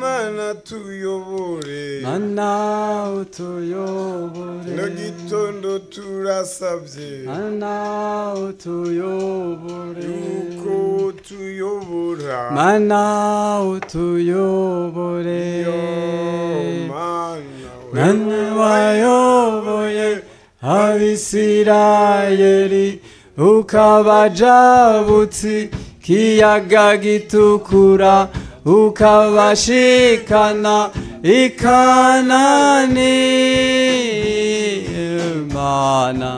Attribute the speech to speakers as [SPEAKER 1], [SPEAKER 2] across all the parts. [SPEAKER 1] mana tuyobore
[SPEAKER 2] mana utuyobore
[SPEAKER 1] no gitondo turasabye
[SPEAKER 2] mana utuyobore
[SPEAKER 1] yuko tuyobora
[SPEAKER 2] mana utuyobore
[SPEAKER 1] yo mana
[SPEAKER 2] nani wayoboye abisirayeli ukabajabutsi kiyaga gitukura ukabashikana ikanani mana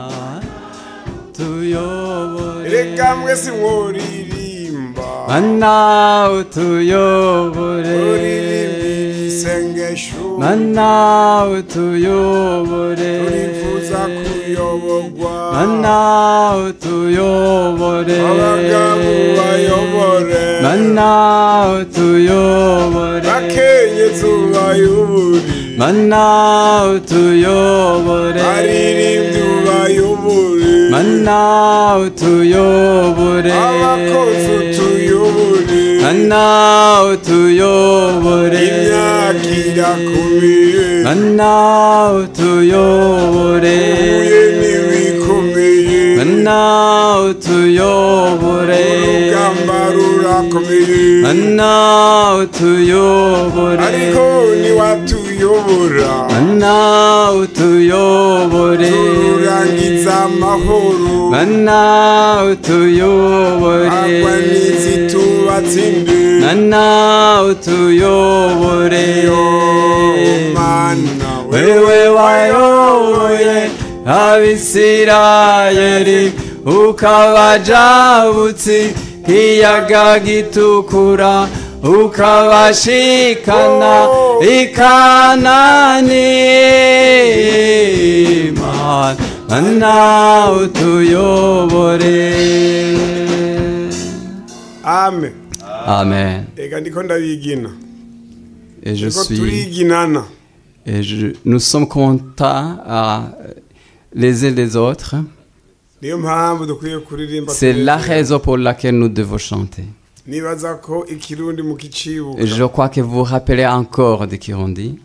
[SPEAKER 2] tuyobore
[SPEAKER 1] reka mwese mworirimba
[SPEAKER 2] mana utuyobore
[SPEAKER 1] uririmbira isengesho
[SPEAKER 2] mana utuyobore
[SPEAKER 1] turifuza kuyoborwa
[SPEAKER 2] mana utuyobore
[SPEAKER 1] Abagabo bayobore.
[SPEAKER 2] mana utuyobore
[SPEAKER 1] bakenye tubayobore
[SPEAKER 2] mana utuyobore
[SPEAKER 1] baririmbyi ubayobore
[SPEAKER 2] mana utuyobore
[SPEAKER 1] abakozi tuyobore
[SPEAKER 2] mana utuyobore
[SPEAKER 1] imyaka irakomeye
[SPEAKER 2] mana utuyobore
[SPEAKER 1] uye ntiwikomeye
[SPEAKER 2] mana utuyobore
[SPEAKER 1] urugamba rurakomeye
[SPEAKER 2] mana utuyobore
[SPEAKER 1] ariko ntiwatuyobora
[SPEAKER 2] mana utuyobore
[SPEAKER 1] turangiza amahoro
[SPEAKER 2] mana utuyobore
[SPEAKER 1] agwanizi tubatsinde
[SPEAKER 2] mana utuyobore
[SPEAKER 1] yo mana
[SPEAKER 2] wewe wayoboye abisirayeli ukabajabutsi kiyaga gitukura ukabashikana ikanani Ma- mana utuyobore
[SPEAKER 1] ame
[SPEAKER 2] amen
[SPEAKER 1] reka ndiko ndabigina
[SPEAKER 2] et je
[SPEAKER 1] ko
[SPEAKER 2] suis
[SPEAKER 1] turiginana
[SPEAKER 2] et je- nous sommes contents à les uns les autres
[SPEAKER 1] niyo mpamvu dukwiye kuririmba
[SPEAKER 2] C'est la
[SPEAKER 1] tunezerewe.
[SPEAKER 2] raison pour laquelle nous devons chanter.
[SPEAKER 1] nibaza ko ikirundi mu
[SPEAKER 2] Et
[SPEAKER 1] kicibuka
[SPEAKER 2] je crois que vous vous rappelez encore de Kirundi.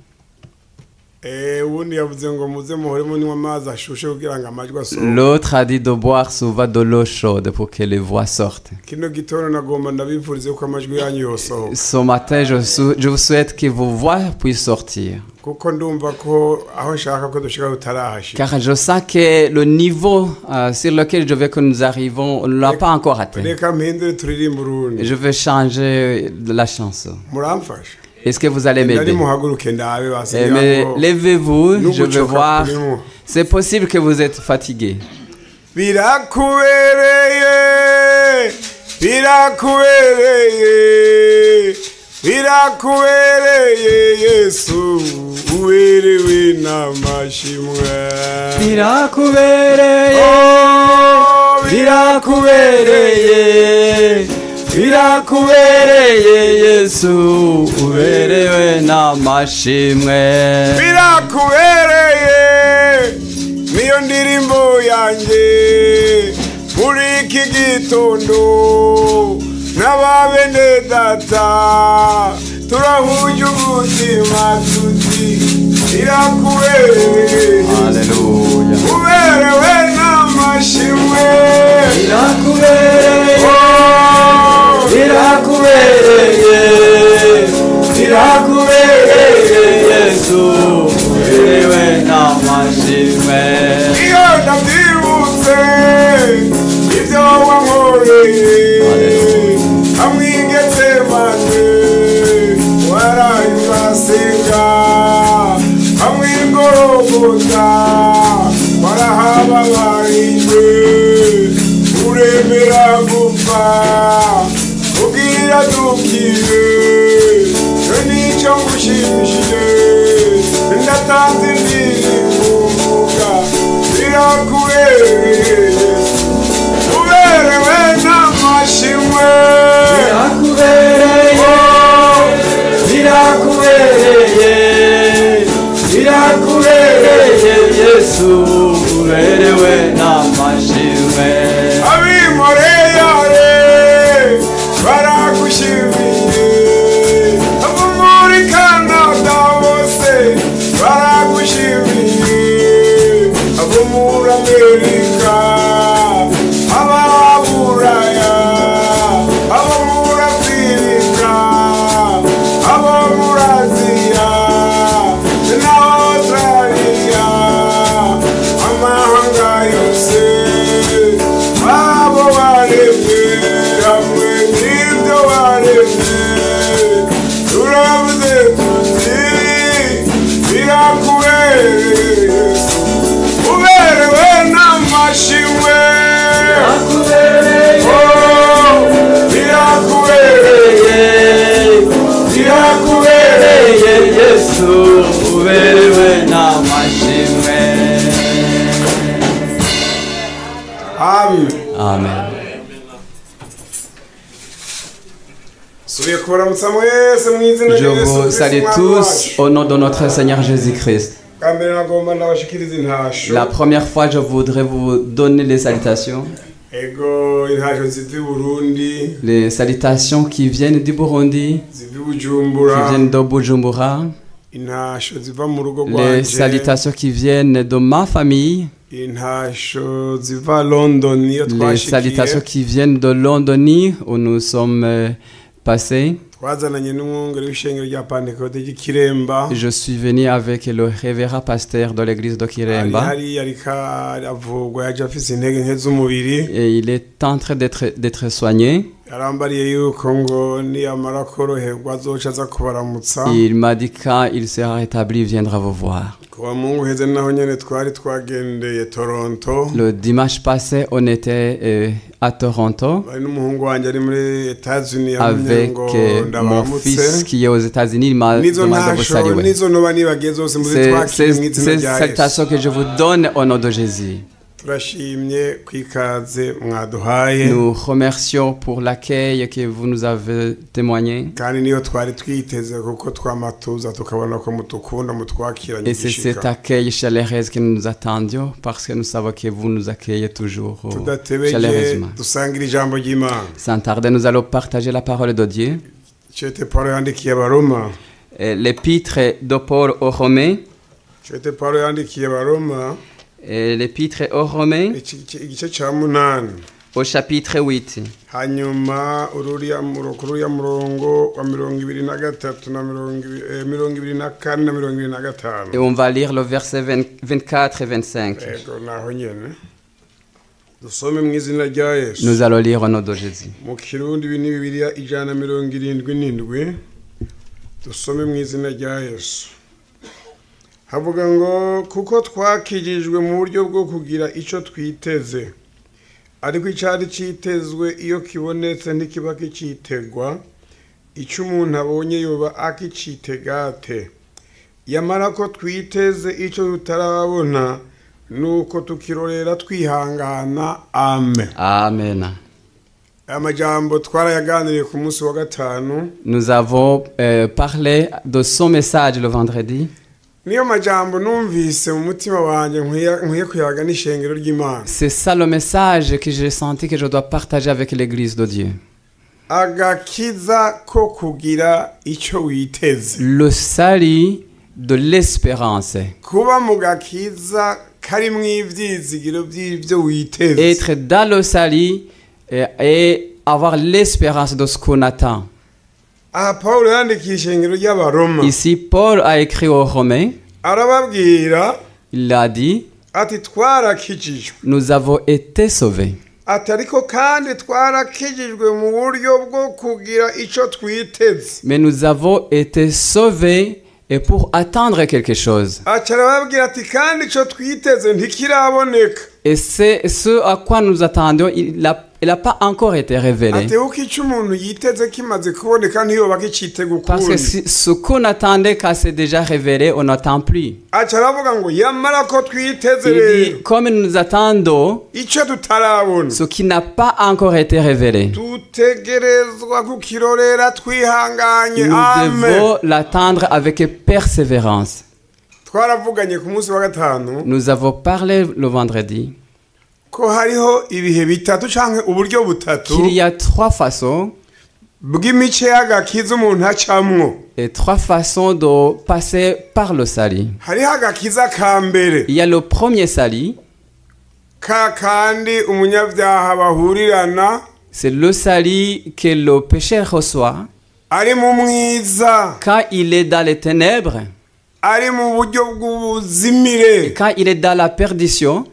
[SPEAKER 1] Eh, uwundi yavuze ngo muze muhoremo ninywa amazi ashushe kugira ngo amajwi asohoke
[SPEAKER 2] L'autre a dit de boire souvent de l'eau chaude pour que les voix sortent.
[SPEAKER 1] kino gitondo nagomba ndabifurize ko amajwi yanyu yosohoka
[SPEAKER 2] Ce matin, je, sou- je vous souhaite que vos voix puissent sortir.
[SPEAKER 1] kuko ndumva ko aho nshaka ko dushika tutarahashika
[SPEAKER 2] Car je sens que le niveau euh, sur lequel je veux que nous arrivons, on ne l'a pas encore atteint.
[SPEAKER 1] reka mpindure turirimbe
[SPEAKER 2] Et
[SPEAKER 1] urundi
[SPEAKER 2] Je veux changer la chanson.
[SPEAKER 1] muramfasha
[SPEAKER 2] Est-ce que vous allez
[SPEAKER 1] ndari
[SPEAKER 2] m'aider
[SPEAKER 1] muhaguruke ndabe
[SPEAKER 2] Eh,
[SPEAKER 1] basigira
[SPEAKER 2] mais
[SPEAKER 1] ngo
[SPEAKER 2] Levez-vous,
[SPEAKER 1] Nous
[SPEAKER 2] je veux
[SPEAKER 1] vous
[SPEAKER 2] voir.
[SPEAKER 1] choquons.
[SPEAKER 2] C'est possible que vous êtes fatigué.
[SPEAKER 1] birakubereye birakubereye birakubereye yesu uberewe n'amashimwe Oh,
[SPEAKER 2] birakubereye birakubereye birakubereye yesu uberewe n'amashimwe
[SPEAKER 1] birakubereye niyo ndirimbo yanjye muri iki gitondo n'ababene data turahuje ubuzima tuti birakubereye
[SPEAKER 2] haleluya
[SPEAKER 1] uberewe n'amashimwe
[SPEAKER 2] birakubereye
[SPEAKER 1] Oh,
[SPEAKER 2] birakubereye birakubereye yesu uberewe n'amashimwe
[SPEAKER 1] iyo ndabyibutse ibyo wankoreye amwigetse manje waraye urasenga amwigorogota warahababarijwe uremera gupfa ubwira dukire yo nicyo ngushimishije ndatanze indirimboga birakubereye uberewe n'amashimwe
[SPEAKER 2] birakubereye birakubereye birakubereye yesu uberewe n'amashimwe
[SPEAKER 1] abimoreyare baragushimiye abamurika Oh, Soyez kubaramutsa mwese mu izina
[SPEAKER 2] Je
[SPEAKER 1] rya Yesu
[SPEAKER 2] vous
[SPEAKER 1] Kristo
[SPEAKER 2] salue
[SPEAKER 1] umwami
[SPEAKER 2] tous
[SPEAKER 1] wacu.
[SPEAKER 2] au nom de notre Seigneur Jésus-Christ.
[SPEAKER 1] Bwa mbere nagomba ndabashikiriza intasho
[SPEAKER 2] La première fois, je voudrais vous donner les salutations.
[SPEAKER 1] ego intasho ziva i burundi
[SPEAKER 2] Les salutations qui viennent du Burundi,
[SPEAKER 1] ziva i
[SPEAKER 2] qui
[SPEAKER 1] bujumbura
[SPEAKER 2] viennent de Bujumbura.
[SPEAKER 1] intasho ziva mu rugo
[SPEAKER 2] Les
[SPEAKER 1] rwanje
[SPEAKER 2] salutations qui viennent de ma famille.
[SPEAKER 1] intasho ziva london iyo
[SPEAKER 2] Les salutations
[SPEAKER 1] twashikiye
[SPEAKER 2] qui viennent de Londonie, où nous sommes euh, passés.
[SPEAKER 1] twazananye n'umwungeri w'ishengero rya pantekote ry'ikiremba
[SPEAKER 2] Je suis venu avec le révérend pasteur de l'église de
[SPEAKER 1] ari
[SPEAKER 2] Kiremba.
[SPEAKER 1] hariya ariko aravugwa yaje afise intege nke z'umubiri
[SPEAKER 2] Et il est en train d'être d'être soigné.
[SPEAKER 1] yarambariye yuko ngo niyamara koroherwa azoca aza kubaramutsa
[SPEAKER 2] Il m'a dit quand il sera rétabli, il viendra vous voir.
[SPEAKER 1] kuwa mungu uheze naho nyene twari twagendeye toronto
[SPEAKER 2] Le dimanche passé, on était euh, à Toronto
[SPEAKER 1] bari n'umuhungu wanjye ari muri etazini yamenye
[SPEAKER 2] avec
[SPEAKER 1] ngo
[SPEAKER 2] euh, mon
[SPEAKER 1] ndabaramutse
[SPEAKER 2] fils qui est aux États-Unis. Il m'a
[SPEAKER 1] n'izo
[SPEAKER 2] demandé de vous
[SPEAKER 1] ntasho
[SPEAKER 2] saluer.
[SPEAKER 1] n'izo noba nibagiye zose muze
[SPEAKER 2] C'est
[SPEAKER 1] twakire mu
[SPEAKER 2] c'est-
[SPEAKER 1] izina
[SPEAKER 2] c'est
[SPEAKER 1] rya yesu
[SPEAKER 2] cette salutation que je vous donne au nom de Jésus.
[SPEAKER 1] turashimye kwikaze mwaduhaye
[SPEAKER 2] Nous remercions pour l'accueil que vous nous avez témoigné.
[SPEAKER 1] kandi niyo twari twiteze kuko twamatuza tukabona ko mudukunda mutwakiranye
[SPEAKER 2] Et c'est cet
[SPEAKER 1] igishika
[SPEAKER 2] accueil chaleureux que nous attendions parce que nous savons que vous nous accueillez toujours euh,
[SPEAKER 1] tudatebeye
[SPEAKER 2] chaleureusement.
[SPEAKER 1] dusangira ijambo ry'imana
[SPEAKER 2] Sans tarder, nous allons partager la parole de Dieu.
[SPEAKER 1] cete pawulo yandikiye abaroma
[SPEAKER 2] Euh, L'épître de Paul aux Romains,
[SPEAKER 1] cete pawulo yandikiye abaroma
[SPEAKER 2] euh, l'épître aux Romains
[SPEAKER 1] iki- iki- igice cya munani
[SPEAKER 2] au chapitre 8.
[SPEAKER 1] hanyuma ururiya muro- kuri uriya murongo wa mirongo ibiri na gatatu na mirongo ibi- eh, mirongo ibiri na kane na mirongo ibiri na
[SPEAKER 2] Et
[SPEAKER 1] gatanu
[SPEAKER 2] on va lire le verset 20 24 et 25.
[SPEAKER 1] yego naho nyene dusome mu izina rya yesu
[SPEAKER 2] Nous allons lire au nom de Jésus.
[SPEAKER 1] mu kirundi ibi ni bibiriya ijana na mirongo irindwi n'indwi dusome mu izina rya yesu havuga ngo kuko twakijijwe mu buryo bwo kugira icyo twiteze ariko icyari cyitezwe iyo kibonetse ntikiba kicyitegwa icyo umuntu abonye yoba akicitegate yamara ko twiteze icyo tutarabona nuko tukirorera twihangana amen
[SPEAKER 2] Amen.
[SPEAKER 1] aya majambo twarayaganiriye ku munsi wa gatanu
[SPEAKER 2] Nous avons euh, parlé de son message le vendredi.
[SPEAKER 1] niyo majambo numvise mu mutima wanjye nkwiye nkwiye kuyaga n'ishengero ry'imana
[SPEAKER 2] C'est ça le message que j'ai senti que je dois partager avec l'Église de Dieu.
[SPEAKER 1] agakiza ko kugira icyo witeze
[SPEAKER 2] Le salut de l'espérance.
[SPEAKER 1] kuba mu gakiza kari mu ibyizigiro by'ibyo witeze
[SPEAKER 2] Être dans le salut et, et avoir l'espérance de ce qu'on attend.
[SPEAKER 1] aha paul yandikiye ishengero ry'abaroma
[SPEAKER 2] Ici, Paul a écrit aux Romains,
[SPEAKER 1] arababwira
[SPEAKER 2] il a dit,
[SPEAKER 1] ati twarakijijwe
[SPEAKER 2] nous avons été sauvés.
[SPEAKER 1] ati ariko kandi twarakijijwe mu buryo bwo kugira icyo twiteze
[SPEAKER 2] Mais nous avons été sauvés et pour attendre quelque chose.
[SPEAKER 1] acara babwira ati kandi icyo twiteze ntikiraboneka
[SPEAKER 2] Et c'est ce à quoi nous attendions, il n'a pas encore été révélé.
[SPEAKER 1] ati kuko icyo umuntu yiteze kimaze kuboneka ntiyoba gicitega
[SPEAKER 2] Parce que
[SPEAKER 1] ukundi
[SPEAKER 2] si- ce qu'on attendait quand c'est déjà révélé, on n'attend plus.
[SPEAKER 1] acara avuga ngo yamara ko twiteze
[SPEAKER 2] Il
[SPEAKER 1] rero
[SPEAKER 2] dit, comme nous attendons
[SPEAKER 1] icyo tutarabona
[SPEAKER 2] ce qui n'a pas encore été révélé,
[SPEAKER 1] dutegerezwa kukirorera twihanganye
[SPEAKER 2] nous
[SPEAKER 1] amen
[SPEAKER 2] devons l'attendre avec persévérance.
[SPEAKER 1] twaravuganye ku munsi wa gatanu
[SPEAKER 2] Nous avons parlé le vendredi
[SPEAKER 1] ko hariho ibihe bitatu cyangwa uburyo butatu
[SPEAKER 2] qu'il y a trois façons
[SPEAKER 1] bw'imice y'agakiza umuntu acamwo
[SPEAKER 2] et trois façons de passer par le salut.
[SPEAKER 1] hariho agakiza ka mbere
[SPEAKER 2] Il y a le premier salut,
[SPEAKER 1] ka kandi umunyabyaha bahurirana
[SPEAKER 2] c'est le salut que le pécheur reçoit
[SPEAKER 1] ari mu mwiza
[SPEAKER 2] quand il est dans les ténèbres,
[SPEAKER 1] ari mu buryo bw'ubuzimire
[SPEAKER 2] quand il est dans la perdition.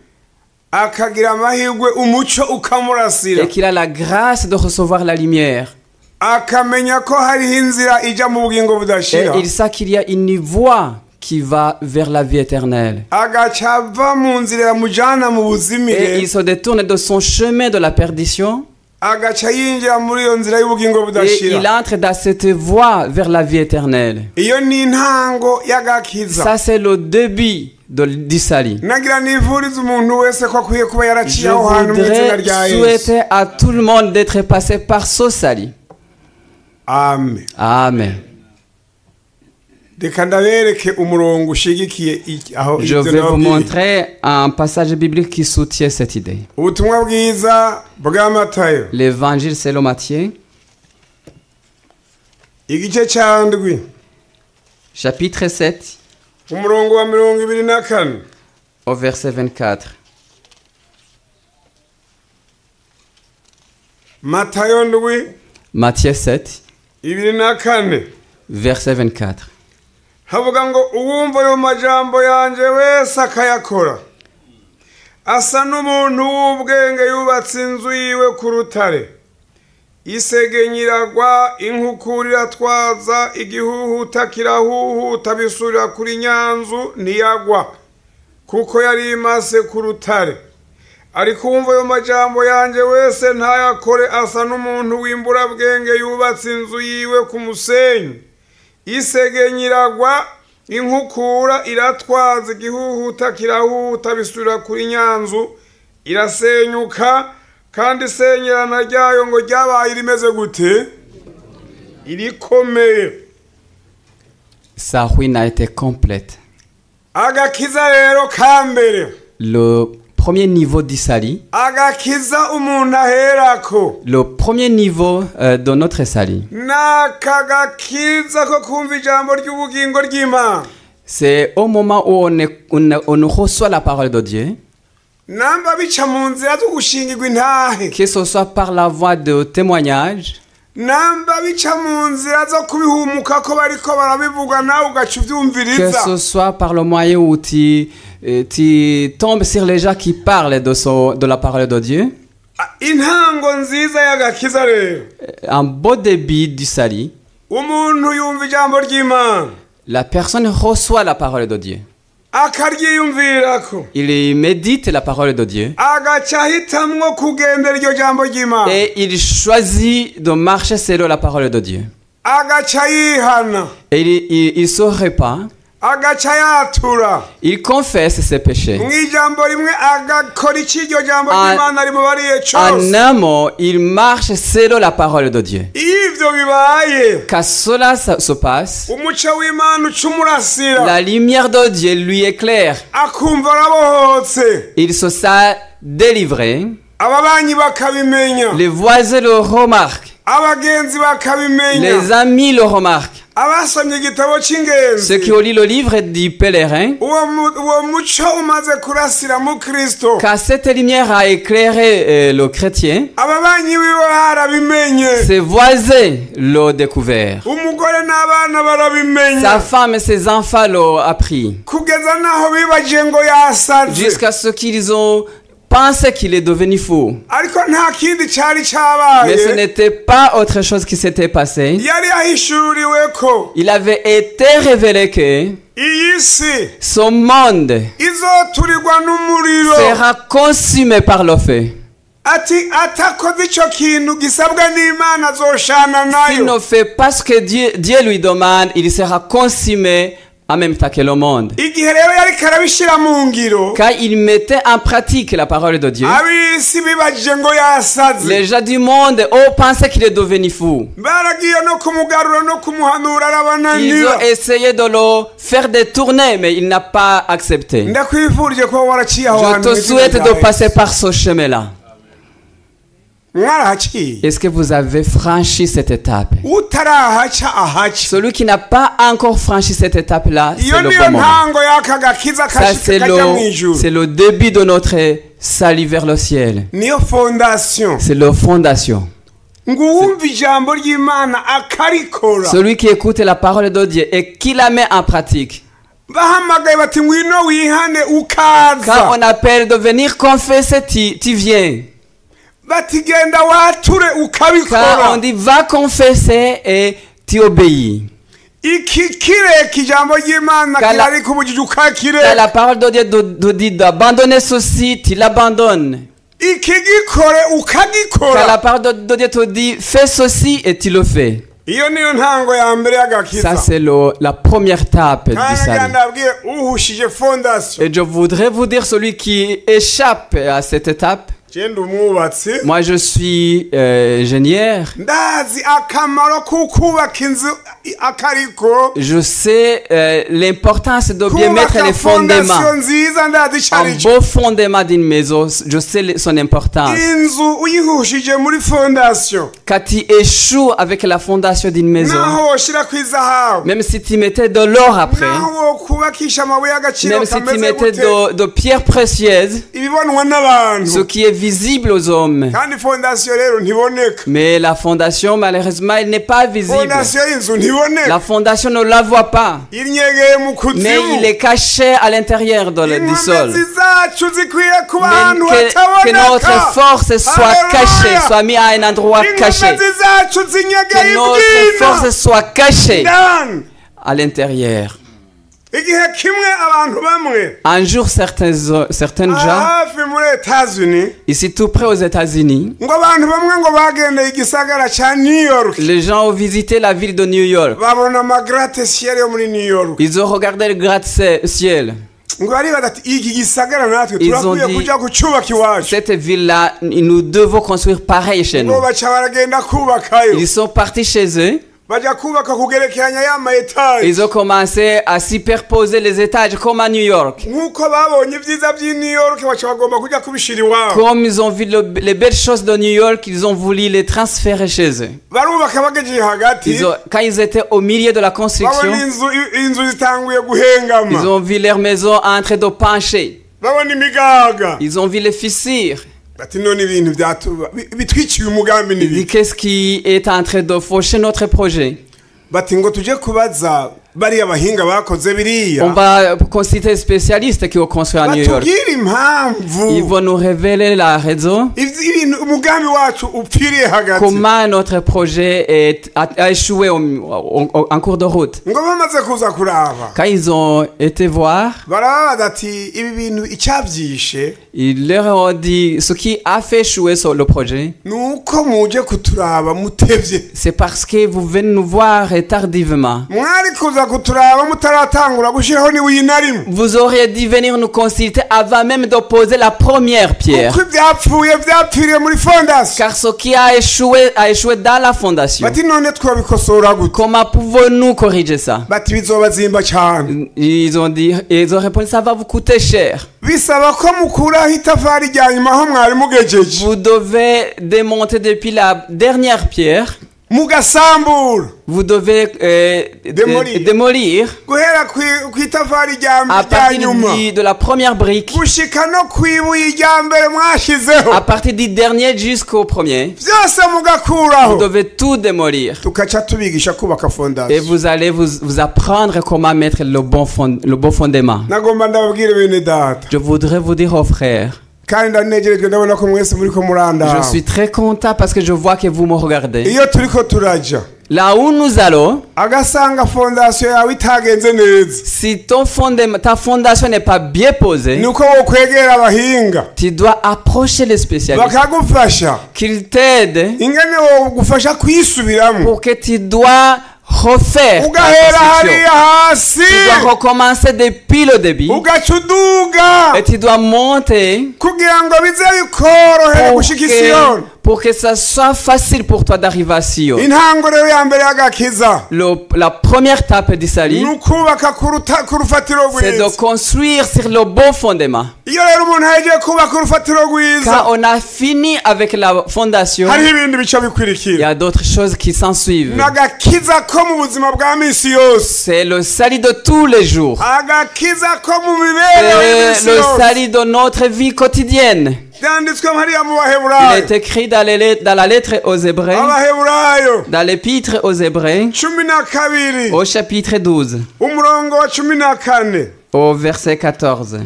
[SPEAKER 1] akagira amahirwe umuco ukamurasira
[SPEAKER 2] et qu'il a la grâce de recevoir la lumière.
[SPEAKER 1] akamenya ko hariho inzira ijya mu bugingo
[SPEAKER 2] Et
[SPEAKER 1] budashira
[SPEAKER 2] il sait qu'il y a une voie qui va vers la vie éternelle.
[SPEAKER 1] agaca ava mu nzira yamujyana mu
[SPEAKER 2] Et il
[SPEAKER 1] buzimire
[SPEAKER 2] se détourne de son chemin de la perdition
[SPEAKER 1] agaca yinjira muri iyo nzira y'ubugingo
[SPEAKER 2] et il
[SPEAKER 1] budashira
[SPEAKER 2] entre dans cette voie vers la vie éternelle.
[SPEAKER 1] iyo ni intango y'agakiza
[SPEAKER 2] Ça, c'est le début de, du salut.
[SPEAKER 1] nagira nivurize umuntu wese ko akwiye kuba
[SPEAKER 2] Je
[SPEAKER 1] yaraciye aho hantu mu izina rya
[SPEAKER 2] voudrais
[SPEAKER 1] yesu
[SPEAKER 2] souhaiter à tout le monde d'être passé par ce salut.
[SPEAKER 1] amen
[SPEAKER 2] Amen.
[SPEAKER 1] reka ndabereke umurongo ushigikiye iki- aho
[SPEAKER 2] Je
[SPEAKER 1] ibyo
[SPEAKER 2] vais vous
[SPEAKER 1] nababwiye
[SPEAKER 2] montrer un passage biblique qui soutient cette idée.
[SPEAKER 1] ubutumwa bwiza bwa matayo
[SPEAKER 2] L'évangile selon Matthieu,
[SPEAKER 1] igice cya ndwi
[SPEAKER 2] chapitre 7,
[SPEAKER 1] umurongo wa mirongo ibiri na kane
[SPEAKER 2] au verset 24.
[SPEAKER 1] matayo ndwi
[SPEAKER 2] Matthieu 7,
[SPEAKER 1] ibiri na kane
[SPEAKER 2] verset 24.
[SPEAKER 1] havuga ngo uwumva ayo majambo yanjye wese akayakora asa n'umuntu w'ubwenge yubatse inzu yiwe ku rutare isegenyiragwa inkukura iratwaza igihuhuta kirahuhuta bisubira kuri nyanzu ntiyagwa kuko yari imaze ku rutare ariko uwumva ayo majambo yanjye wese ntayakore asa n'umuntu w'imburabwenge yubatse inzu yiwe ku musenyi isegenyiragwa inkukura iratwaza igihuhuta kirahuta bisubira kuri nyanzu irasenyuka kandi isenyerana ryayo ngo ryabaye rimeze gute irikomeye
[SPEAKER 2] Sa ruine a été complète.
[SPEAKER 1] agakiza rero ka mbere
[SPEAKER 2] Le premier niveau d'Isali,
[SPEAKER 1] agakiza umuntu aherako
[SPEAKER 2] le premier niveau euh, de notre Isali,
[SPEAKER 1] ni aka gakiza ko kumva ijambo ry'ubugingo ry'imana
[SPEAKER 2] c'est au moment où on, est- on- on reçoit la parole de Dieu,
[SPEAKER 1] namba bica mu nzira zo gushingirwa intahe
[SPEAKER 2] que ce soit par la voie de témoignage,
[SPEAKER 1] namba bica mu nzira zo kubihumuka ko bariko barabivuga nawe ugaca
[SPEAKER 2] que ce
[SPEAKER 1] ubyumviriza
[SPEAKER 2] soit par le moyen où tu, euh, tu tombes sur les gens qui parlent de, son- de la parole de Dieu,
[SPEAKER 1] Ah, intango nziza y'agakiza rero
[SPEAKER 2] Euh, un beau débit d'Isali,
[SPEAKER 1] umuntu yumva ijambo ry'imana
[SPEAKER 2] la personne reçoit la parole de Dieu.
[SPEAKER 1] akaryiyumvirako
[SPEAKER 2] Il médite la parole de Dieu
[SPEAKER 1] agaca ahitamwo kugendera iryo jambo ry'imana
[SPEAKER 2] et il choisit de marcher selon la parole de Dieu.
[SPEAKER 1] agaca yihana
[SPEAKER 2] Et il, il- il se repent,
[SPEAKER 1] agaca yatura
[SPEAKER 2] il confesse ses péchés.
[SPEAKER 1] mu ijambo rimwe agakora icyo iryo jambo
[SPEAKER 2] Eh. Ah.
[SPEAKER 1] ry'imana rimubariye
[SPEAKER 2] En
[SPEAKER 1] cyose
[SPEAKER 2] un mot, il marche selon la parole de Dieu.
[SPEAKER 1] iyo ibyo bibaye
[SPEAKER 2] Quand cela se se passe,
[SPEAKER 1] umuco w'imana uca umurasira
[SPEAKER 2] la lumière de Dieu lui éclaire.
[SPEAKER 1] akumva arabohotse
[SPEAKER 2] Il se sent délivré.
[SPEAKER 1] ababanyi bakabimenya
[SPEAKER 2] Les voisins le remarquent.
[SPEAKER 1] Ah. abagenzi
[SPEAKER 2] Les
[SPEAKER 1] bakabimenya
[SPEAKER 2] amis le remarquent.
[SPEAKER 1] abasomye igitabo
[SPEAKER 2] Ceux qui
[SPEAKER 1] cy'ingenzi
[SPEAKER 2] ont lu le livre du pèlerin,
[SPEAKER 1] uwo mu- uwo muco umaze kurasira mu kirisito
[SPEAKER 2] quand cette lumière a éclairé euh, le chrétien,
[SPEAKER 1] ababanyi biwe barabimenye
[SPEAKER 2] ses voisins l'ont découvert.
[SPEAKER 1] umugore n'abana
[SPEAKER 2] Sa
[SPEAKER 1] barabimenye
[SPEAKER 2] femme et ses enfants l'ont appris.
[SPEAKER 1] kugeza n'aho bibagiye ngo yasaze
[SPEAKER 2] Jusqu'à ce qu'ils ont pensé qu'il est devenu fou.
[SPEAKER 1] ariko nta kindi cyari Ah,
[SPEAKER 2] Mais ce
[SPEAKER 1] cyabaye
[SPEAKER 2] n'était pas autre chose qui s'était passé.
[SPEAKER 1] yari yahishuriwe ko
[SPEAKER 2] Il avait été révélé que
[SPEAKER 1] iyi si
[SPEAKER 2] son monde
[SPEAKER 1] izoturirwa n'umuriro
[SPEAKER 2] sera consumé par le feu.
[SPEAKER 1] ati atakoze icyo kintu gisabwa n'imana azoshana
[SPEAKER 2] S'il
[SPEAKER 1] nayo
[SPEAKER 2] ne fait pas ce que Dieu, Dieu lui demande, il sera consumé en même temps que le monde.
[SPEAKER 1] igihe rero yari karabishyira mu ngiro
[SPEAKER 2] Car il mettait en pratique la parole de Dieu.
[SPEAKER 1] Ah, ab'isi bibajije ngo
[SPEAKER 2] Les
[SPEAKER 1] yasaze
[SPEAKER 2] gens du monde ont pensé qu'il est devenu fou.
[SPEAKER 1] baragiye no kumugarura no kumuhanura
[SPEAKER 2] Ils
[SPEAKER 1] arabananira
[SPEAKER 2] ont essayé de le faire détourner, mais il n'a pas accepté.
[SPEAKER 1] ndakwivurije kuba waraciye aho
[SPEAKER 2] Je
[SPEAKER 1] hantu
[SPEAKER 2] te souhaite
[SPEAKER 1] mw'izina rya
[SPEAKER 2] de passer
[SPEAKER 1] Yesu.
[SPEAKER 2] par ce chemin-là.
[SPEAKER 1] mwarahaciye
[SPEAKER 2] Est-ce que vous avez franchi cette étape
[SPEAKER 1] utarahaca ahaca
[SPEAKER 2] Celui qui n'a pas encore franchi cette étape-là,
[SPEAKER 1] iyo
[SPEAKER 2] c'est le
[SPEAKER 1] niyo
[SPEAKER 2] bon moment.
[SPEAKER 1] ntango y'aka gakiza
[SPEAKER 2] Ça,
[SPEAKER 1] kashika
[SPEAKER 2] c'est
[SPEAKER 1] kajya mu
[SPEAKER 2] le, c'est
[SPEAKER 1] ijuru
[SPEAKER 2] le début de notre salut vers le ciel.
[SPEAKER 1] niyo fondasiyo
[SPEAKER 2] C'est la fondation.
[SPEAKER 1] ngo uwumve ijambo ry'imana akarikora
[SPEAKER 2] Celui qui écoute la parole de Dieu et qui la met en pratique.
[SPEAKER 1] bahamagaye bati ngwino wihane ukaza
[SPEAKER 2] Quand on appelle de venir confesser, tu, tu viens.
[SPEAKER 1] bati genda wature
[SPEAKER 2] Quand on
[SPEAKER 1] ukabikora
[SPEAKER 2] dit va confesser et tu obéis.
[SPEAKER 1] iki kireka ijambo ry'imana
[SPEAKER 2] Kala-
[SPEAKER 1] kirarika umugigi
[SPEAKER 2] Quand
[SPEAKER 1] ukakireka
[SPEAKER 2] la parole de Dieu nous- nous dit d'abandonner ceci, tu l'abandonnes.
[SPEAKER 1] iki gikore
[SPEAKER 2] Quand la
[SPEAKER 1] ukagikora
[SPEAKER 2] parole de, de Dieu te dit fais ceci et tu le fais.
[SPEAKER 1] iyo niyo ntango ya mbere
[SPEAKER 2] Ça,
[SPEAKER 1] y'agakiza
[SPEAKER 2] c'est le- la première étape du
[SPEAKER 1] kandi
[SPEAKER 2] salut.
[SPEAKER 1] ndabwiye uhushije fondasiyo
[SPEAKER 2] Et je voudrais vous dire, celui qui échappe à cette étape,
[SPEAKER 1] njye ndi umwubatsi
[SPEAKER 2] Moi, je suis euh, ingénieur.
[SPEAKER 1] ndazi akamaro ko kubaka inzu i- akariko
[SPEAKER 2] Je sais euh, l'importance de bien mettre
[SPEAKER 1] kubaka
[SPEAKER 2] les
[SPEAKER 1] fondasiyo
[SPEAKER 2] fondements.
[SPEAKER 1] nziza ndazi icyo
[SPEAKER 2] Un
[SPEAKER 1] ari cyo
[SPEAKER 2] beau fondement d'une maison, je sais le- son importance.
[SPEAKER 1] inzu uyihushije muri fondasiyo
[SPEAKER 2] Quand tu échoues avec la fondation d'une maison,
[SPEAKER 1] naho woshyira ku izahabu
[SPEAKER 2] même si tu mettais de l'or après,
[SPEAKER 1] naho wokubakisha amabuye y'agaciro
[SPEAKER 2] même si tu
[SPEAKER 1] kameze
[SPEAKER 2] mettais
[SPEAKER 1] gute
[SPEAKER 2] de, de pierres précieuses,
[SPEAKER 1] ibibonwa
[SPEAKER 2] ce
[SPEAKER 1] n'abantu
[SPEAKER 2] qui est visible aux hommes.
[SPEAKER 1] kandi fondasiyo rero ntiboneka
[SPEAKER 2] Mais la fondation, malheureusement, elle n'est pas visible.
[SPEAKER 1] fondasiyo y'inzu ntiboneka
[SPEAKER 2] La fondation ne la voit pas,
[SPEAKER 1] inyegeye mu
[SPEAKER 2] mais
[SPEAKER 1] kuzimu
[SPEAKER 2] il est caché à l'intérieur de le- du sol.
[SPEAKER 1] inkomezi zacu zikwiye kuba
[SPEAKER 2] Mais
[SPEAKER 1] ahantu
[SPEAKER 2] que, que notre
[SPEAKER 1] hataboneka
[SPEAKER 2] force soit cachée, soit mise à un endroit caché.
[SPEAKER 1] inkomezi zacu zinyegeye
[SPEAKER 2] Que notre force
[SPEAKER 1] ibyina
[SPEAKER 2] soit cachée
[SPEAKER 1] Dan,
[SPEAKER 2] à l'intérieur.
[SPEAKER 1] igihe kimwe abantu bamwe
[SPEAKER 2] Un jour, certains, euh, certaines
[SPEAKER 1] Ah.
[SPEAKER 2] gens,
[SPEAKER 1] hafi muri etazini
[SPEAKER 2] ici tout près aux États-Unis,
[SPEAKER 1] ngo abantu bamwe ngo bagendeye igisagara ca new york
[SPEAKER 2] les gens ont visité la ville de New York.
[SPEAKER 1] babona amagarate siyeri yo muri new york
[SPEAKER 2] Ils ont regardé le gratte-ciel.
[SPEAKER 1] ngo baribaza ati iki gisagara natwe
[SPEAKER 2] Ils ont
[SPEAKER 1] turakwiye
[SPEAKER 2] dit-
[SPEAKER 1] kuja kucyubaka iwacu
[SPEAKER 2] Cette ville-là, nous devons construire pareil chez nous.
[SPEAKER 1] ngo baca baragenda kubakayo
[SPEAKER 2] Ils sont partis chez eux.
[SPEAKER 1] bajya kubaka kugerekeranya ya ma
[SPEAKER 2] Ils ont commencé à superposer les étages comme à New York.
[SPEAKER 1] nk'uko babonye ibyiza by'i new york baca bagomba kujya kubishyira iwabo
[SPEAKER 2] Comme ils ont vu le- les belles choses de New York, ils ont voulu les transférer chez eux.
[SPEAKER 1] barubaka bagejeye hagati
[SPEAKER 2] Ils ont- quand ils étaient au milieu de la construction,
[SPEAKER 1] babona inzu inzu zitanguye
[SPEAKER 2] ils
[SPEAKER 1] guhengama
[SPEAKER 2] ont vu leur maison en train de pencher.
[SPEAKER 1] babona imigaga
[SPEAKER 2] Ils ont vu les fissures.
[SPEAKER 1] bati none ibintu byatuba bi- bitwikiye umugambi
[SPEAKER 2] Ils disent
[SPEAKER 1] n'ibiki
[SPEAKER 2] qu'est-ce qui est en train de faucher notre projet.
[SPEAKER 1] bati ngo tujye kubaza bariya bahinga bakoze biriya
[SPEAKER 2] On va consulter les spécialistes qui ont construit à New York.
[SPEAKER 1] batubwire
[SPEAKER 2] Ils
[SPEAKER 1] impamvu
[SPEAKER 2] vont nous révéler la raison
[SPEAKER 1] ibyo- ibintu umugambi wacu upfiriye hagati
[SPEAKER 2] comment notre projet est, a, a échoué au- au- au- en cours de route.
[SPEAKER 1] ngo bamaze kuza kuraba
[SPEAKER 2] Quand ils ont été voir,
[SPEAKER 1] barabaza ati ibi bintu icyabyishe
[SPEAKER 2] ils leur ont dit ce qui a fait échouer sur le projet,
[SPEAKER 1] ni uko muje kuturaba mutebye
[SPEAKER 2] c'est parce que vous venez nous voir tardivement.
[SPEAKER 1] mwari kuza kuturaba mutaratangura gushyiraho n'ibuye na rimwe
[SPEAKER 2] Vous auriez dû venir nous consulter avant même de poser la première pierre.
[SPEAKER 1] kuko ibyapfuye byapfiriye muri fondasiyo
[SPEAKER 2] Car ce qui a échoué a échoué dans la fondation.
[SPEAKER 1] bati none twabikosora gute
[SPEAKER 2] Comment pouvons-nous corriger ça
[SPEAKER 1] bati bizobazimba cyane
[SPEAKER 2] Ils ont dit, ils ont répondu, ça va vous coûter cher.
[SPEAKER 1] bisaba ko mukuraho itafari rya nyuma aho mwari mugejeje
[SPEAKER 2] Vous devez démonter depuis la dernière pierre.
[SPEAKER 1] mugasambura
[SPEAKER 2] Vous devez euh,
[SPEAKER 1] Démolir.
[SPEAKER 2] euh, démolir
[SPEAKER 1] guhera ku- ku itafari rya
[SPEAKER 2] à
[SPEAKER 1] rya
[SPEAKER 2] partir
[SPEAKER 1] nyuma
[SPEAKER 2] du- de la première brique,
[SPEAKER 1] gushika no ku ibuye rya mbere mwashyizeho
[SPEAKER 2] à partir du dernier jusqu'au premier.
[SPEAKER 1] byose mugakuraho
[SPEAKER 2] Vous devez tout démolir.
[SPEAKER 1] tugaca tubigisha kubaka
[SPEAKER 2] Et
[SPEAKER 1] fondasiyo
[SPEAKER 2] vous allez vous, vous apprendre comment mettre le bon, fond, le bon fondement.
[SPEAKER 1] nagomba ndababwire bene data
[SPEAKER 2] Je voudrais vous dire oh aux frères,
[SPEAKER 1] kandi ndanegerejwe ndabona ko mwese muri ko
[SPEAKER 2] je
[SPEAKER 1] murandaha
[SPEAKER 2] suis très content parce que je vois que vous me regardez.
[SPEAKER 1] iyo turi ko turajya
[SPEAKER 2] Là où nous allons,
[SPEAKER 1] agasanga fondasiyo yawe itagenze neza
[SPEAKER 2] si ton fondement, ta fondation n'est pas bien posée,
[SPEAKER 1] ni uko wokwegera abahinga
[SPEAKER 2] tu dois approcher les spécialistes,
[SPEAKER 1] bakagufasha
[SPEAKER 2] qu'ils t'aident
[SPEAKER 1] ingene wogufasha kwisubiramo
[SPEAKER 2] pour que tu dois refaire ta
[SPEAKER 1] ugahera
[SPEAKER 2] construction.
[SPEAKER 1] hariya hasi
[SPEAKER 2] Tu dois recommencer depuis le début
[SPEAKER 1] ugaca uduga
[SPEAKER 2] et tu dois
[SPEAKER 1] Eh,
[SPEAKER 2] monter
[SPEAKER 1] kugira ngo bize bikorohere
[SPEAKER 2] pour
[SPEAKER 1] gushika i siyoni
[SPEAKER 2] que, pour que ça soit facile pour toi d'arriver à Sion.
[SPEAKER 1] intango rero ya mbere y'agakiza
[SPEAKER 2] Le- la première étape du salut,
[SPEAKER 1] ni ukubaka ku ruta- ku rufatiro
[SPEAKER 2] c'est de
[SPEAKER 1] rwiza
[SPEAKER 2] construire sur le bon fondement.
[SPEAKER 1] iyo rero umuntu yagiye kubaka urufatiro
[SPEAKER 2] Quand
[SPEAKER 1] rwiza
[SPEAKER 2] on a fini avec la fondation,
[SPEAKER 1] hariho ibindi bice
[SPEAKER 2] il y
[SPEAKER 1] bikurikira
[SPEAKER 2] a d'autres choses qui s'en suivent.
[SPEAKER 1] ni agakiza ko mu buzima bwa minsi yose
[SPEAKER 2] C'est le salut de tous les jours.
[SPEAKER 1] agakiza ko mu
[SPEAKER 2] C'est
[SPEAKER 1] mibereho y'iminsi
[SPEAKER 2] le
[SPEAKER 1] yose
[SPEAKER 2] salut de notre vie quotidienne.
[SPEAKER 1] byanditswe hariya mu
[SPEAKER 2] Il
[SPEAKER 1] baheburayo
[SPEAKER 2] est écrit dans, les lettres- dans la lettre aux Hébreux,
[SPEAKER 1] abaheburayo
[SPEAKER 2] dans l'épître aux Hébreux,
[SPEAKER 1] cumi na kabiri
[SPEAKER 2] au chapitre 12,
[SPEAKER 1] umurongo wa cumi na kane
[SPEAKER 2] au verset 14.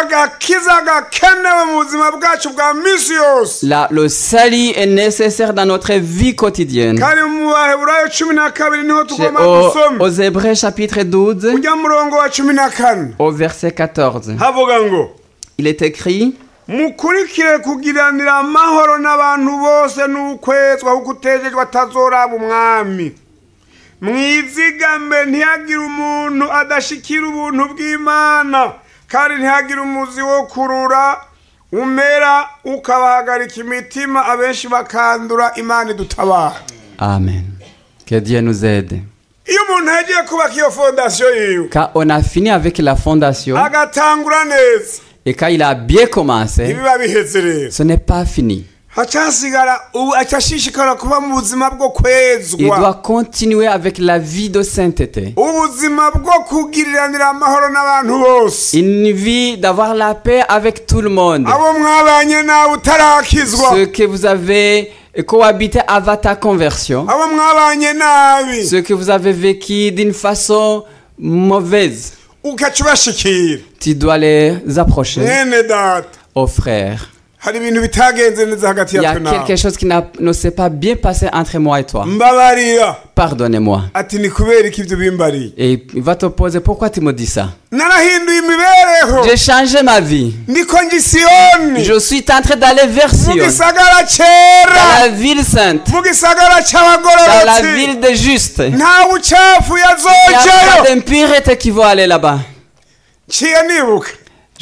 [SPEAKER 1] agakiza gakenewe mu buzima bwacu bwa minsi yose
[SPEAKER 2] Là, le salut est nécessaire dans notre vie quotidienne.
[SPEAKER 1] kari mu baheburayo cumi na kabiri niho
[SPEAKER 2] C'est
[SPEAKER 1] tugomba
[SPEAKER 2] au-
[SPEAKER 1] gusoma
[SPEAKER 2] aux Hébreux chapitre 12,
[SPEAKER 1] ujya murongo wa cumi na kane
[SPEAKER 2] au verset 14.
[SPEAKER 1] havuga ngo
[SPEAKER 2] Il est écrit,
[SPEAKER 1] mukurikire kugiranira amahoro n'abantu bose n'ukwezwa kuko utejejwe atazoraba umwami mwizigambe ntihagire umuntu adashikira ubuntu bw'imana kandi ntihagire umuzi wo kurura umera ukabahagarika imitima abenshi bakandura imana idutabara
[SPEAKER 2] Amen. Que Dieu nous aide.
[SPEAKER 1] iyo umuntu yagiye kubaka iyo fondasiyo yiwe
[SPEAKER 2] Quand on a fini avec la fondation
[SPEAKER 1] Ah. agatangura neza
[SPEAKER 2] et quand il a bien commencé,
[SPEAKER 1] ibiba biheze rero
[SPEAKER 2] ce n'est pas fini.
[SPEAKER 1] hacasigara ubu acashishikara kuba mu buzima bwo
[SPEAKER 2] Il doit
[SPEAKER 1] kwezwa
[SPEAKER 2] continuer avec la vie de sainteté.
[SPEAKER 1] ubuzima bwo kugiriranira amahoro n'abantu bose
[SPEAKER 2] Une vie d'avoir la paix avec tout le monde.
[SPEAKER 1] abo mwabanye nawe utarakizwa
[SPEAKER 2] Ce que vous avez cohabité avant ta conversion,
[SPEAKER 1] abo mwabanye nabi
[SPEAKER 2] ce que vous avez vécu d'une façon mauvaise,
[SPEAKER 1] ugaca ubashikira
[SPEAKER 2] tu dois les approcher
[SPEAKER 1] mwene data
[SPEAKER 2] aux frères.
[SPEAKER 1] hari ibintu bitagenze neza hagati
[SPEAKER 2] Il y a
[SPEAKER 1] yacu
[SPEAKER 2] quelque
[SPEAKER 1] nawe
[SPEAKER 2] chose qui n'a- ne s'est pas bien passé entre moi et toi.
[SPEAKER 1] Mm. mbabarira
[SPEAKER 2] Pardonnez-moi.
[SPEAKER 1] ati ni kubera iki ibyo bimbariye
[SPEAKER 2] Et il va te poser pourquoi tu me dis ça.
[SPEAKER 1] narahinduye imibereho
[SPEAKER 2] J'ai changé ma vie.
[SPEAKER 1] niko ngi siyoni
[SPEAKER 2] Je suis en train d'aller vers
[SPEAKER 1] mu
[SPEAKER 2] Sion,
[SPEAKER 1] gisagara
[SPEAKER 2] dans
[SPEAKER 1] cyera
[SPEAKER 2] la ville sainte,
[SPEAKER 1] mu gisagara
[SPEAKER 2] dans la
[SPEAKER 1] cy'abagororotsi
[SPEAKER 2] ville des justes. Il
[SPEAKER 1] ntawe ucafuye
[SPEAKER 2] n'y a pas
[SPEAKER 1] azojayo
[SPEAKER 2] d'impurité qui va aller là-bas.
[SPEAKER 1] nshyiye nibuka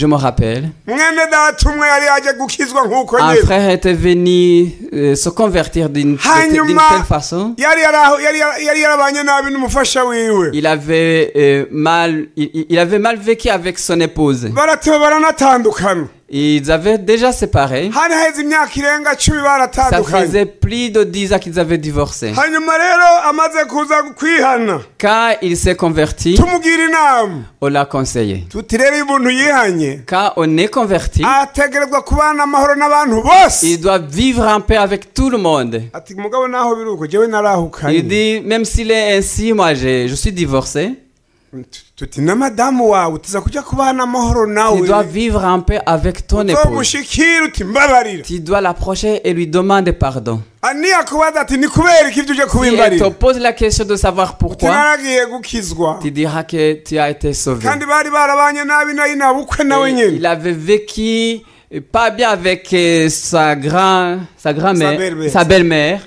[SPEAKER 2] Je me rappelle,
[SPEAKER 1] mwene data umwe yari yaje gukizwa nk'uko
[SPEAKER 2] un
[SPEAKER 1] nyine
[SPEAKER 2] Ah, frère était venu euh, se convertir d'une de- d'une
[SPEAKER 1] hanyuma
[SPEAKER 2] telle façon.
[SPEAKER 1] yari yaraho- yari yara- yari yarabanye nabi n'umufasha wiwe
[SPEAKER 2] Il avait euh, mal, il- il, il avait mal vécu avec son épouse.
[SPEAKER 1] barateba baranatandukana
[SPEAKER 2] Ils avaient déjà séparé.
[SPEAKER 1] hari haheze imyaka irenga cumi
[SPEAKER 2] Ça
[SPEAKER 1] baratandukanye
[SPEAKER 2] faisait plus de 10 ans qu'ils avaient divorcé.
[SPEAKER 1] hanyuma rero amaze kuza kwihana
[SPEAKER 2] Quand il s'est converti,
[SPEAKER 1] tumugira inama
[SPEAKER 2] on l'a conseillé.
[SPEAKER 1] tuti rero iyo umuntu yihanye
[SPEAKER 2] Quand on est converti,
[SPEAKER 1] Ah. ategerezwa kubana amahoro n'abantu bose
[SPEAKER 2] il doit vivre en paix avec tout le monde.
[SPEAKER 1] ati mugabo naho biri uko jewe narahukanye
[SPEAKER 2] Il dit, même s'il est ainsi, moi j'ai- je suis divorcé,
[SPEAKER 1] Tu- tuti na madamu wawe utiza kujya kubana amahoro nawe
[SPEAKER 2] tu dois vivre en paix avec ton épouse.
[SPEAKER 1] uzomushikira uti mbabarira
[SPEAKER 2] Tu dois l'approcher et lui demander pardon.
[SPEAKER 1] aniya kubaza ati ni kubera iki ibyo uje
[SPEAKER 2] Si elle te
[SPEAKER 1] kubimbarira
[SPEAKER 2] pose la question de savoir
[SPEAKER 1] uti
[SPEAKER 2] pourquoi,
[SPEAKER 1] naragiye gukizwa
[SPEAKER 2] tu diras que tu as été sauvé.
[SPEAKER 1] kandi bari barabanye nabi nayo nabukwe nawe
[SPEAKER 2] Et
[SPEAKER 1] nyine
[SPEAKER 2] Il avait vécu pas bien avec euh, sa grand, sa
[SPEAKER 1] Sa belle-mère.
[SPEAKER 2] grand-mère, sa belle-mère.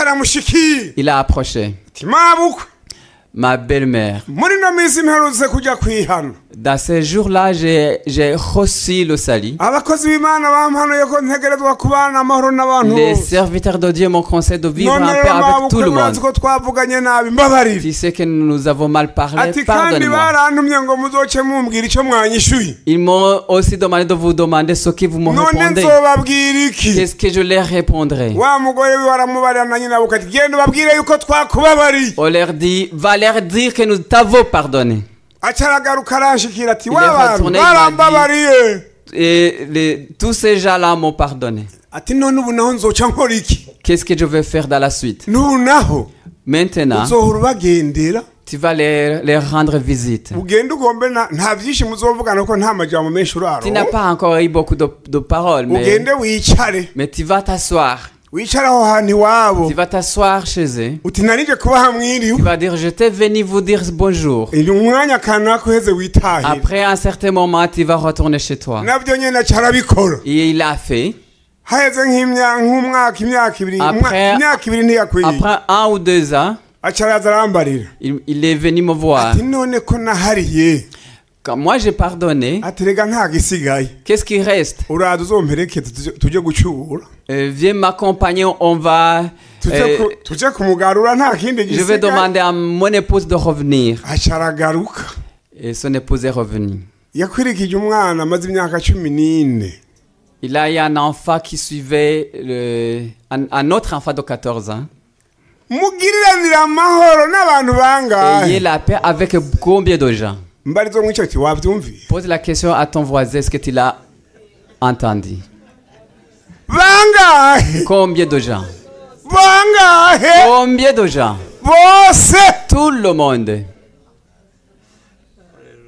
[SPEAKER 1] acaramushikira
[SPEAKER 2] il a approché
[SPEAKER 1] ati mabukwe
[SPEAKER 2] ma belle-mère.
[SPEAKER 1] muri ino minsi mperutse kujya kwihana
[SPEAKER 2] Dans ces jours-là, j'ai j'ai reçu le salut.
[SPEAKER 1] abakozi b'imana bampanuye ko ntegerezwa kubana amahoro n'abantu
[SPEAKER 2] Les
[SPEAKER 1] bose
[SPEAKER 2] serviteurs de Dieu m'ont conseillé de vivre
[SPEAKER 1] none
[SPEAKER 2] en paix
[SPEAKER 1] rero
[SPEAKER 2] avec tout
[SPEAKER 1] mabukwe
[SPEAKER 2] le monde.
[SPEAKER 1] murazi ko twavuganye nabi mbabarira
[SPEAKER 2] Tu sais que nous avons mal parlé,
[SPEAKER 1] ati kandi
[SPEAKER 2] pardonne-moi.
[SPEAKER 1] barantumye ngo muzoce mumbwira icyo mwanyishyuye
[SPEAKER 2] Ils m'ont aussi demandé de vous demander ce que vous me
[SPEAKER 1] none
[SPEAKER 2] répondez.
[SPEAKER 1] nzobabwira iki
[SPEAKER 2] Qu'est-ce que je leur répondrai
[SPEAKER 1] wa mugore we waramubarira na nyina bukati genda ubabwire yuko twakubabariye
[SPEAKER 2] On leur dit, va leur dire que nous t'avons pardonné.
[SPEAKER 1] acaragaruka aranshikira ati
[SPEAKER 2] Il est
[SPEAKER 1] wabantu
[SPEAKER 2] retourné, il m'a dit-
[SPEAKER 1] barambabariye
[SPEAKER 2] Et les- tous ces gens-là m'ont pardonné.
[SPEAKER 1] ati none ubu naho nzoca nkora iki
[SPEAKER 2] Qu'est-ce que je vais faire dans la suite
[SPEAKER 1] n'ubu naho
[SPEAKER 2] Maintenant,
[SPEAKER 1] uzohora ubagendera
[SPEAKER 2] tu vas leur, leur rendre visite.
[SPEAKER 1] ugende ugombe na- nta byishimo uzovugana kuko nta majambo menshi
[SPEAKER 2] Tu n'as
[SPEAKER 1] uraro
[SPEAKER 2] pas encore eu beaucoup de, de paroles, mais,
[SPEAKER 1] ugende wicare
[SPEAKER 2] mais tu vas t'asseoir.
[SPEAKER 1] wicare aho hantu iwabo
[SPEAKER 2] Tu vas t'asseoir chez eux.
[SPEAKER 1] uti nanijye kuba
[SPEAKER 2] Tu
[SPEAKER 1] hamwiriwe
[SPEAKER 2] vas dire, je t'ai venu vous dire bonjour.
[SPEAKER 1] uyu mwanya kanaka uheze witahira
[SPEAKER 2] Après un certain moment, tu vas retourner chez toi.
[SPEAKER 1] nabyo nyine acarabikora
[SPEAKER 2] Et il a fait.
[SPEAKER 1] haheze nk'imya- nk'umwaka imyaka ibiri
[SPEAKER 2] Après-
[SPEAKER 1] umwa- imyaka ibiri ntiyakwiye
[SPEAKER 2] Après un ou deux ans,
[SPEAKER 1] acaraza arambarira
[SPEAKER 2] il, il est venu me voir.
[SPEAKER 1] ati none ko nahariye
[SPEAKER 2] Quand moi j'ai pardonné,
[SPEAKER 1] ati rega ntago isigaye
[SPEAKER 2] qu'est-ce qui reste
[SPEAKER 1] uraza uzomperekeze tujye- tujye gucyura
[SPEAKER 2] Euh, Viens m'accompagner, on va.
[SPEAKER 1] tujye
[SPEAKER 2] euh,
[SPEAKER 1] ku- tujye kumugarura nta kindi
[SPEAKER 2] je vais
[SPEAKER 1] gisigaye
[SPEAKER 2] demander à mon épouse de revenir.
[SPEAKER 1] acaragaruka
[SPEAKER 2] Et son épouse est revenue.
[SPEAKER 1] yakwirikije umwana amaze imyaka cumi n'ine
[SPEAKER 2] Il a eu un enfant qui suivait le- un, un autre enfant de 14 ans.
[SPEAKER 1] mugiriranire amahoro n'abantu
[SPEAKER 2] Ayez
[SPEAKER 1] bangahe
[SPEAKER 2] la paix avec combien de gens
[SPEAKER 1] mbarizo mwicyo kiti wabyumviye
[SPEAKER 2] Pose la question à ton voisin, est-ce que tu l'as entendu
[SPEAKER 1] bangahe
[SPEAKER 2] Combien de gens
[SPEAKER 1] bangahe
[SPEAKER 2] Combien de gens
[SPEAKER 1] bose
[SPEAKER 2] Tout le monde.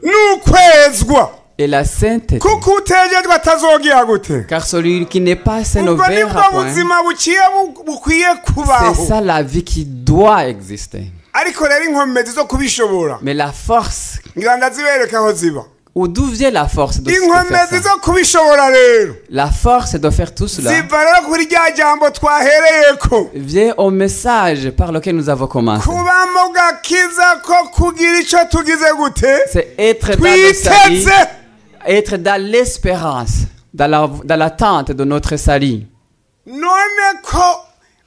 [SPEAKER 1] ni ukwezwa
[SPEAKER 2] Et la sainteté.
[SPEAKER 1] kuko utegejwe atazogera gute
[SPEAKER 2] Car celui qui n'est pas saint ne
[SPEAKER 1] ubwo ni
[SPEAKER 2] verra
[SPEAKER 1] bwo
[SPEAKER 2] point.
[SPEAKER 1] buzima buciye bu- bukwiye
[SPEAKER 2] C'est
[SPEAKER 1] kubaho
[SPEAKER 2] ça la vie qui doit exister.
[SPEAKER 1] ariko rero inkomezi zo kubishobora
[SPEAKER 2] Mais la force,
[SPEAKER 1] ngira ndazibereka aho ziba
[SPEAKER 2] ou d'où vient la force de, de
[SPEAKER 1] inkomezi
[SPEAKER 2] faire ça
[SPEAKER 1] zo kubishobora rero
[SPEAKER 2] La force de faire tout cela
[SPEAKER 1] ziva rero kuri rya jambo twahereyeko
[SPEAKER 2] vient au message par lequel nous avons commencé.
[SPEAKER 1] kuba mu gakiza ko kugira icyo tugize gute
[SPEAKER 2] C'est être dans le salut,
[SPEAKER 1] twiteze
[SPEAKER 2] être dans l'espérance. dans la- dans l'attente de notre salut.
[SPEAKER 1] none ko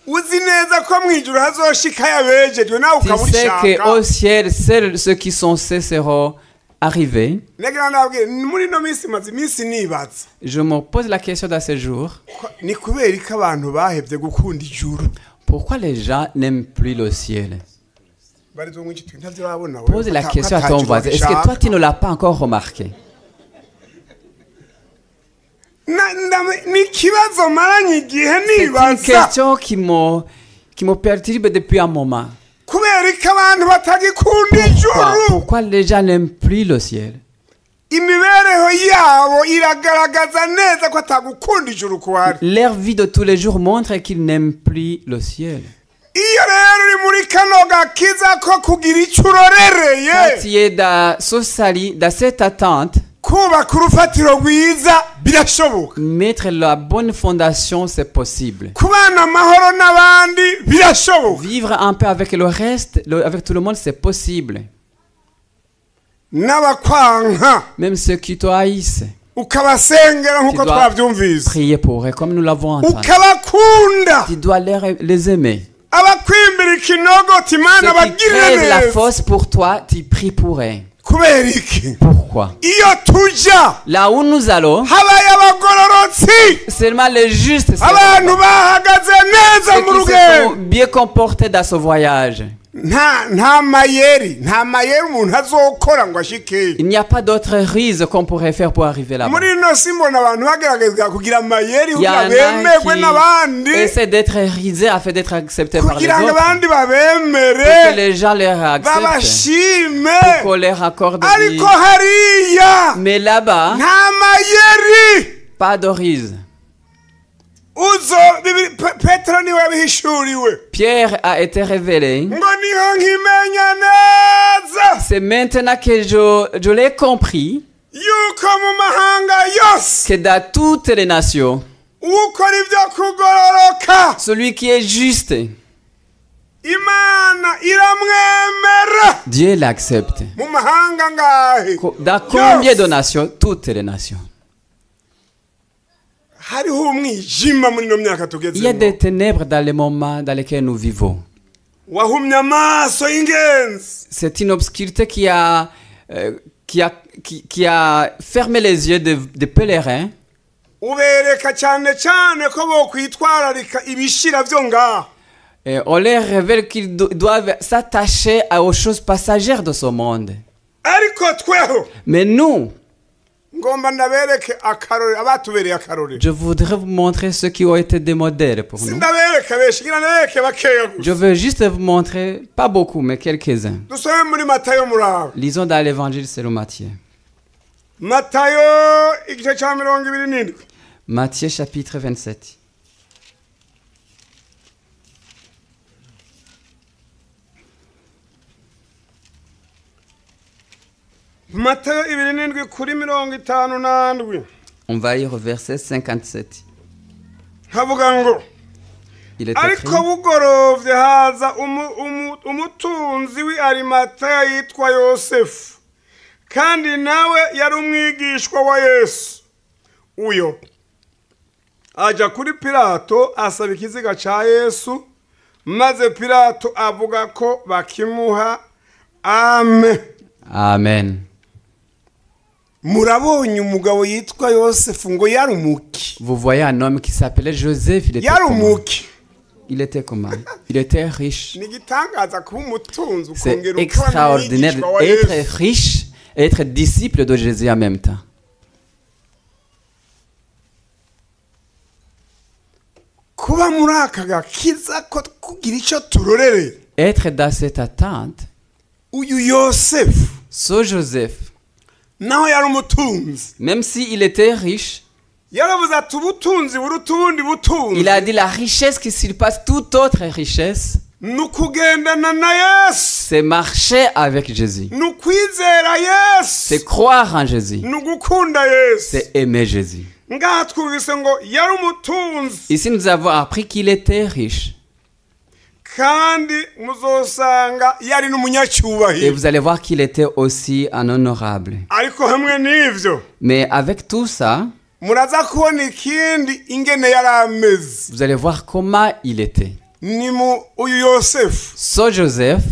[SPEAKER 1] uzi neza ko mu ijoro hazoshika yabejejwe nawe
[SPEAKER 2] Tu sais qu'au
[SPEAKER 1] ukaburishaka
[SPEAKER 2] ciel, seuls ceux qui sont censés seront arrivés.
[SPEAKER 1] ndagira ndabwire muri ino minsi maze iminsi nibatse
[SPEAKER 2] Je me pose la question dans ces jours.
[SPEAKER 1] Ko- ni kubera ko abantu bahebye gukunda ijuru
[SPEAKER 2] Pourquoi les gens n'aiment plus le ciel
[SPEAKER 1] barizwa mu iki twintabyo babona we,
[SPEAKER 2] Pose la
[SPEAKER 1] ko ata-
[SPEAKER 2] question à
[SPEAKER 1] ko
[SPEAKER 2] ton
[SPEAKER 1] ata
[SPEAKER 2] voisin.
[SPEAKER 1] juru
[SPEAKER 2] Est-ce que toi,
[SPEAKER 1] bashaka.
[SPEAKER 2] tu ne l'as pas encore remarqué
[SPEAKER 1] Na- ndame- ni ikibazo maranye igihe
[SPEAKER 2] C'est une
[SPEAKER 1] nibaza
[SPEAKER 2] question qui me, qui me perturbe depuis un moment.
[SPEAKER 1] kubera ko abantu batagikunda
[SPEAKER 2] Pourquoi,
[SPEAKER 1] ijuru
[SPEAKER 2] pourquoi les gens n'aiment plus le ciel
[SPEAKER 1] imibereho yabo iragaragaza neza ko atagukunda ijuru ko hari
[SPEAKER 2] Leur vie de tous les jours montre qu'ils n'aiment plus le ciel.
[SPEAKER 1] iyo rero uri muri kano gakiza ko kugira icyo urorereye
[SPEAKER 2] Quand tu es dans ce salut, dans cette attente,
[SPEAKER 1] kubaka urufatiro rwiza birashoboka
[SPEAKER 2] mettre la bonne fondation, c'est possible.
[SPEAKER 1] kubana amahoro n'abandi birashoboka
[SPEAKER 2] Vivre un peu avec le reste, le- avec tout le monde, c'est possible.
[SPEAKER 1] n'abakwanka
[SPEAKER 2] Même ceux qui te haïssent,
[SPEAKER 1] ukabasengera
[SPEAKER 2] tu
[SPEAKER 1] nk'uko
[SPEAKER 2] dois
[SPEAKER 1] twabyumvise
[SPEAKER 2] prier pour eux, comme nous l'avons entendu.
[SPEAKER 1] ukabakunda
[SPEAKER 2] Tu dois les, les aimer.
[SPEAKER 1] abakwimbira ikinogoto imana
[SPEAKER 2] Ceux qui
[SPEAKER 1] bagirire
[SPEAKER 2] créent la
[SPEAKER 1] neza
[SPEAKER 2] fosse pour toi, tu pries pour eux.
[SPEAKER 1] kubera iki
[SPEAKER 2] Pourquoi
[SPEAKER 1] iyo tujya
[SPEAKER 2] Là où nous allons,
[SPEAKER 1] habaye abagororotsi
[SPEAKER 2] seulement les justes seront
[SPEAKER 1] abantu
[SPEAKER 2] là-bas.
[SPEAKER 1] bahagaze neza
[SPEAKER 2] Ceux
[SPEAKER 1] mu
[SPEAKER 2] qui se sont
[SPEAKER 1] rugendo
[SPEAKER 2] bien comportés dans ce voyage.
[SPEAKER 1] nta nta mayeri nta mayeri umuntu azokora ngo ashikeyo
[SPEAKER 2] Il n'y a pas d'autre ruse qu'on pourrait faire pour arriver là-bas.
[SPEAKER 1] muri ino si mbona abantu bagaragaza kugira amayeri
[SPEAKER 2] Il y
[SPEAKER 1] kugira
[SPEAKER 2] en
[SPEAKER 1] bemerwe
[SPEAKER 2] a qui
[SPEAKER 1] n'abandi
[SPEAKER 2] essaient d'être risés afin d'être acceptés par les
[SPEAKER 1] kugira ngo
[SPEAKER 2] autres.
[SPEAKER 1] abandi
[SPEAKER 2] Pour que
[SPEAKER 1] babemere
[SPEAKER 2] les gens les acceptent.
[SPEAKER 1] babashime
[SPEAKER 2] Pour qu'on leur accorde vie.
[SPEAKER 1] ariko hariya
[SPEAKER 2] Mais là-bas,
[SPEAKER 1] nta mayeri
[SPEAKER 2] pas de ruse.
[SPEAKER 1] uzo bibiri- Pe- petero niwe yabihishuriwe
[SPEAKER 2] Pierre a été révélé.
[SPEAKER 1] ngo niho nkimenya neza
[SPEAKER 2] C'est maintenant que je, je l'ai compris
[SPEAKER 1] yuko mu mahanga yose
[SPEAKER 2] que dans toutes les nations,
[SPEAKER 1] ukora ibyo kugororoka
[SPEAKER 2] celui qui est juste,
[SPEAKER 1] imana iramwemera
[SPEAKER 2] Dieu l'accepte.
[SPEAKER 1] mu mahanga ngahe
[SPEAKER 2] Co- Dans combien de nations Toutes les nations.
[SPEAKER 1] hariho umwijima muri ino myaka
[SPEAKER 2] Il y a
[SPEAKER 1] tugezemo
[SPEAKER 2] des ténèbres dans les moments dans lesquels nous vivons.
[SPEAKER 1] wahumye amaso y'ingenzi
[SPEAKER 2] C'est une obscurité qui a, euh, qui a, qui, qui a fermé les yeux des des pèlerins
[SPEAKER 1] ubereka cyane cyane ko bokwitwararika ibishira byo ngaho
[SPEAKER 2] Et euh, on leur révèle qu'ils do- doivent s'attacher à- aux choses passagères de ce monde.
[SPEAKER 1] ariko tweho
[SPEAKER 2] Mais nous,
[SPEAKER 1] ngomba ndabereke akarore abatubereye akarore
[SPEAKER 2] je voudrais vous montrer ceux qui ont été des modèles pour nous.
[SPEAKER 1] sindabereka benshi ngira ndabereke bakeya gusa
[SPEAKER 2] Je veux juste vous montrer, pas beaucoup, mais quelques-uns.
[SPEAKER 1] dusome muri matayo muraba
[SPEAKER 2] Lisons dans l'évangile selon Matthieu.
[SPEAKER 1] matayo igice cya mirongo ibiri n'indwi
[SPEAKER 2] Matthieu chapitre 27.
[SPEAKER 1] matayo ibiri n'indwi kuri mirongo itanu n'andwi
[SPEAKER 2] On va lire au verset 57.
[SPEAKER 1] havuga ngo
[SPEAKER 2] Il est écrit,
[SPEAKER 1] ariko bugorovye haza umu- umu- umutunzi w'arimataya yitwa yosefu kandi nawe yari umwigishwa wa yesu uyo aja kuri pilato asaba ikiziga ca yesu maze pilato avuga ko bakimuha ame
[SPEAKER 2] Amen.
[SPEAKER 1] murabonye umugabo yitwa yosefu ngo yari umuki
[SPEAKER 2] Vous voyez un homme qui s'appelait Joseph. Il était
[SPEAKER 1] yari
[SPEAKER 2] comment
[SPEAKER 1] umuki
[SPEAKER 2] Il était comment Il était riche.
[SPEAKER 1] ni igitangaza kuba umutunzi
[SPEAKER 2] C'est
[SPEAKER 1] ukongera ukaba
[SPEAKER 2] extraordinaire
[SPEAKER 1] n'umwigishwa wa yesu
[SPEAKER 2] d'être riche et être disciple de Jésus en même temps.
[SPEAKER 1] kuba muri aka gakiza ko kugira icyo turorere
[SPEAKER 2] Être dans cette attente,
[SPEAKER 1] uyu yosefu
[SPEAKER 2] ce Joseph,
[SPEAKER 1] nawe yari umutunzi
[SPEAKER 2] même s'il était riche,
[SPEAKER 1] yaravuze ati ubutunzi buruta ubundi
[SPEAKER 2] il
[SPEAKER 1] butunzi
[SPEAKER 2] a dit la richesse qui surpasse toute autre richesse,
[SPEAKER 1] ni ukugendana na yesu
[SPEAKER 2] c'est marcher avec Jésus,
[SPEAKER 1] ni ukwizera
[SPEAKER 2] c'est
[SPEAKER 1] yesu
[SPEAKER 2] croire en Jésus,
[SPEAKER 1] ni ugukunda yesu
[SPEAKER 2] c'est aimer Jésus.
[SPEAKER 1] ngaha twumvise ngo yari umutunzi
[SPEAKER 2] Ici, nous avons appris qu'il était riche.
[SPEAKER 1] kandi muzosanga yari
[SPEAKER 2] Et
[SPEAKER 1] n'umunyacyubahiro
[SPEAKER 2] vous allez voir qu'il était aussi un honorable.
[SPEAKER 1] ariko hamwe n'ibyo
[SPEAKER 2] Mais avec tout ça,
[SPEAKER 1] muraza kubona ikindi ingene yari ameze
[SPEAKER 2] Vous allez voir comment il était.
[SPEAKER 1] ni mu uyu yosefu
[SPEAKER 2] So Joseph,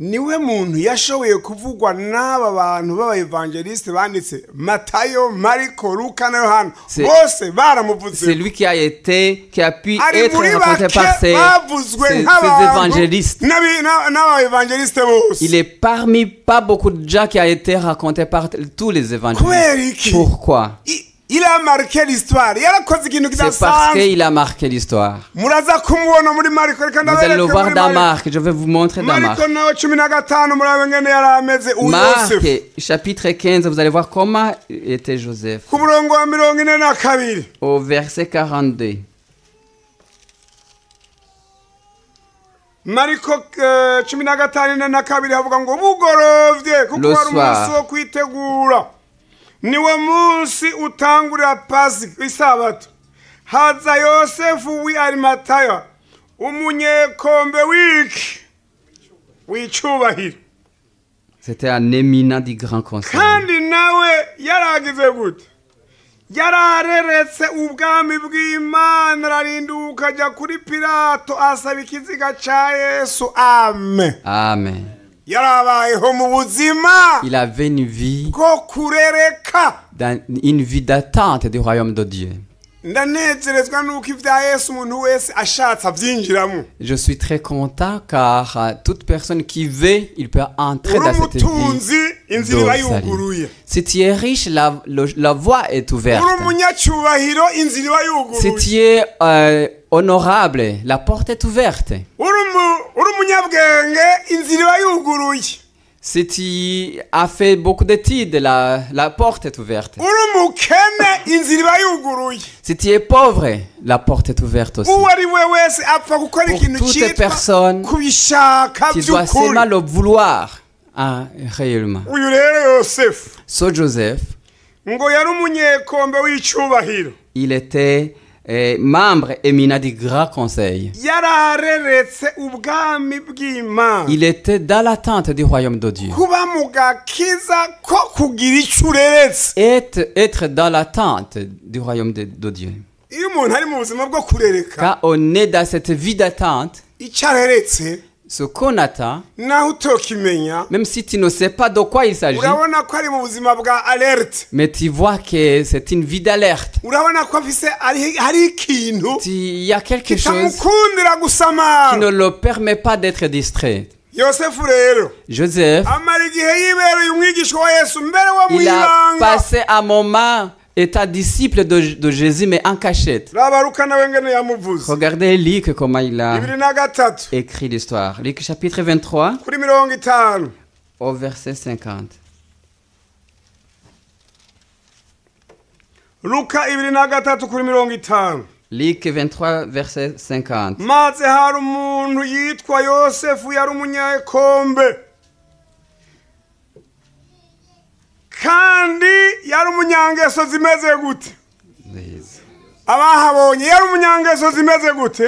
[SPEAKER 1] niwe muntu yashoboye kuvugwa n'aba bantu b'abayevangelisite banditse matayo mariko luka na yohana
[SPEAKER 2] Se-
[SPEAKER 1] bose
[SPEAKER 2] c'est
[SPEAKER 1] baramuvutse
[SPEAKER 2] lui qui a été, qui a pu
[SPEAKER 1] ari
[SPEAKER 2] être
[SPEAKER 1] muri
[SPEAKER 2] rencontré
[SPEAKER 1] bake
[SPEAKER 2] par ses,
[SPEAKER 1] bavuzwe
[SPEAKER 2] ses- ses
[SPEAKER 1] nk'abantu
[SPEAKER 2] évangélistes.
[SPEAKER 1] n'abi- n'a- n'abayevangelisite bose
[SPEAKER 2] Il est parmi pas beaucoup de gens qui a été raconté par t- tous les
[SPEAKER 1] Kubera iki?
[SPEAKER 2] évangélistes. Pourquoi
[SPEAKER 1] I- iramarike lisitwari yarakoze ikintu
[SPEAKER 2] C'est parce
[SPEAKER 1] kidasanzwe
[SPEAKER 2] qu'il a marqué l'histoire.
[SPEAKER 1] muraza kumubona muri mariko reka
[SPEAKER 2] Vous allez
[SPEAKER 1] ndabereke
[SPEAKER 2] le voir
[SPEAKER 1] muri
[SPEAKER 2] dans
[SPEAKER 1] mariko
[SPEAKER 2] Marc. Je vais vous montrer dans Marc.
[SPEAKER 1] mariko nawe cumi na gatanu murabe ngene yari ameze uwo
[SPEAKER 2] Marc,
[SPEAKER 1] yosefu
[SPEAKER 2] chapitre 15, vous allez voir comment était Joseph.
[SPEAKER 1] ku murongo wa mirongo ine na kabiri
[SPEAKER 2] Au verset 42.
[SPEAKER 1] mariko eh, cumi na gatanu ine na kabiri havuga ngo bugorovye kuko
[SPEAKER 2] Le
[SPEAKER 1] wari umunsi
[SPEAKER 2] soir.
[SPEAKER 1] wo kwitegura niwe munsi utangurira pasika isabato haza yosefu wi arimataya umunyekombe w'iki wicubahiro
[SPEAKER 2] C'était un éminent du grand conseil.
[SPEAKER 1] kandi nawe yaragize gute yarareretse ubwami bw'imana ararinduka ajya kuri pilato asaba ikiziga cya yesu ame
[SPEAKER 2] Amen.
[SPEAKER 1] yarabayeho mu buzima
[SPEAKER 2] Il avait une vie,
[SPEAKER 1] bwo kurereka
[SPEAKER 2] dans- une vie d'attente du royaume de Dieu.
[SPEAKER 1] ndanezerezwa n'uko ibya yesu umuntu wese ashatse abyinjiramo
[SPEAKER 2] Je suis très content car euh, toute personne qui veut, il peut entrer
[SPEAKER 1] uri
[SPEAKER 2] dans cette vie.
[SPEAKER 1] umutunzi inzira iba
[SPEAKER 2] d'or salut.
[SPEAKER 1] yuguruye
[SPEAKER 2] Si tu es riche, la, le- la voie est ouverte.
[SPEAKER 1] uri umunyacyubahiro inzira iba
[SPEAKER 2] Si
[SPEAKER 1] yuguruye
[SPEAKER 2] tu es euh, honorable, la porte est ouverte.
[SPEAKER 1] Uri umu- uri umunyabwenge inzira iba yuguruye
[SPEAKER 2] Si tu as fait beaucoup d'études, la, la porte est ouverte.
[SPEAKER 1] uri umukene inzira iba yuguruye
[SPEAKER 2] Si tu es pauvre, la porte est ouverte aussi.
[SPEAKER 1] uwo ari we wese apfa gukora
[SPEAKER 2] Pour
[SPEAKER 1] ikintu
[SPEAKER 2] toute
[SPEAKER 1] cyitwa
[SPEAKER 2] personne
[SPEAKER 1] kubishaka
[SPEAKER 2] Tu dois seulement
[SPEAKER 1] by'ukuri
[SPEAKER 2] le vouloir hein, réellement.
[SPEAKER 1] uyu rero yosefu
[SPEAKER 2] So Joseph,
[SPEAKER 1] ngo yari umunyekombe w'icyubahiro
[SPEAKER 2] il était euh, membre éminent du grand conseil.
[SPEAKER 1] yarareretse ubwami bw'imana
[SPEAKER 2] Il était dans l'attente du royaume de Dieu.
[SPEAKER 1] kuba mu gakiza ko kugira icyo ureretse
[SPEAKER 2] Être, être dans l'attente du royaume de, de Dieu.
[SPEAKER 1] iyo umuntu ari mu buzima bwo kurereka
[SPEAKER 2] Quand on est dans cette vie d'attente,
[SPEAKER 1] icyo areretse
[SPEAKER 2] ce qu'on attend,
[SPEAKER 1] naho utokimenya
[SPEAKER 2] même si tu ne sais pas de quoi il s'agit,
[SPEAKER 1] urabona ko ari mu buzima bwa alerte
[SPEAKER 2] mais tu vois que c'est une vie d'alerte.
[SPEAKER 1] urabona ko afise ari- hari ikintu
[SPEAKER 2] Tu- Il y a quelque chose
[SPEAKER 1] kitamukundira
[SPEAKER 2] qui ne
[SPEAKER 1] gusamara
[SPEAKER 2] le permet pas d'être distrait.
[SPEAKER 1] yosefu rero
[SPEAKER 2] Joseph,
[SPEAKER 1] amara igihe yibereye umwigishwa wa yesu mbere wo mu
[SPEAKER 2] il a
[SPEAKER 1] ibanga
[SPEAKER 2] passé un moment étant disciple de, de Jésus, mais en cachette.
[SPEAKER 1] rabaruka nawe ngene yamuvuze
[SPEAKER 2] Regardez Luc, comment il a
[SPEAKER 1] bibiri na gatatu
[SPEAKER 2] écrit l'histoire. Luc chapitre 23,
[SPEAKER 1] kuri mirongo itanu
[SPEAKER 2] au verset 50.
[SPEAKER 1] luka ibiri na gatatu kuri mirongo itanu
[SPEAKER 2] Luc 23, verset 50.
[SPEAKER 1] maze hari umuntu yitwa yosefu yari umunyekombe kandi yari umunyangeso zimeze gute abahabonye yari umunyangeso zimeze gute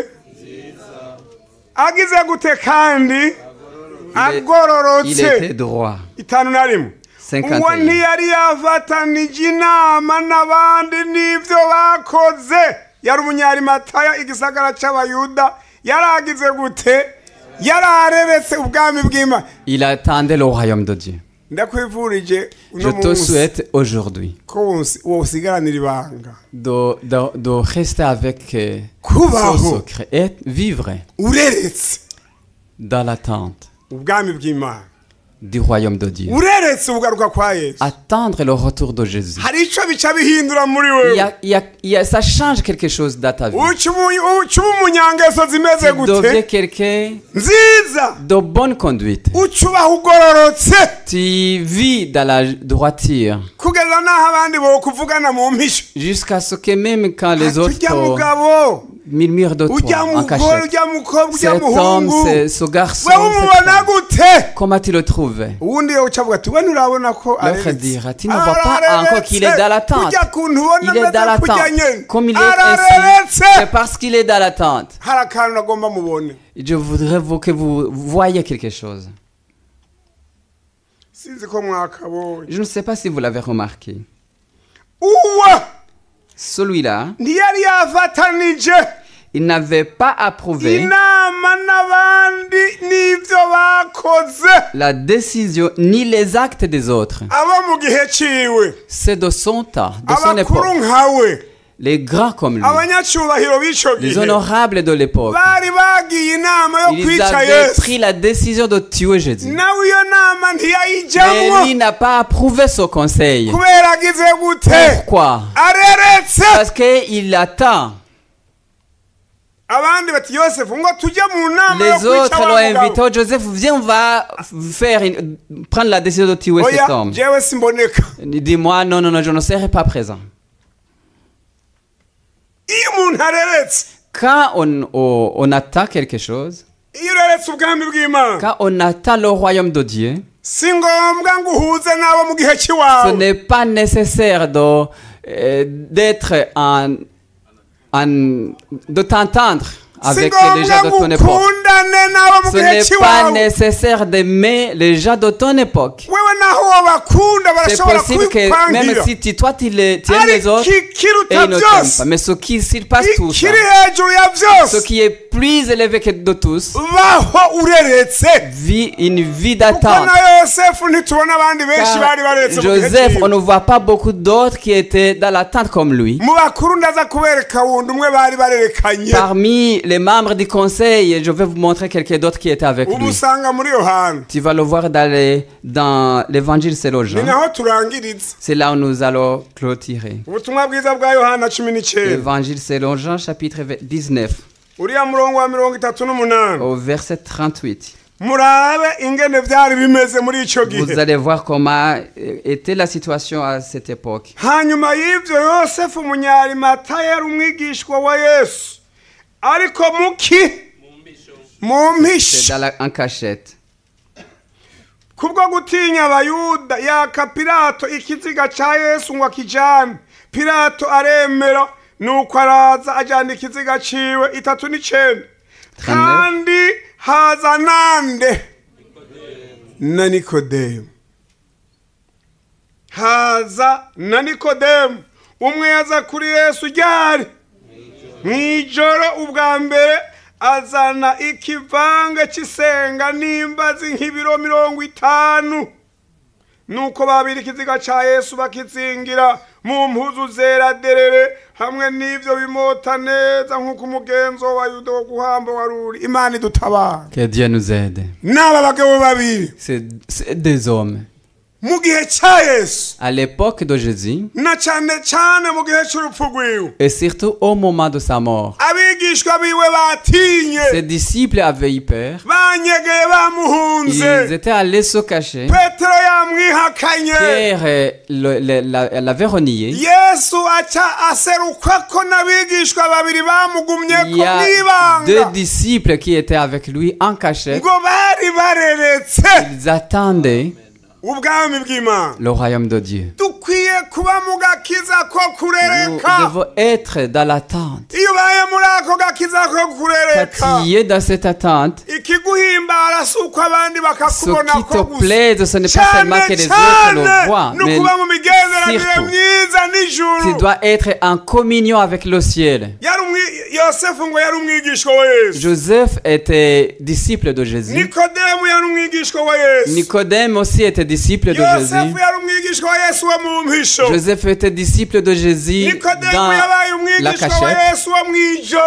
[SPEAKER 1] agize gute kandi
[SPEAKER 2] Il
[SPEAKER 1] agororotse
[SPEAKER 2] était droit.
[SPEAKER 1] itanu na rimwe
[SPEAKER 2] 51.
[SPEAKER 1] uwo ntiyari yafatanije inama n'abandi n'ibyo bakoze yari umunyarimatayo igisagara cy'abayuda yari agize gute yari areretse ubwami bw'imana
[SPEAKER 2] Il attendait le royaume de Dieu.
[SPEAKER 1] ndakwifurije
[SPEAKER 2] Je
[SPEAKER 1] uno
[SPEAKER 2] te
[SPEAKER 1] munsi
[SPEAKER 2] souhaite aujourd'hui
[SPEAKER 1] ko wos- wosigaranira ibanga
[SPEAKER 2] de, de- de rester avec euh,
[SPEAKER 1] Kubaho.
[SPEAKER 2] ce secret et vivre
[SPEAKER 1] ureretse
[SPEAKER 2] dans l'attente
[SPEAKER 1] ubwami bw'imana
[SPEAKER 2] du royaume de Dieu.
[SPEAKER 1] ureretse ubugaruka kwa yesu
[SPEAKER 2] Attendre le retour de Jésus.
[SPEAKER 1] hari icyo bica bihindura muri
[SPEAKER 2] Il y
[SPEAKER 1] wewe
[SPEAKER 2] a- il y a- il y a- ça change quelque chose dans ta vie.
[SPEAKER 1] uca ubu- uca uba umunyangeso zimeze
[SPEAKER 2] Tu deviens
[SPEAKER 1] gute
[SPEAKER 2] quelqu'un
[SPEAKER 1] nziza
[SPEAKER 2] de bonne conduite.
[SPEAKER 1] uca ubaho ugororotse
[SPEAKER 2] Tu vis dans la droiture
[SPEAKER 1] kugeza n'aho abandi bo kuvugana mu mpisho
[SPEAKER 2] jusqu'à ce que même quand les autres
[SPEAKER 1] ujya
[SPEAKER 2] te
[SPEAKER 1] mugabo
[SPEAKER 2] murmurent de
[SPEAKER 1] ujya
[SPEAKER 2] toi en
[SPEAKER 1] mugore
[SPEAKER 2] cachette.
[SPEAKER 1] ujya mukobwa ujya
[SPEAKER 2] Cet homme,
[SPEAKER 1] muhungu
[SPEAKER 2] ce, ce garçon,
[SPEAKER 1] wewe
[SPEAKER 2] cette
[SPEAKER 1] umubona
[SPEAKER 2] femme,
[SPEAKER 1] gute
[SPEAKER 2] comment tu le trouves
[SPEAKER 1] ubundi iyo uca avuga ati we nturabona ko
[SPEAKER 2] L'autre
[SPEAKER 1] areretse."
[SPEAKER 2] dira, tu ne vois pas
[SPEAKER 1] Arareretse.
[SPEAKER 2] encore qu'il est dans l'attente.
[SPEAKER 1] ujya kuntu ubona
[SPEAKER 2] Il est dans
[SPEAKER 1] ameze kujya nyine
[SPEAKER 2] l'attente. Comme
[SPEAKER 1] Ah,
[SPEAKER 2] il est ainsi,
[SPEAKER 1] arareretse
[SPEAKER 2] c'est parce qu'il est dans l'attente.
[SPEAKER 1] hari akantu agomba mubone
[SPEAKER 2] Je voudrais vous- que vous voyez quelque chose.
[SPEAKER 1] sinzi ko mwakabonye
[SPEAKER 2] Je ne sais pas si vous l'avez remarqué.
[SPEAKER 1] uwa
[SPEAKER 2] celui-là,
[SPEAKER 1] ntiyari yafatanije
[SPEAKER 2] il n'avait pas approuvé
[SPEAKER 1] inama n'abandi n'ibyo bakoze
[SPEAKER 2] la décision ni les actes des autres.
[SPEAKER 1] aba mu gihe ciwe
[SPEAKER 2] C'est de son temps, de son
[SPEAKER 1] abakuru
[SPEAKER 2] époque.
[SPEAKER 1] nkawe
[SPEAKER 2] Les grands comme
[SPEAKER 1] Ah,
[SPEAKER 2] lui,
[SPEAKER 1] abanyacyubahiro b'icyo
[SPEAKER 2] Mm. les
[SPEAKER 1] gihe
[SPEAKER 2] honorables de l'époque,
[SPEAKER 1] bari bagiye inama yo
[SPEAKER 2] ils
[SPEAKER 1] kwica
[SPEAKER 2] avaient
[SPEAKER 1] yesu
[SPEAKER 2] pris la décision de tuer Jésus.
[SPEAKER 1] nawe iyo nama
[SPEAKER 2] Mais lui
[SPEAKER 1] ntiyayijyamo
[SPEAKER 2] n'a pas approuvé ce conseil.
[SPEAKER 1] kubera agize gute
[SPEAKER 2] Pourquoi
[SPEAKER 1] areretse
[SPEAKER 2] Parce qu'il attend.
[SPEAKER 1] abandi bati yosefu ngo tujye mu nama yo
[SPEAKER 2] Les
[SPEAKER 1] kwica
[SPEAKER 2] autres l'ont
[SPEAKER 1] wa mugabo
[SPEAKER 2] invité. Oh, Joseph, viens, on va faire une- prendre la décision de tuer
[SPEAKER 1] oya
[SPEAKER 2] cet homme.
[SPEAKER 1] jewe simboneka
[SPEAKER 2] Il dit, moi, non, non, non, je ne serai pas présent.
[SPEAKER 1] iyo umuntu areretse
[SPEAKER 2] Quand on, on- on attend quelque chose,
[SPEAKER 1] iyo ureretse ubwami bw'imana
[SPEAKER 2] quand on attend le royaume de Dieu,
[SPEAKER 1] si ngombwa ngo uhuze n'abo mu gihe
[SPEAKER 2] ce
[SPEAKER 1] cy'iwawe
[SPEAKER 2] n'est pas nécessaire de, euh, d'être en, en- de t'entendre
[SPEAKER 1] si
[SPEAKER 2] avec les
[SPEAKER 1] ngombwa
[SPEAKER 2] gens de
[SPEAKER 1] ngo
[SPEAKER 2] ton époque.
[SPEAKER 1] ukundane n'abo mu
[SPEAKER 2] Ce
[SPEAKER 1] gihe
[SPEAKER 2] n'est pas
[SPEAKER 1] cy'iwawe
[SPEAKER 2] nécessaire d'aimer les gens de ton époque.
[SPEAKER 1] wewe naho wabakunda
[SPEAKER 2] C'est
[SPEAKER 1] barashobora
[SPEAKER 2] possible que même
[SPEAKER 1] kwikwangira
[SPEAKER 2] si tu, toi tu, les, tu aimes les
[SPEAKER 1] ariko
[SPEAKER 2] autres, et
[SPEAKER 1] ikiruta
[SPEAKER 2] ils ne t'aiment
[SPEAKER 1] byose
[SPEAKER 2] pas. Mais ce qui surpasse tout ça,
[SPEAKER 1] ikiri hejuru ya
[SPEAKER 2] ce
[SPEAKER 1] byose
[SPEAKER 2] qui est plus élevé que de tous,
[SPEAKER 1] baho ureretse
[SPEAKER 2] vit une vie
[SPEAKER 1] kuko
[SPEAKER 2] d'attente.
[SPEAKER 1] na yosefu ntitubona abandi benshi
[SPEAKER 2] Car
[SPEAKER 1] bari bareretse mu gihe
[SPEAKER 2] Joseph,
[SPEAKER 1] cy'iwe.
[SPEAKER 2] on ne voit pas beaucoup d'autres qui étaient dans l'attente comme lui.
[SPEAKER 1] mu bakuru ndaza kubereka wundi umwe bari barerekanye
[SPEAKER 2] Parmi les membres du conseil, je vais vous montrer quelqu'un d'autre qui était avec lui.
[SPEAKER 1] umusanga muri yohana
[SPEAKER 2] Tu vas le voir dans les- dans l'évangile selon
[SPEAKER 1] ni
[SPEAKER 2] Jean.
[SPEAKER 1] naho turangiriza
[SPEAKER 2] C'est là où nous allons clôturer.
[SPEAKER 1] ubutumwa bwiza bwa yohana cumi n'icyenda
[SPEAKER 2] L'évangile selon Jean, chapitre 19,
[SPEAKER 1] uriya murongo wa mirongo itatu n'umunani
[SPEAKER 2] au verset 38.
[SPEAKER 1] murabe ingene byari bimeze muri icyo
[SPEAKER 2] Vous
[SPEAKER 1] gihe
[SPEAKER 2] allez voir comment euh, était la situation à cette époque.
[SPEAKER 1] hanyuma y'ibyo yosefu umunyarimata yari umwigishwa wa yesu ariko muki mu
[SPEAKER 2] C'est
[SPEAKER 1] mpisha
[SPEAKER 2] dans la- en cachette.
[SPEAKER 1] kubwo gutinya abayuda yaka pilato ikiziga cya yesu ngo akijyane pilato aremera nuko araza ajyana ikiziga ciwe itatu n'icyenda
[SPEAKER 2] Kane.
[SPEAKER 1] kandi haza nande na nikodemu haza na nikodemu umwe yaza kuri yesu ryari mu ijoro ubwa mbere azana ikivange cy'isenga n'imbazi nk'ibiro mirongo itanu nuko babira ikiziga cya yesu bakizingira mu mpuzu zera derere hamwe n'ibyo bimota neza nk'uko umugenzo wa yuda wo guhamba wari uri imana idutabara
[SPEAKER 2] Que Dieu nous aide.
[SPEAKER 1] n'aba bagabo babiri
[SPEAKER 2] C'est c'est des hommes.
[SPEAKER 1] mu gihe cya yesu
[SPEAKER 2] À l'époque de Jésus,
[SPEAKER 1] na cyane cyane mu gihe cy'urupfu rwiwe
[SPEAKER 2] et surtout au moment de sa mort,
[SPEAKER 1] abigishwa biwe batinye
[SPEAKER 2] ses disciples avaient eu peur.
[SPEAKER 1] banyegeye bamuhunze
[SPEAKER 2] Ils étaient allés se cacher.
[SPEAKER 1] petero yamwihakanye
[SPEAKER 2] Pierre euh, le- le- la- l'avait renié.
[SPEAKER 1] yesu aca aserukwa ko n'abigishwa babiri
[SPEAKER 2] Il
[SPEAKER 1] bamugumyeko
[SPEAKER 2] y a deux
[SPEAKER 1] n'ibanga
[SPEAKER 2] disciples qui étaient avec lui en cachette.
[SPEAKER 1] ngo bari bareretse
[SPEAKER 2] Ils attendaient
[SPEAKER 1] ubwami bw'imana
[SPEAKER 2] le royaume de Dieu.
[SPEAKER 1] dukwiye kuba mu gakiza ko
[SPEAKER 2] Nous
[SPEAKER 1] kurereka
[SPEAKER 2] devons être dans l'attente.
[SPEAKER 1] iyo ubaye muri ako gakiza ko kurereka
[SPEAKER 2] Quand tu es dans cette attente,
[SPEAKER 1] ikiguhimbara si uko abandi
[SPEAKER 2] ce
[SPEAKER 1] bakakubona
[SPEAKER 2] qui
[SPEAKER 1] ko
[SPEAKER 2] te plaise, ce n'est pas
[SPEAKER 1] cyane
[SPEAKER 2] seulement que les autres
[SPEAKER 1] cyane
[SPEAKER 2] le voient,
[SPEAKER 1] ni
[SPEAKER 2] mais
[SPEAKER 1] ukuba mu migenderanire
[SPEAKER 2] surtout,
[SPEAKER 1] myiza
[SPEAKER 2] tu
[SPEAKER 1] n'ijuru
[SPEAKER 2] dois être en communion avec le ciel.
[SPEAKER 1] Yari umwi- yosefu ngo yari umwigishwa wa yesu
[SPEAKER 2] Joseph était disciple de Jésus.
[SPEAKER 1] nikodemu yari umwigishwa wa yesu
[SPEAKER 2] Nicodème aussi était disciple de Jésus.
[SPEAKER 1] yosefu yari umwigishwa wa yesu wo mu mpisho
[SPEAKER 2] Joseph était disciple de Jésus
[SPEAKER 1] nikodemu
[SPEAKER 2] dans
[SPEAKER 1] yabaye
[SPEAKER 2] la
[SPEAKER 1] umwigishwa wa
[SPEAKER 2] cachette.
[SPEAKER 1] yesu wo mu ijoro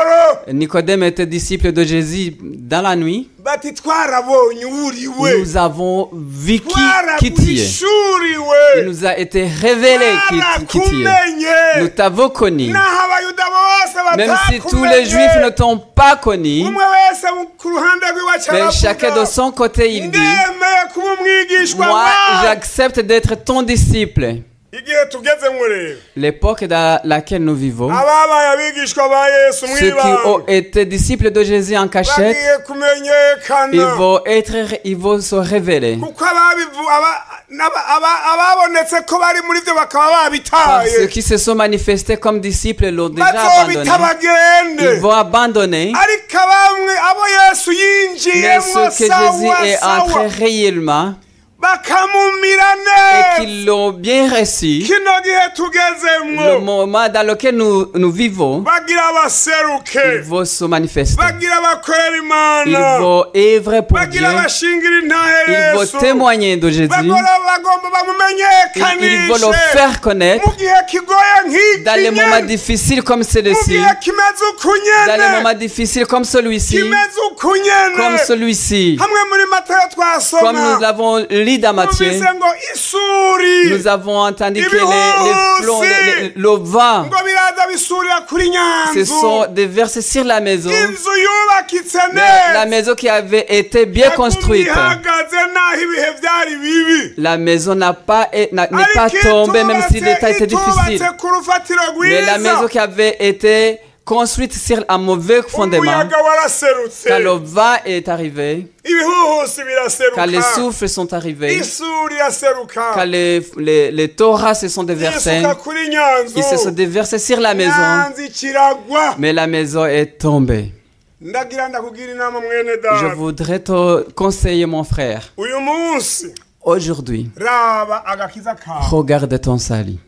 [SPEAKER 2] Nicodème était disciple de Jésus dans la nuit.
[SPEAKER 1] bati twarabonye uburiwe
[SPEAKER 2] Nous avons vu qui, qui tu es. Il
[SPEAKER 1] twaraguhishuriwe
[SPEAKER 2] nous a été révélé qui, qui tu es. Nous
[SPEAKER 1] twarakumenye
[SPEAKER 2] t'avons connu.
[SPEAKER 1] n'aho abayuda bose
[SPEAKER 2] Même si tous les Juifs ne
[SPEAKER 1] batakumenye
[SPEAKER 2] t'ont pas connu,
[SPEAKER 1] umwe wese ku ruhande rw'iwe
[SPEAKER 2] mais
[SPEAKER 1] cyaravuga
[SPEAKER 2] chacun de son côté, il dit,
[SPEAKER 1] ndemeye kuba umwigishwa
[SPEAKER 2] moi,
[SPEAKER 1] wawe
[SPEAKER 2] j'accepte d'être ton disciple.
[SPEAKER 1] igihe tugeze ngo rero
[SPEAKER 2] L'époque dans laquelle nous vivons,
[SPEAKER 1] ababaye abigishwa ba yesu
[SPEAKER 2] ceux qui ont
[SPEAKER 1] mwibanga
[SPEAKER 2] été disciples de Jésus en cachette,
[SPEAKER 1] bagiye
[SPEAKER 2] ils
[SPEAKER 1] kumenyekana
[SPEAKER 2] vont, être, ils vont se révéler.
[SPEAKER 1] kuko ababivu- aba- n'aba- aba- ababonetse ko bari muri byo bakaba
[SPEAKER 2] Car
[SPEAKER 1] babitaye
[SPEAKER 2] ceux qui se sont manifestés comme disciples l'ont déjà abandonné.
[SPEAKER 1] bazobita bagende
[SPEAKER 2] Ils vont abandonner.
[SPEAKER 1] ariko bamwe abo yesu
[SPEAKER 2] Mais
[SPEAKER 1] yinjiyemo
[SPEAKER 2] ceux que Jésus
[SPEAKER 1] sawa
[SPEAKER 2] est entré
[SPEAKER 1] sawa
[SPEAKER 2] réellement,
[SPEAKER 1] bakamumira
[SPEAKER 2] et
[SPEAKER 1] neza
[SPEAKER 2] qu'ils l'ont bien reçu.
[SPEAKER 1] kino gihe
[SPEAKER 2] Le
[SPEAKER 1] tugezemo
[SPEAKER 2] moment dans lequel nous, nous vivons,
[SPEAKER 1] bagira
[SPEAKER 2] ils
[SPEAKER 1] abaseruke
[SPEAKER 2] vont se manifester.
[SPEAKER 1] bagira abakorera
[SPEAKER 2] Ils
[SPEAKER 1] imana
[SPEAKER 2] vont œuvrer pour
[SPEAKER 1] bagira
[SPEAKER 2] Dieu.
[SPEAKER 1] abashingira intahe
[SPEAKER 2] Ils vont
[SPEAKER 1] yesu
[SPEAKER 2] témoigner de Jésus. Ils,
[SPEAKER 1] bagora bagomba
[SPEAKER 2] ils vont le
[SPEAKER 1] bamumenyekanishe
[SPEAKER 2] faire connaître
[SPEAKER 1] mu gihe kigoye
[SPEAKER 2] dans les
[SPEAKER 1] nk'iki
[SPEAKER 2] moments
[SPEAKER 1] nyene
[SPEAKER 2] difficiles comme
[SPEAKER 1] mu
[SPEAKER 2] celui-ci.
[SPEAKER 1] gihe kimeze uku
[SPEAKER 2] Dans les moments
[SPEAKER 1] nyene
[SPEAKER 2] difficiles comme celui-ci.
[SPEAKER 1] kimeze uku
[SPEAKER 2] Comme
[SPEAKER 1] nyene
[SPEAKER 2] celui-ci.
[SPEAKER 1] hamwe muri matayo
[SPEAKER 2] Comme nous
[SPEAKER 1] twasoma
[SPEAKER 2] l'avons lu dans Matthieu,
[SPEAKER 1] numvise ngo isuri
[SPEAKER 2] nous avons entendu que les, les flots, les- les- le vent,
[SPEAKER 1] ngo biraza bisurira kuri
[SPEAKER 2] ce
[SPEAKER 1] nyanzu
[SPEAKER 2] sont des versets sur la maison.
[SPEAKER 1] inzu yubakitse
[SPEAKER 2] La, la
[SPEAKER 1] neza
[SPEAKER 2] maison qui avait été bien construite.
[SPEAKER 1] ihagaze n'aho ibihe byari bibi
[SPEAKER 2] La maison n'a pas, est- n'a- n'est pas
[SPEAKER 1] ariko
[SPEAKER 2] tombée, même si l'état
[SPEAKER 1] itubatse
[SPEAKER 2] était difficile.
[SPEAKER 1] itubatse ku rufatiro
[SPEAKER 2] Mais la maison
[SPEAKER 1] rwiza
[SPEAKER 2] qui avait été construite sur un mauvais fondement,
[SPEAKER 1] umuyaga waraserutse
[SPEAKER 2] quand le vent est arrivé,
[SPEAKER 1] ibihuhusi
[SPEAKER 2] quand les
[SPEAKER 1] biraseruka
[SPEAKER 2] souffles sont arrivés,
[SPEAKER 1] isuri iraseruka
[SPEAKER 2] quand les, les, les torahs se sont déversés,
[SPEAKER 1] isuka kuri nyanzu
[SPEAKER 2] ils se sont déversés sur la maison,
[SPEAKER 1] nyanzu ikiragwa
[SPEAKER 2] mais la maison est tombée.
[SPEAKER 1] ndagira ndakubwira inama mwene
[SPEAKER 2] Je
[SPEAKER 1] data
[SPEAKER 2] voudrais te conseiller, mon frère,
[SPEAKER 1] uyu munsi
[SPEAKER 2] aujourd'hui,
[SPEAKER 1] raba agakiza kawe
[SPEAKER 2] regarde ton salut.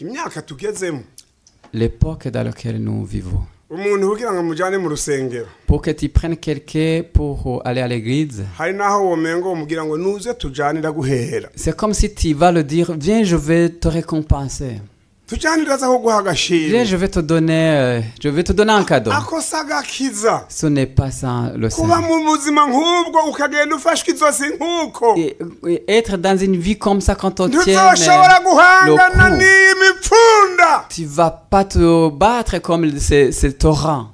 [SPEAKER 1] imyaka tugezemo
[SPEAKER 2] L'époque dans laquelle nous vivons.
[SPEAKER 1] umuntu kugira ngo amujyane mu rusengero
[SPEAKER 2] Pour que tu prennes quelqu'un pour aller à l'église,
[SPEAKER 1] hari n'aho womenga umubwira ngo nuze tujyanira guhera
[SPEAKER 2] c'est comme si tu vas le dire, viens, je vais te récompenser.
[SPEAKER 1] tujyanira aza aho guha
[SPEAKER 2] Viens,
[SPEAKER 1] agashimwe
[SPEAKER 2] je vais te donner, euh, je vais te donner un cadeau.
[SPEAKER 1] akosa agakiza
[SPEAKER 2] Ce n'est pas ça le
[SPEAKER 1] kuba
[SPEAKER 2] salut.
[SPEAKER 1] mu buzima nk'ubwo ukagenda ufashwe izosi nk'uko
[SPEAKER 2] Et- et être dans une vie comme ça quand on tient,
[SPEAKER 1] ntuzoshobora guhangana
[SPEAKER 2] le coup.
[SPEAKER 1] n'iyi mipfunda
[SPEAKER 2] tu vas pas te battre comme ces, ces torrents.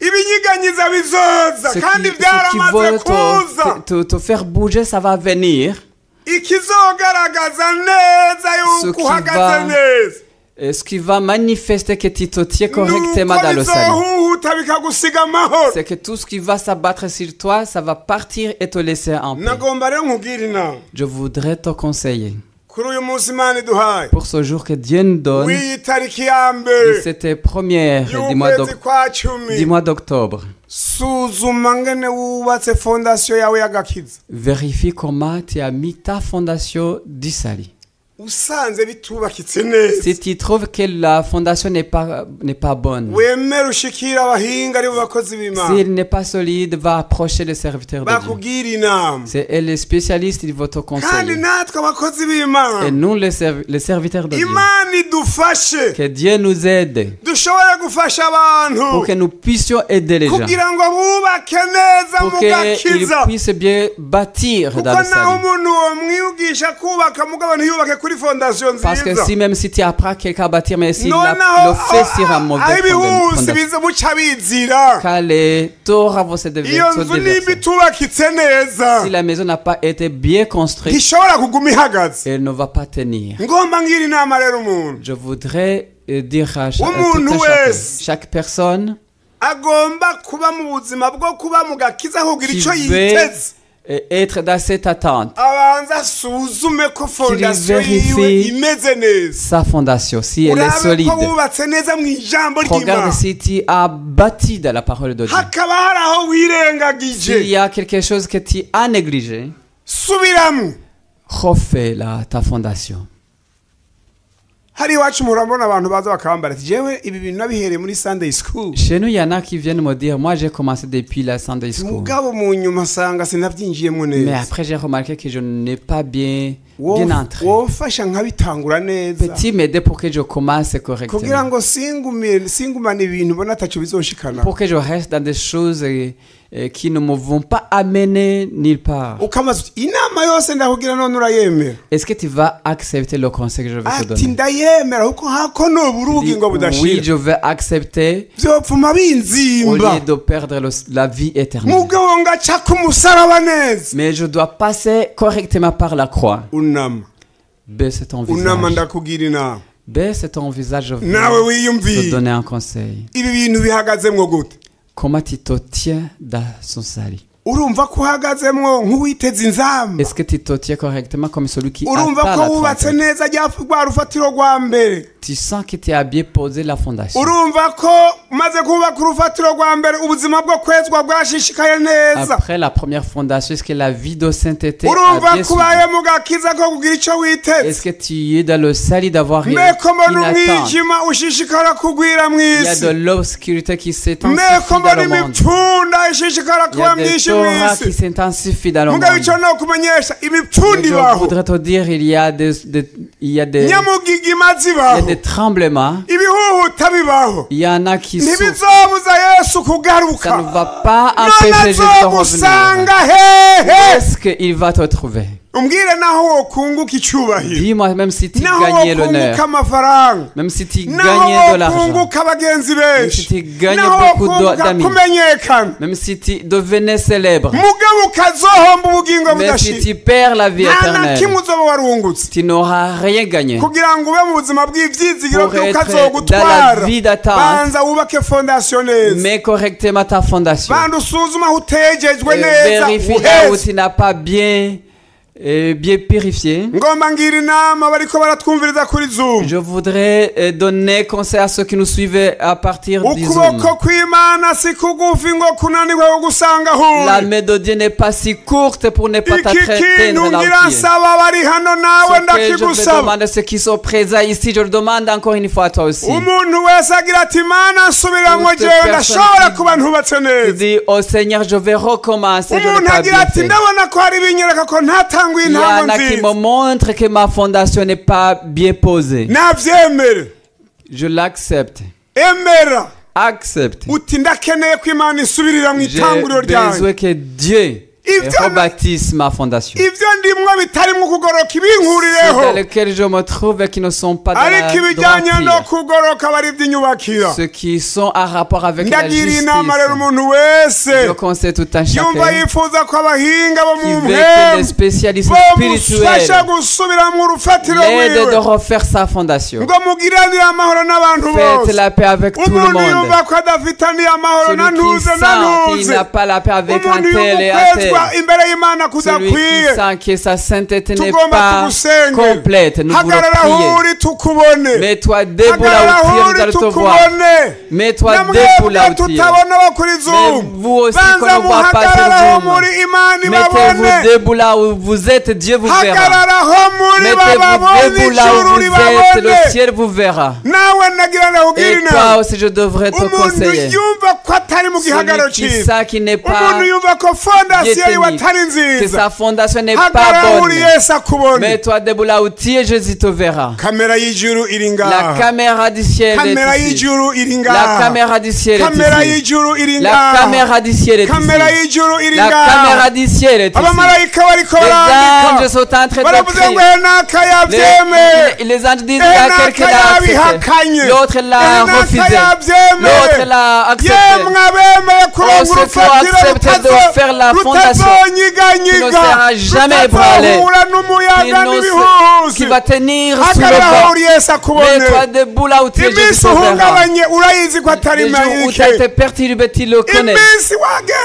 [SPEAKER 1] ibinyiganyiza bizoza
[SPEAKER 2] Ce qui,
[SPEAKER 1] kandi
[SPEAKER 2] ce qui
[SPEAKER 1] byaramaze
[SPEAKER 2] veut
[SPEAKER 1] kuza
[SPEAKER 2] te, te- te faire bouger, ça va venir.
[SPEAKER 1] ikizogaragaza neza
[SPEAKER 2] Ce
[SPEAKER 1] yuko
[SPEAKER 2] qui
[SPEAKER 1] uhagaze
[SPEAKER 2] va
[SPEAKER 1] neza
[SPEAKER 2] Et ce qui va manifester que tu te tiens correctement
[SPEAKER 1] nuko
[SPEAKER 2] dans le salut.
[SPEAKER 1] bizohuhuta bikagusiga amahoro
[SPEAKER 2] C'est que tout ce qui va s'abattre sur toi, ça va partir et te laisser en paix.
[SPEAKER 1] nagomba rero nkubwira inama
[SPEAKER 2] Je voudrais te conseiller
[SPEAKER 1] kuri uyu munsi imana iduhaye
[SPEAKER 2] pour ce jour que Dieu nous donne,
[SPEAKER 1] w'iyi tariki ya
[SPEAKER 2] de
[SPEAKER 1] mbere
[SPEAKER 2] cette première du mois
[SPEAKER 1] y'ukwezi
[SPEAKER 2] d'oc-
[SPEAKER 1] kwa
[SPEAKER 2] du
[SPEAKER 1] cumi
[SPEAKER 2] mois d'octobre.
[SPEAKER 1] suzuma ngene wubatse fondasiyo yawe y'agakiza
[SPEAKER 2] Vérifie comment tu as mis ta fondation du salut.
[SPEAKER 1] usanze bitubakitse neza
[SPEAKER 2] Si tu trouves que la fondation n'est pas, n'est pas bonne,
[SPEAKER 1] wemere ushikira abahinga aribo bakozi b'imana
[SPEAKER 2] s'il n'est pas solide, va approcher le serviteur
[SPEAKER 1] Bah,
[SPEAKER 2] de Dieu.
[SPEAKER 1] bakubwira inama
[SPEAKER 2] C'est elle, le spécialiste, il va te
[SPEAKER 1] kandi
[SPEAKER 2] conseiller.
[SPEAKER 1] natwe abakozi
[SPEAKER 2] Et
[SPEAKER 1] b'imana
[SPEAKER 2] nous, les, serv- les serviteurs de Dieu,
[SPEAKER 1] imana idufashe
[SPEAKER 2] que Dieu nous aide
[SPEAKER 1] dushobore gufasha
[SPEAKER 2] pour
[SPEAKER 1] abantu
[SPEAKER 2] que nous puissions aider les gens,
[SPEAKER 1] kugira ngo bubake neza
[SPEAKER 2] pour qu'ils
[SPEAKER 1] mugakiza
[SPEAKER 2] puissent bien bâtir
[SPEAKER 1] kuko
[SPEAKER 2] dans
[SPEAKER 1] naho
[SPEAKER 2] le salut.
[SPEAKER 1] umuntu wamwigisha kubaka mugabo ntiyubake kuri fondasiyo
[SPEAKER 2] Parce
[SPEAKER 1] nziza
[SPEAKER 2] que si même si tu apprends quelqu'un à bâtir, mais s'il l'a-
[SPEAKER 1] noneho
[SPEAKER 2] le fait sur un mauvais
[SPEAKER 1] aho
[SPEAKER 2] fondament-
[SPEAKER 1] ibihusi
[SPEAKER 2] fondation,
[SPEAKER 1] biza buca bizira
[SPEAKER 2] car les torts vont se déver-
[SPEAKER 1] iyo
[SPEAKER 2] se
[SPEAKER 1] nzu niba
[SPEAKER 2] déverser.
[SPEAKER 1] itubakitse neza
[SPEAKER 2] Si la maison n'a pas été bien construite,
[SPEAKER 1] ntishobora kuguma ihagaze
[SPEAKER 2] elle ne va pas tenir.
[SPEAKER 1] ngomba ngira inama rero umuntu
[SPEAKER 2] Je voudrais euh, dire à cha- à
[SPEAKER 1] Umuntu
[SPEAKER 2] tout un chacun,
[SPEAKER 1] wese.
[SPEAKER 2] chaque personne
[SPEAKER 1] agomba kuba mu buzima bwo kuba mu gakiza ahubwira
[SPEAKER 2] qui
[SPEAKER 1] icyo
[SPEAKER 2] veut
[SPEAKER 1] yiteze
[SPEAKER 2] euh, être dans cette attente,
[SPEAKER 1] abanza asuzume ko fondasiyo yiwe
[SPEAKER 2] vérifie.
[SPEAKER 1] imeze neza
[SPEAKER 2] sa fondation, si elle est
[SPEAKER 1] urabe
[SPEAKER 2] solide,
[SPEAKER 1] ko wubatse neza mu ijambo
[SPEAKER 2] regarde
[SPEAKER 1] ry'imana
[SPEAKER 2] si tu as bâti dans la parole de Dieu.
[SPEAKER 1] hakaba hari aho wirengagije
[SPEAKER 2] S'il y a quelque chose que tu as négligé,
[SPEAKER 1] subiramo
[SPEAKER 2] refais la, ta fondation.
[SPEAKER 1] hari iwacu murabona abantu baza bakabambara ati jewe ibi bintu nabihereye muri sunday school
[SPEAKER 2] Chez nous, il y en a qui viennent me dire, moi j'ai commencé depuis la Sunday School.
[SPEAKER 1] mugabo mu nyuma asanga sinabyinjiyemo
[SPEAKER 2] Mais
[SPEAKER 1] neza
[SPEAKER 2] après, j'ai remarqué que je n'ai pas bien,
[SPEAKER 1] Wo-
[SPEAKER 2] bien entré.
[SPEAKER 1] wofasha nkabitangura neza
[SPEAKER 2] Petit m'aider pour que je commence
[SPEAKER 1] kugira
[SPEAKER 2] correctement.
[SPEAKER 1] ngo singume- singumane ibintu ubona atacu bizonshikana
[SPEAKER 2] Pour que je reste dans des choses euh, euh, qui ne me vont pas amener nulle part.
[SPEAKER 1] ukamaza uti inama yose ndakubwira none urayemera
[SPEAKER 2] Est-ce que tu vas accepter le conseil que je vais te
[SPEAKER 1] ati
[SPEAKER 2] donner
[SPEAKER 1] ndayemera kuko hako nubura
[SPEAKER 2] Dis,
[SPEAKER 1] ubugingo
[SPEAKER 2] Oui,
[SPEAKER 1] budashira
[SPEAKER 2] je vais accepter
[SPEAKER 1] byopfuma
[SPEAKER 2] au lieu
[SPEAKER 1] binzimba
[SPEAKER 2] de perdre le- la vie éternelle.
[SPEAKER 1] mugabo ngaca ku musaraba neza
[SPEAKER 2] Mais je dois passer correctement par la croix.
[SPEAKER 1] unama
[SPEAKER 2] Baisse ton
[SPEAKER 1] unama
[SPEAKER 2] visage.
[SPEAKER 1] ndakubwira inama
[SPEAKER 2] Baisse ton visage. Je vais
[SPEAKER 1] nawe
[SPEAKER 2] te
[SPEAKER 1] wiyumviye
[SPEAKER 2] donner un conseil.
[SPEAKER 1] ibi bintu bihagazemo gute
[SPEAKER 2] Comment tu te tiens dans son salut
[SPEAKER 1] urumva ko uhagazemwo nk'uwiteze inzamba
[SPEAKER 2] Est-ce que tu te tiens correctement comme celui qui
[SPEAKER 1] urumva
[SPEAKER 2] attend
[SPEAKER 1] ko
[SPEAKER 2] la
[SPEAKER 1] wubatse
[SPEAKER 2] trentaine
[SPEAKER 1] neza rya rwa rufatiro rwa mbere
[SPEAKER 2] Tu sens que tu as bien posé la fondation.
[SPEAKER 1] urumva ko maze kubaka urufatiro rwa mbere ubuzima bwo kwezwa bwashishikaye neza
[SPEAKER 2] Après la première fondation, est-ce que la vie de sainteté a
[SPEAKER 1] urumva
[SPEAKER 2] bien
[SPEAKER 1] ko
[SPEAKER 2] suivi
[SPEAKER 1] ubaye mu gakiza ko kugira icyo
[SPEAKER 2] Est-ce
[SPEAKER 1] witeze
[SPEAKER 2] que tu es dans le salut d'avoir une
[SPEAKER 1] mbeko mbona
[SPEAKER 2] attente
[SPEAKER 1] umwijima ushishikara kugwira mu
[SPEAKER 2] Il y a de
[SPEAKER 1] isi
[SPEAKER 2] l'obscurité qui s'intensifie
[SPEAKER 1] mbeko mbona
[SPEAKER 2] dans le monde.
[SPEAKER 1] imipfunda ishishikara
[SPEAKER 2] Il y a
[SPEAKER 1] kuba
[SPEAKER 2] des
[SPEAKER 1] myinshi mu
[SPEAKER 2] torahs
[SPEAKER 1] isi
[SPEAKER 2] qui s'intensifient dans le monde.
[SPEAKER 1] mugabo icyo ni ukumenyesha
[SPEAKER 2] Mais
[SPEAKER 1] imipfunda
[SPEAKER 2] Je
[SPEAKER 1] ibaho
[SPEAKER 2] voudrais te dire, il y a des, des- il y a des, il
[SPEAKER 1] nyamugiga imaze
[SPEAKER 2] y a
[SPEAKER 1] ibaho
[SPEAKER 2] des tremblements.
[SPEAKER 1] ibihuhuta bibaho
[SPEAKER 2] Il y en a qui souffrent.
[SPEAKER 1] ntibizobuza yesu kugaruka
[SPEAKER 2] Ça ne va pas
[SPEAKER 1] none
[SPEAKER 2] empêcher Jésus de revenir.
[SPEAKER 1] azogusanga hehe
[SPEAKER 2] Est-ce qu'il va te retrouver
[SPEAKER 1] umbwire naho wokunguka icyubahiro
[SPEAKER 2] Dis-moi, même si tu
[SPEAKER 1] naho
[SPEAKER 2] gagnais
[SPEAKER 1] wokunguka
[SPEAKER 2] l'honneur,
[SPEAKER 1] amafaranga
[SPEAKER 2] même si tu
[SPEAKER 1] naho
[SPEAKER 2] gagnais de l'argent,
[SPEAKER 1] wokunguka abagenzi
[SPEAKER 2] Même si
[SPEAKER 1] benshi
[SPEAKER 2] tu gagnes
[SPEAKER 1] naho
[SPEAKER 2] beaucoup
[SPEAKER 1] wokunguka
[SPEAKER 2] d'amis.
[SPEAKER 1] kumenyekana
[SPEAKER 2] même si tu devenais célèbre,
[SPEAKER 1] mugabo ukazohomba ubugingo
[SPEAKER 2] même si
[SPEAKER 1] budashira
[SPEAKER 2] tu perds la vie
[SPEAKER 1] nta na kimwe
[SPEAKER 2] éternelle,
[SPEAKER 1] uzoba warungutse
[SPEAKER 2] tu n'auras rien gagné.
[SPEAKER 1] kugira ngo ube mu buzima bw'ibyizigiro
[SPEAKER 2] Pour être
[SPEAKER 1] by'ukazogutwara
[SPEAKER 2] dans la vie d'attente.
[SPEAKER 1] banza wubake fondasiyo neza
[SPEAKER 2] Mais correctement ta fondation.
[SPEAKER 1] banza usuzume aho utegejwe
[SPEAKER 2] Et
[SPEAKER 1] neza
[SPEAKER 2] Vérifie là où
[SPEAKER 1] uheze
[SPEAKER 2] tu n'as pas bien, euh, bien purifié.
[SPEAKER 1] ngomba ngira inama bariko baratwumviriza kuri zoom
[SPEAKER 2] Je voudrais euh, donner conseil à ceux qui nous suivent à partir du Zoom.
[SPEAKER 1] ukuboko kw'imana si kugufi ngo kunanirwe kugusanga
[SPEAKER 2] La
[SPEAKER 1] huye
[SPEAKER 2] main de Dieu n'est pas si courte pour ne pas
[SPEAKER 1] iki
[SPEAKER 2] t'atteindre
[SPEAKER 1] kintu ngira
[SPEAKER 2] là où tu es.
[SPEAKER 1] nsaba bari hano nawe
[SPEAKER 2] Ce que je me
[SPEAKER 1] ndakigusaba
[SPEAKER 2] demande à ceux qui sont présents ici, je le demande encore une fois à toi aussi.
[SPEAKER 1] umuntu wese agira ati mana nsubiramwo
[SPEAKER 2] Toute
[SPEAKER 1] jewe
[SPEAKER 2] personne
[SPEAKER 1] ndashobora
[SPEAKER 2] qui-
[SPEAKER 1] kuba ntubatse
[SPEAKER 2] Tu
[SPEAKER 1] neza
[SPEAKER 2] dis, oh Seigneur, je vais recommencer, je
[SPEAKER 1] umuntu
[SPEAKER 2] n'ai pas
[SPEAKER 1] agira
[SPEAKER 2] bien
[SPEAKER 1] ati
[SPEAKER 2] fait.
[SPEAKER 1] ndabona ko hari ibinyereka ko ntatanguye
[SPEAKER 2] Il y
[SPEAKER 1] intango
[SPEAKER 2] en a qui me
[SPEAKER 1] nziza
[SPEAKER 2] montrent que ma fondation n'est pas bien posée.
[SPEAKER 1] navyemere
[SPEAKER 2] Je l'accepte.
[SPEAKER 1] emera
[SPEAKER 2] Accepte.
[SPEAKER 1] uti ndakeneye ko imana isubirira mu
[SPEAKER 2] J'ai
[SPEAKER 1] itanguriro ryayo
[SPEAKER 2] besoin que Dieu
[SPEAKER 1] Il vient-
[SPEAKER 2] rebâtisse ma fondation.
[SPEAKER 1] ibyo ndimwo bitarimo kugoroka
[SPEAKER 2] Ceux
[SPEAKER 1] ibinkurireho
[SPEAKER 2] dans lesquels je me trouve et qui ne sont pas dans la
[SPEAKER 1] ariko ibijyanye no
[SPEAKER 2] droiture.
[SPEAKER 1] kugoroka bari iby'inyubakira
[SPEAKER 2] Ceux qui sont en rapport avec la
[SPEAKER 1] ndagira
[SPEAKER 2] justice.
[SPEAKER 1] inama rero umuntu wese
[SPEAKER 2] Je conseille tout un
[SPEAKER 1] yumva
[SPEAKER 2] chacun
[SPEAKER 1] yifuza ko abahinga bo
[SPEAKER 2] qui
[SPEAKER 1] mu
[SPEAKER 2] veut que les
[SPEAKER 1] mpemvu
[SPEAKER 2] spécialistes spirituels
[SPEAKER 1] bamufasha gusubira mu rufatiro
[SPEAKER 2] l'aident de
[SPEAKER 1] rwiwe
[SPEAKER 2] refaire sa fondation.
[SPEAKER 1] ngo mugiranire amahoro n'abantu
[SPEAKER 2] Faites
[SPEAKER 1] bose
[SPEAKER 2] la paix avec tout le
[SPEAKER 1] umuntu
[SPEAKER 2] monde.
[SPEAKER 1] yumva ko adafitaniye amahoro na
[SPEAKER 2] Celui qui
[SPEAKER 1] ntuze na
[SPEAKER 2] sent qu'il
[SPEAKER 1] ntuze
[SPEAKER 2] n'a pas la paix avec un
[SPEAKER 1] umuntu yumva
[SPEAKER 2] tel et un tel.
[SPEAKER 1] ukwezwa imbere y'imana
[SPEAKER 2] Celui
[SPEAKER 1] kudakwiye
[SPEAKER 2] qui sent que sa sainteté n'est
[SPEAKER 1] tugomba
[SPEAKER 2] pas
[SPEAKER 1] tugusenge
[SPEAKER 2] complète. Nous voulons
[SPEAKER 1] hagarara
[SPEAKER 2] prier.
[SPEAKER 1] aho uri tukubone
[SPEAKER 2] Mets-toi debout
[SPEAKER 1] hagarara
[SPEAKER 2] là où
[SPEAKER 1] aho
[SPEAKER 2] tu es, nous
[SPEAKER 1] uri
[SPEAKER 2] allons te voir.
[SPEAKER 1] tukubone
[SPEAKER 2] Mets-toi debout
[SPEAKER 1] namwebwe
[SPEAKER 2] là où tu es.
[SPEAKER 1] tutabona bo kuri zoom
[SPEAKER 2] Mais vous aussi qu'on
[SPEAKER 1] banza
[SPEAKER 2] ne voit pas sur
[SPEAKER 1] muhagararaho
[SPEAKER 2] Zoom.
[SPEAKER 1] muri imana ibabone
[SPEAKER 2] Mettez-vous debout là où vous êtes, Dieu vous verra.
[SPEAKER 1] hagararaho muri
[SPEAKER 2] Mettez-vous
[SPEAKER 1] bababone
[SPEAKER 2] debout là
[SPEAKER 1] ijuru
[SPEAKER 2] où vous êtes,
[SPEAKER 1] ribabone
[SPEAKER 2] le ciel vous verra.
[SPEAKER 1] nawe nagira ngo ugire
[SPEAKER 2] Et toi
[SPEAKER 1] inama
[SPEAKER 2] aussi, je devrais te
[SPEAKER 1] umuntu
[SPEAKER 2] conseiller.
[SPEAKER 1] yumva ko atari mu gihagararo
[SPEAKER 2] Celui qui
[SPEAKER 1] cyiza
[SPEAKER 2] sait qu'il n'est pas
[SPEAKER 1] umuntu yumva ko fondasiyo yiwe
[SPEAKER 2] détenu,
[SPEAKER 1] atari
[SPEAKER 2] que
[SPEAKER 1] nziza
[SPEAKER 2] sa fondation n'est
[SPEAKER 1] hagarara
[SPEAKER 2] pas
[SPEAKER 1] uri
[SPEAKER 2] bonne.
[SPEAKER 1] yese akubone
[SPEAKER 2] Mets-toi debout là où tu es, Jésus te verra.
[SPEAKER 1] kamera y'ijuru iri
[SPEAKER 2] La
[SPEAKER 1] ngaha
[SPEAKER 2] caméra du ciel
[SPEAKER 1] kamera
[SPEAKER 2] est ici.
[SPEAKER 1] y'ijuru iri
[SPEAKER 2] La
[SPEAKER 1] ngaha
[SPEAKER 2] caméra du ciel
[SPEAKER 1] kamera
[SPEAKER 2] est ici.
[SPEAKER 1] y'ijuru iri
[SPEAKER 2] La
[SPEAKER 1] ngaha
[SPEAKER 2] caméra du ciel est
[SPEAKER 1] kamera
[SPEAKER 2] ici.
[SPEAKER 1] y'ijuru iri
[SPEAKER 2] La caméra
[SPEAKER 1] ngaha
[SPEAKER 2] du ciel est ici.
[SPEAKER 1] abamarayika bariko
[SPEAKER 2] Les anges
[SPEAKER 1] barandika
[SPEAKER 2] sont en train de
[SPEAKER 1] baravuze ngo
[SPEAKER 2] crier.
[SPEAKER 1] henaka yabyemeye
[SPEAKER 2] Les, les anges disent
[SPEAKER 1] Henaka
[SPEAKER 2] à quelqu'un l'a
[SPEAKER 1] yabihakanye.
[SPEAKER 2] accepté. L'autre l'a refusé.
[SPEAKER 1] henaka
[SPEAKER 2] L'autre
[SPEAKER 1] yabyemeye
[SPEAKER 2] l'a accepté.
[SPEAKER 1] yemwe abemeye
[SPEAKER 2] Oh,
[SPEAKER 1] kuronga
[SPEAKER 2] ceux qui ont
[SPEAKER 1] urufatiro
[SPEAKER 2] accepté de
[SPEAKER 1] rutazo-
[SPEAKER 2] faire la fondation, qui ne
[SPEAKER 1] rutazonyiganyiga
[SPEAKER 2] sera jamais ébranlé,
[SPEAKER 1] rutazahura
[SPEAKER 2] Qui
[SPEAKER 1] n'umuyaga
[SPEAKER 2] nous-
[SPEAKER 1] n'ibihuhusi
[SPEAKER 2] qui va tenir sur
[SPEAKER 1] hagarara aho uri
[SPEAKER 2] le
[SPEAKER 1] yese
[SPEAKER 2] banc. Mets-toi
[SPEAKER 1] akubone
[SPEAKER 2] debout là où tu es, Jésus
[SPEAKER 1] iminsi
[SPEAKER 2] te verra.
[SPEAKER 1] uhungabanye urayizi ko atari
[SPEAKER 2] Les jours où tu as
[SPEAKER 1] mayike
[SPEAKER 2] été perturbé, tu le connais.
[SPEAKER 1] iminsi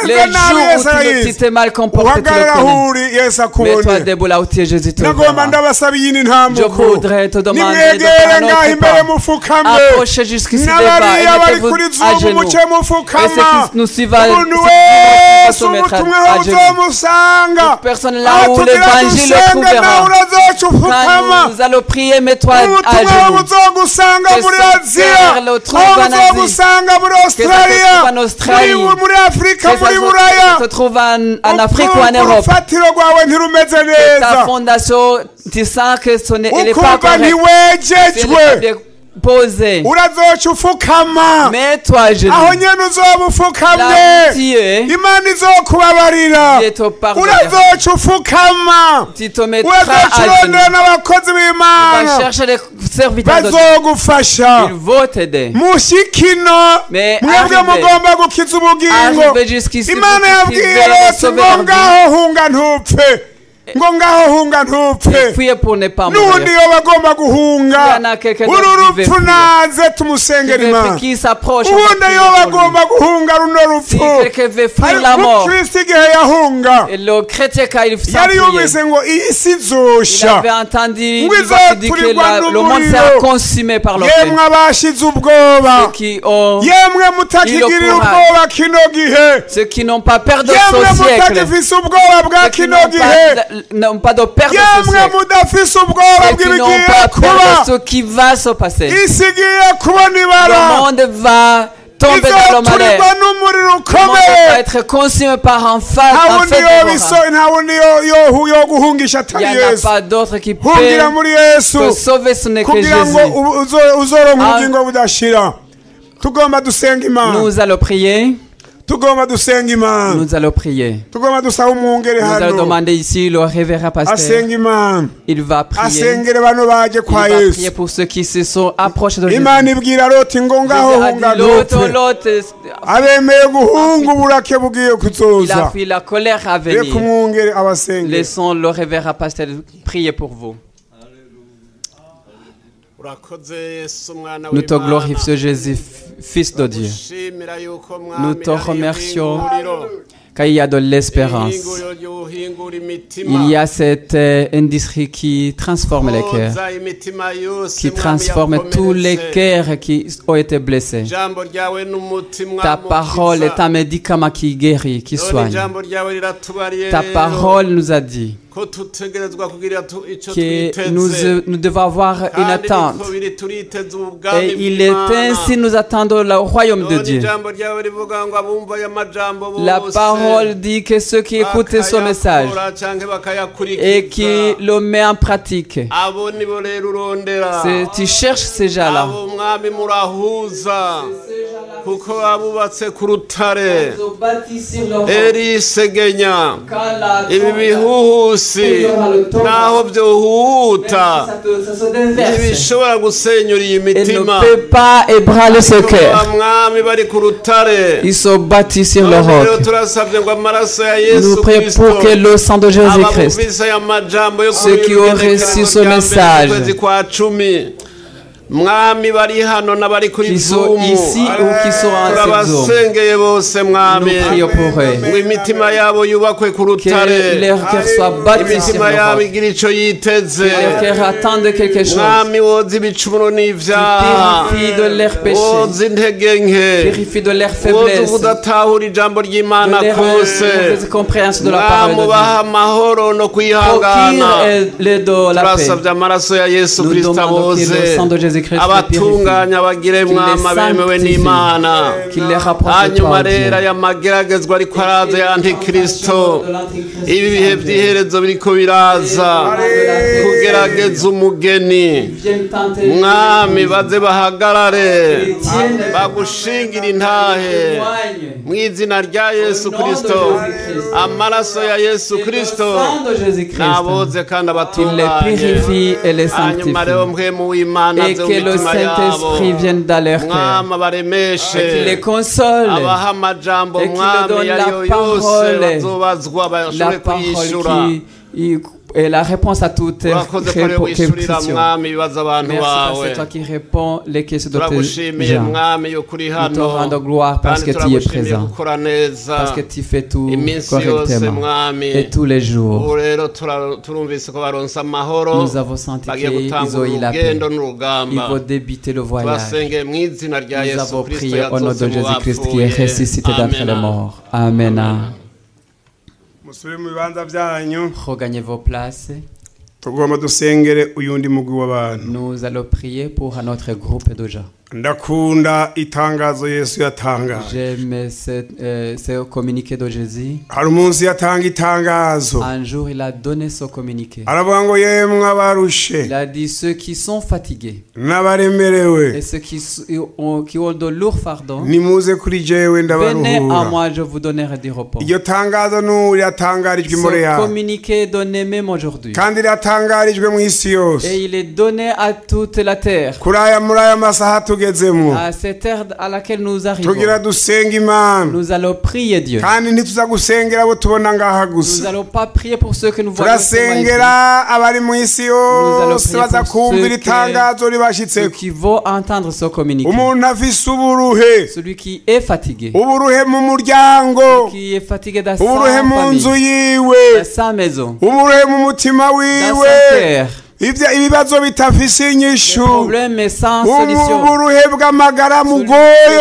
[SPEAKER 2] Les
[SPEAKER 1] wagenze nabi
[SPEAKER 2] jours
[SPEAKER 1] yesi
[SPEAKER 2] où tu- tu
[SPEAKER 1] arayizi
[SPEAKER 2] t'es mal comporté, tu
[SPEAKER 1] uhagarara
[SPEAKER 2] le
[SPEAKER 1] aho
[SPEAKER 2] connais.
[SPEAKER 1] uri yesi
[SPEAKER 2] Mets-toi
[SPEAKER 1] akubone
[SPEAKER 2] debout là où tu es, Jésus te
[SPEAKER 1] nagomba
[SPEAKER 2] verra.
[SPEAKER 1] ndabasaba iyi ni
[SPEAKER 2] Je
[SPEAKER 1] ntambuko
[SPEAKER 2] voudrais te demander de
[SPEAKER 1] nimwegere
[SPEAKER 2] prendre
[SPEAKER 1] ngaho
[SPEAKER 2] notre
[SPEAKER 1] imbere
[SPEAKER 2] part.
[SPEAKER 1] mufukame
[SPEAKER 2] Approchez jusqu'ici des pas et
[SPEAKER 1] n'abariya bari
[SPEAKER 2] mettez-vous
[SPEAKER 1] kuri
[SPEAKER 2] à
[SPEAKER 1] zuba
[SPEAKER 2] genoux.
[SPEAKER 1] umuce
[SPEAKER 2] Et
[SPEAKER 1] mufukama
[SPEAKER 2] ceux qui nous suivent à, ceux qui
[SPEAKER 1] umuntu
[SPEAKER 2] nous suivent
[SPEAKER 1] wese
[SPEAKER 2] se mettre
[SPEAKER 1] ubutumwa
[SPEAKER 2] à, à genoux.
[SPEAKER 1] buzomusanga
[SPEAKER 2] Toute personne là où
[SPEAKER 1] Atubwira
[SPEAKER 2] l'évangile
[SPEAKER 1] dusenge
[SPEAKER 2] trouvera.
[SPEAKER 1] nawe urazoca ufukama
[SPEAKER 2] Quand nous allons prier, mets-toi à
[SPEAKER 1] ubutumwa
[SPEAKER 2] genoux.
[SPEAKER 1] buzogusanga
[SPEAKER 2] Que
[SPEAKER 1] muri
[SPEAKER 2] son
[SPEAKER 1] aziya
[SPEAKER 2] cœur le trouve
[SPEAKER 1] aho
[SPEAKER 2] en Asie.
[SPEAKER 1] buzogusanga muri australia
[SPEAKER 2] trouve en Australie.
[SPEAKER 1] muri- muri afurika
[SPEAKER 2] Que
[SPEAKER 1] muri buraya
[SPEAKER 2] ça se trouve en, en Afrique ou en
[SPEAKER 1] Ukumva
[SPEAKER 2] Europe.
[SPEAKER 1] urufatiro rwawe ntirumeze
[SPEAKER 2] Ta
[SPEAKER 1] neza
[SPEAKER 2] fondation, tu sens que son, elle n'est pas
[SPEAKER 1] ukumva
[SPEAKER 2] correcte. Elle n'est pas
[SPEAKER 1] ntiwegejwe
[SPEAKER 2] bien posée.
[SPEAKER 1] urazoca ufukama
[SPEAKER 2] Mets-toi à genoux.
[SPEAKER 1] aho nyene uzoba
[SPEAKER 2] Là où
[SPEAKER 1] ufukamye
[SPEAKER 2] tu es,
[SPEAKER 1] imana izokubabarira
[SPEAKER 2] Dieu te pardonnera.
[SPEAKER 1] urazoca ufukama
[SPEAKER 2] Tu te mettras
[SPEAKER 1] urazoca
[SPEAKER 2] à genoux.
[SPEAKER 1] urondera n'abakozi
[SPEAKER 2] Tu vas
[SPEAKER 1] b'imana
[SPEAKER 2] chercher les serviteurs de Dieu.
[SPEAKER 1] bazogufasha
[SPEAKER 2] Ils vont t'aider.
[SPEAKER 1] mushikino
[SPEAKER 2] Mais
[SPEAKER 1] mwebwe
[SPEAKER 2] arrivez.
[SPEAKER 1] mugomba gukiza ubugingo
[SPEAKER 2] Arrivez jusqu'ici
[SPEAKER 1] imana
[SPEAKER 2] pour
[SPEAKER 1] yabwiye
[SPEAKER 2] cultiver et
[SPEAKER 1] loti
[SPEAKER 2] sauver
[SPEAKER 1] ngo
[SPEAKER 2] leur vie.
[SPEAKER 1] ngaho hunga ntupfe ngo ngaho hunga ntupfe
[SPEAKER 2] Priez pour ne pas
[SPEAKER 1] n'undi
[SPEAKER 2] mourir.
[SPEAKER 1] yoba agomba guhunga
[SPEAKER 2] Uriya nta keke
[SPEAKER 1] uru
[SPEAKER 2] adafite
[SPEAKER 1] rupfu
[SPEAKER 2] vertu.
[SPEAKER 1] naze tumusengera
[SPEAKER 2] Quelqu'un
[SPEAKER 1] imana
[SPEAKER 2] qui s'approche. on va Oh.
[SPEAKER 1] ubundi
[SPEAKER 2] prier
[SPEAKER 1] yoba
[SPEAKER 2] pour lui.
[SPEAKER 1] agomba guhunga runo
[SPEAKER 2] Si
[SPEAKER 1] rupfu
[SPEAKER 2] quelqu'un veut fuir la
[SPEAKER 1] ariko
[SPEAKER 2] mort,
[SPEAKER 1] kirisi igihe yahunga
[SPEAKER 2] et le chrétien, quand il s'en
[SPEAKER 1] yari
[SPEAKER 2] prier,
[SPEAKER 1] yumvise ngo iyi si
[SPEAKER 2] il
[SPEAKER 1] nzoshya
[SPEAKER 2] avait entendu, il
[SPEAKER 1] Oui,
[SPEAKER 2] va dire que
[SPEAKER 1] Zatuligwa
[SPEAKER 2] la- le monde sera
[SPEAKER 1] n'umuriro.
[SPEAKER 2] consumé par le feu.
[SPEAKER 1] yemwe abashize ubwoba
[SPEAKER 2] Ceux qui ont,
[SPEAKER 1] yemwe mutakigirira
[SPEAKER 2] Ilo kurara.
[SPEAKER 1] ubwoba kino gihe
[SPEAKER 2] ceux qui n'ont pas peur de
[SPEAKER 1] yemwe
[SPEAKER 2] ce siècle,
[SPEAKER 1] mutagifise ubwoba bwa
[SPEAKER 2] ceux qui
[SPEAKER 1] kino
[SPEAKER 2] n'ont
[SPEAKER 1] gihe
[SPEAKER 2] pas, n'ont pas de peur de ce
[SPEAKER 1] yemwe
[SPEAKER 2] siècle,
[SPEAKER 1] mudafise ubwoba
[SPEAKER 2] ceux qui n'ont
[SPEAKER 1] bw'ibigiye
[SPEAKER 2] pas
[SPEAKER 1] kuba
[SPEAKER 2] peur de ce qui va se passer.
[SPEAKER 1] isi igiye kubona ibara
[SPEAKER 2] Le monde va tomber dans le malheur.
[SPEAKER 1] izaturirwa n'umuriro
[SPEAKER 2] Le monde
[SPEAKER 1] ukomeye
[SPEAKER 2] va être consumé par un fa-
[SPEAKER 1] nta
[SPEAKER 2] un
[SPEAKER 1] wundi
[SPEAKER 2] fait
[SPEAKER 1] yo
[SPEAKER 2] dévorant.
[SPEAKER 1] biso- nta wundi yo- yo- yo guhungisha
[SPEAKER 2] Il
[SPEAKER 1] atari
[SPEAKER 2] n'y en a
[SPEAKER 1] yesu
[SPEAKER 2] pas d'autre qui peut
[SPEAKER 1] hungira muri yesu
[SPEAKER 2] te sauver, ce n'est que
[SPEAKER 1] kugira ngo
[SPEAKER 2] Jésus.
[SPEAKER 1] ubu- uzo- uzoronka
[SPEAKER 2] Ah.
[SPEAKER 1] ubugingo budashira tugomba dusenga imana
[SPEAKER 2] Nous allons prier,
[SPEAKER 1] tugomba dusenga imana
[SPEAKER 2] nous allons prier.
[SPEAKER 1] tugomba dusaba umwungeri
[SPEAKER 2] Nous allons
[SPEAKER 1] hano
[SPEAKER 2] demander ici le révérend pasteur.
[SPEAKER 1] asenga imana
[SPEAKER 2] Il va prier.
[SPEAKER 1] asengere bano baje
[SPEAKER 2] Il va
[SPEAKER 1] kwa
[SPEAKER 2] prier
[SPEAKER 1] yesu
[SPEAKER 2] pour ceux qui se sont approchés de Jésus.
[SPEAKER 1] imana ibwira loti ngo
[SPEAKER 2] Jésus
[SPEAKER 1] ngaho
[SPEAKER 2] a
[SPEAKER 1] hunga
[SPEAKER 2] dit, L'autre,
[SPEAKER 1] dupfe
[SPEAKER 2] l'autre,
[SPEAKER 1] abemeye guhunga uburake bugiye
[SPEAKER 2] il a
[SPEAKER 1] kuzoza
[SPEAKER 2] pris la colère à
[SPEAKER 1] reka
[SPEAKER 2] venir.
[SPEAKER 1] umwungeri abasengere
[SPEAKER 2] Laissons le révérend pasteur prier pour vous.
[SPEAKER 3] urakoze yesu mwana
[SPEAKER 2] Nous te
[SPEAKER 3] w'Imana.
[SPEAKER 2] glorifions Jésus, fils de Dieu,
[SPEAKER 3] Shimira yuko
[SPEAKER 2] Nous
[SPEAKER 3] mwami
[SPEAKER 2] te
[SPEAKER 3] ari
[SPEAKER 2] remercions.
[SPEAKER 3] ihinguriro.
[SPEAKER 2] car il y a de l'espérance.
[SPEAKER 3] Ihinguriro ryuhingura imitima.
[SPEAKER 2] Il y a cette euh, industrie qui transforme les cœurs,
[SPEAKER 3] Oza imitima yose
[SPEAKER 2] qui
[SPEAKER 3] mwami
[SPEAKER 2] transforme tous les
[SPEAKER 3] yakomeretse.
[SPEAKER 2] cœurs qui ont été blessés.
[SPEAKER 3] Ijambo ryawe ni umuti, mwami
[SPEAKER 2] Ta parole
[SPEAKER 3] mukiza.
[SPEAKER 2] est un médicament qui guérit, qui
[SPEAKER 3] None
[SPEAKER 2] soigne.
[SPEAKER 3] ijambo ryawe riratubariye
[SPEAKER 2] Ta
[SPEAKER 3] rero
[SPEAKER 2] parole nous a dit
[SPEAKER 3] ko tutegerezwa kugira tu- icyo
[SPEAKER 2] que
[SPEAKER 3] twiteze.
[SPEAKER 2] nous, euh, nous devons avoir une
[SPEAKER 3] Kandi
[SPEAKER 2] attente.
[SPEAKER 3] niko biri, turiteze ubwami
[SPEAKER 2] Et il est
[SPEAKER 3] bw'Imana.
[SPEAKER 2] ainsi nous attendons le royaume de
[SPEAKER 3] None
[SPEAKER 2] Dieu.
[SPEAKER 3] ijambo ryawe rivuga ngo abumva aya majambo
[SPEAKER 2] La
[SPEAKER 3] bose
[SPEAKER 2] parole dit que ceux qui écoutent ce message
[SPEAKER 3] bakayakora canke bakayakurikiza.
[SPEAKER 2] et qui le mettent en pratique,
[SPEAKER 3] abo ni bo rero urondera
[SPEAKER 2] c'est- tu cherches ces gens-là.
[SPEAKER 3] abo mwami murahuza kuko abubatse ku rutare eri segenya ibi bihuhusi naho byohuta ntibishobora gusenyura iyi
[SPEAKER 2] Et ne
[SPEAKER 3] mitima
[SPEAKER 2] peut pas ébranler ce
[SPEAKER 3] Kuko
[SPEAKER 2] cœur.
[SPEAKER 3] mwami bari ku rutare
[SPEAKER 2] Ils se bâtissent sur le
[SPEAKER 3] None rero
[SPEAKER 2] roc.
[SPEAKER 3] turasabye ngo amaraso ya
[SPEAKER 2] Nous
[SPEAKER 3] yesu
[SPEAKER 2] prions pour que
[SPEAKER 3] kirisito
[SPEAKER 2] le sang de Jésus-Christ
[SPEAKER 3] ababumvise aya majambo yo
[SPEAKER 2] Ceux qui ont reçu ce message.
[SPEAKER 3] kwezi kwa cumi mwami bari hano n'abari kuri
[SPEAKER 2] qui sont
[SPEAKER 3] zumu
[SPEAKER 2] ici ou qui sont en cette zone.
[SPEAKER 3] turabasengeye bose mwami
[SPEAKER 2] Nous prions pour eux.
[SPEAKER 3] ngo imitima yabo yubakwe ku
[SPEAKER 2] Que
[SPEAKER 3] rutare
[SPEAKER 2] leur cœur soit bâti sur
[SPEAKER 3] imitima
[SPEAKER 2] le
[SPEAKER 3] yabo
[SPEAKER 2] roc.
[SPEAKER 3] igira icyo yiteze
[SPEAKER 2] Que leur cœur attende quelque chose.
[SPEAKER 3] e mwami woza ibicumuro n'ibyaha
[SPEAKER 2] Purifie de
[SPEAKER 3] Oh,
[SPEAKER 2] leur péché.
[SPEAKER 3] woza intege nke
[SPEAKER 2] Purifie de leur
[SPEAKER 3] woza
[SPEAKER 2] faiblesse. De
[SPEAKER 3] ubudatahura ijambo ry'imana
[SPEAKER 2] leur
[SPEAKER 3] kose
[SPEAKER 2] mauvaise compréhension de la parole de
[SPEAKER 3] mwamubaha
[SPEAKER 2] Dieu.
[SPEAKER 3] amahoro no kwihangana
[SPEAKER 2] Procure les deux la paix.
[SPEAKER 3] turasabye amaraso ya yesu
[SPEAKER 2] Nous
[SPEAKER 3] kirisita
[SPEAKER 2] demandons que le
[SPEAKER 3] boze
[SPEAKER 2] sang de Jésus-Christ les purifie.
[SPEAKER 3] abatunganya bagire
[SPEAKER 2] Qu'il les
[SPEAKER 3] mwama bemewe n'imana
[SPEAKER 2] sanctifie. Qu'il les rapproche de toi,
[SPEAKER 3] hanyuma rero
[SPEAKER 2] Dieu.
[SPEAKER 3] aya mageragezwa ariko araza ya antikristo ibi bihe by'iherezo biriko biraza kugerageza umugeni mwami baze bahagarare bagushingire intahe mu izina rya yesu kirisito amaraso ya yesu kirisito naboze kandi
[SPEAKER 2] Il les
[SPEAKER 3] abatunganye
[SPEAKER 2] purifie et les
[SPEAKER 3] hanyuma rero
[SPEAKER 2] sanctifie.
[SPEAKER 3] mpwemu w'imana
[SPEAKER 2] Et
[SPEAKER 3] nze
[SPEAKER 2] que le
[SPEAKER 3] mumitima yabo
[SPEAKER 2] Saint-Esprit vienne dans leur cœur.
[SPEAKER 3] mwami abaremeshe
[SPEAKER 2] Qu'il les console.
[SPEAKER 3] abaha amajambo
[SPEAKER 2] Et qu'il
[SPEAKER 3] mwami
[SPEAKER 2] leur donne la
[SPEAKER 3] yariyo yose
[SPEAKER 2] parole.
[SPEAKER 3] bazobazwa
[SPEAKER 2] La
[SPEAKER 3] bashobore kuyishura
[SPEAKER 2] parole qui est la réponse à toutes les
[SPEAKER 3] urakoze ko ariwe wishyurira
[SPEAKER 2] questions.
[SPEAKER 3] mwami ibibazo abantu
[SPEAKER 2] Merci parce
[SPEAKER 3] bawe
[SPEAKER 2] que c'est toi qui réponds les questions de tes
[SPEAKER 3] turagushimiye
[SPEAKER 2] gens.
[SPEAKER 3] mwami yo kuri hano
[SPEAKER 2] te rendons gloire parce
[SPEAKER 3] kandi
[SPEAKER 2] que tu y es
[SPEAKER 3] turagushimiye
[SPEAKER 2] présent.
[SPEAKER 3] gukora neza
[SPEAKER 2] Parce que tu fais tout
[SPEAKER 3] iminsi yose
[SPEAKER 2] correctement.
[SPEAKER 3] mwami
[SPEAKER 2] Et tous les jours,
[SPEAKER 3] ubu rero tura- turumvise ko baronse amahoro
[SPEAKER 2] Oh. nous avons senti
[SPEAKER 3] bagiye
[SPEAKER 2] qu'ils ont
[SPEAKER 3] gutangura
[SPEAKER 2] eu la paix.
[SPEAKER 3] urugendo
[SPEAKER 2] Ils
[SPEAKER 3] n'urugamba
[SPEAKER 2] vont débiter le voyage.
[SPEAKER 3] turasengeye mu izina rya
[SPEAKER 2] Nous
[SPEAKER 3] yesu
[SPEAKER 2] avons
[SPEAKER 3] kirisito
[SPEAKER 2] prié au nom
[SPEAKER 3] yazutse
[SPEAKER 2] de
[SPEAKER 3] mu
[SPEAKER 2] Jésus-Christ qui
[SPEAKER 3] bapfuye.
[SPEAKER 2] est ressuscité d'entre les
[SPEAKER 3] Amen. hein.
[SPEAKER 2] morts. Amen. hein.
[SPEAKER 1] musubire mu bibanza byanyu
[SPEAKER 2] Regagnez vos places.
[SPEAKER 1] tugomba dusengere uyundi mugwi w'abantu
[SPEAKER 2] Nous allons prier pour un autre groupe de gens.
[SPEAKER 1] ndakunda itangazo yesu yatangaje
[SPEAKER 2] J'aime ce, euh, ce communiqué de Jésus.
[SPEAKER 1] hari umunsi yatanga itangazo
[SPEAKER 2] Un jour, il a donné ce communiqué.
[SPEAKER 1] aravuga ngo yemwe abarushe
[SPEAKER 2] Il a dit ceux qui sont fatigués et
[SPEAKER 1] n'abaremerewe
[SPEAKER 2] ceux qui, s- ont, qui ont de lourds fardeaux,
[SPEAKER 1] nimuze kuri jewe
[SPEAKER 2] venez à
[SPEAKER 1] ndabaruhura
[SPEAKER 2] moi, je vous donnerai du repos.
[SPEAKER 1] iryo tangazo n'ubu riratangarijwe i
[SPEAKER 2] Ce
[SPEAKER 1] moreya
[SPEAKER 2] communiqué est donné même aujourd'hui.
[SPEAKER 1] kandi riratangarijwe mu isi yose
[SPEAKER 2] Et il est donné à toute la terre.
[SPEAKER 1] kuri aya muri aya masaha tugezemo
[SPEAKER 2] à cette ère à laquelle nous arrivons,
[SPEAKER 1] tugira dusenge imana
[SPEAKER 2] nous allons prier Dieu.
[SPEAKER 1] kandi ntituzagusengera abo tubona ngaha
[SPEAKER 2] Nous
[SPEAKER 1] gusa
[SPEAKER 2] n'allons pas prier pour ceux que nous voyons. seulement ici.
[SPEAKER 1] turasengera abari mu isi yose
[SPEAKER 2] Nous allons prier
[SPEAKER 1] baza
[SPEAKER 2] pour
[SPEAKER 1] kumvira
[SPEAKER 2] ceux que-
[SPEAKER 1] itangazo
[SPEAKER 2] Ceux
[SPEAKER 1] ribashyitseko
[SPEAKER 2] qui vont entendre ce communiqué.
[SPEAKER 1] umuntu afise uburuhe
[SPEAKER 2] Celui qui est fatigué.
[SPEAKER 1] uburuhe mu muryango
[SPEAKER 2] Qui est fatigué dans sa
[SPEAKER 1] uburuhe mu
[SPEAKER 2] famille,
[SPEAKER 1] nzu yiwe
[SPEAKER 2] dans sa maison,
[SPEAKER 1] uburuhe mu mutima
[SPEAKER 2] dans
[SPEAKER 1] wiwe
[SPEAKER 2] sa terre.
[SPEAKER 1] Ibya- ibibazo bitafise inyishu
[SPEAKER 2] Problème mais sans
[SPEAKER 1] ubu-
[SPEAKER 2] solution.
[SPEAKER 1] uburuhe bw'amagara
[SPEAKER 2] Celui qui
[SPEAKER 1] mugoye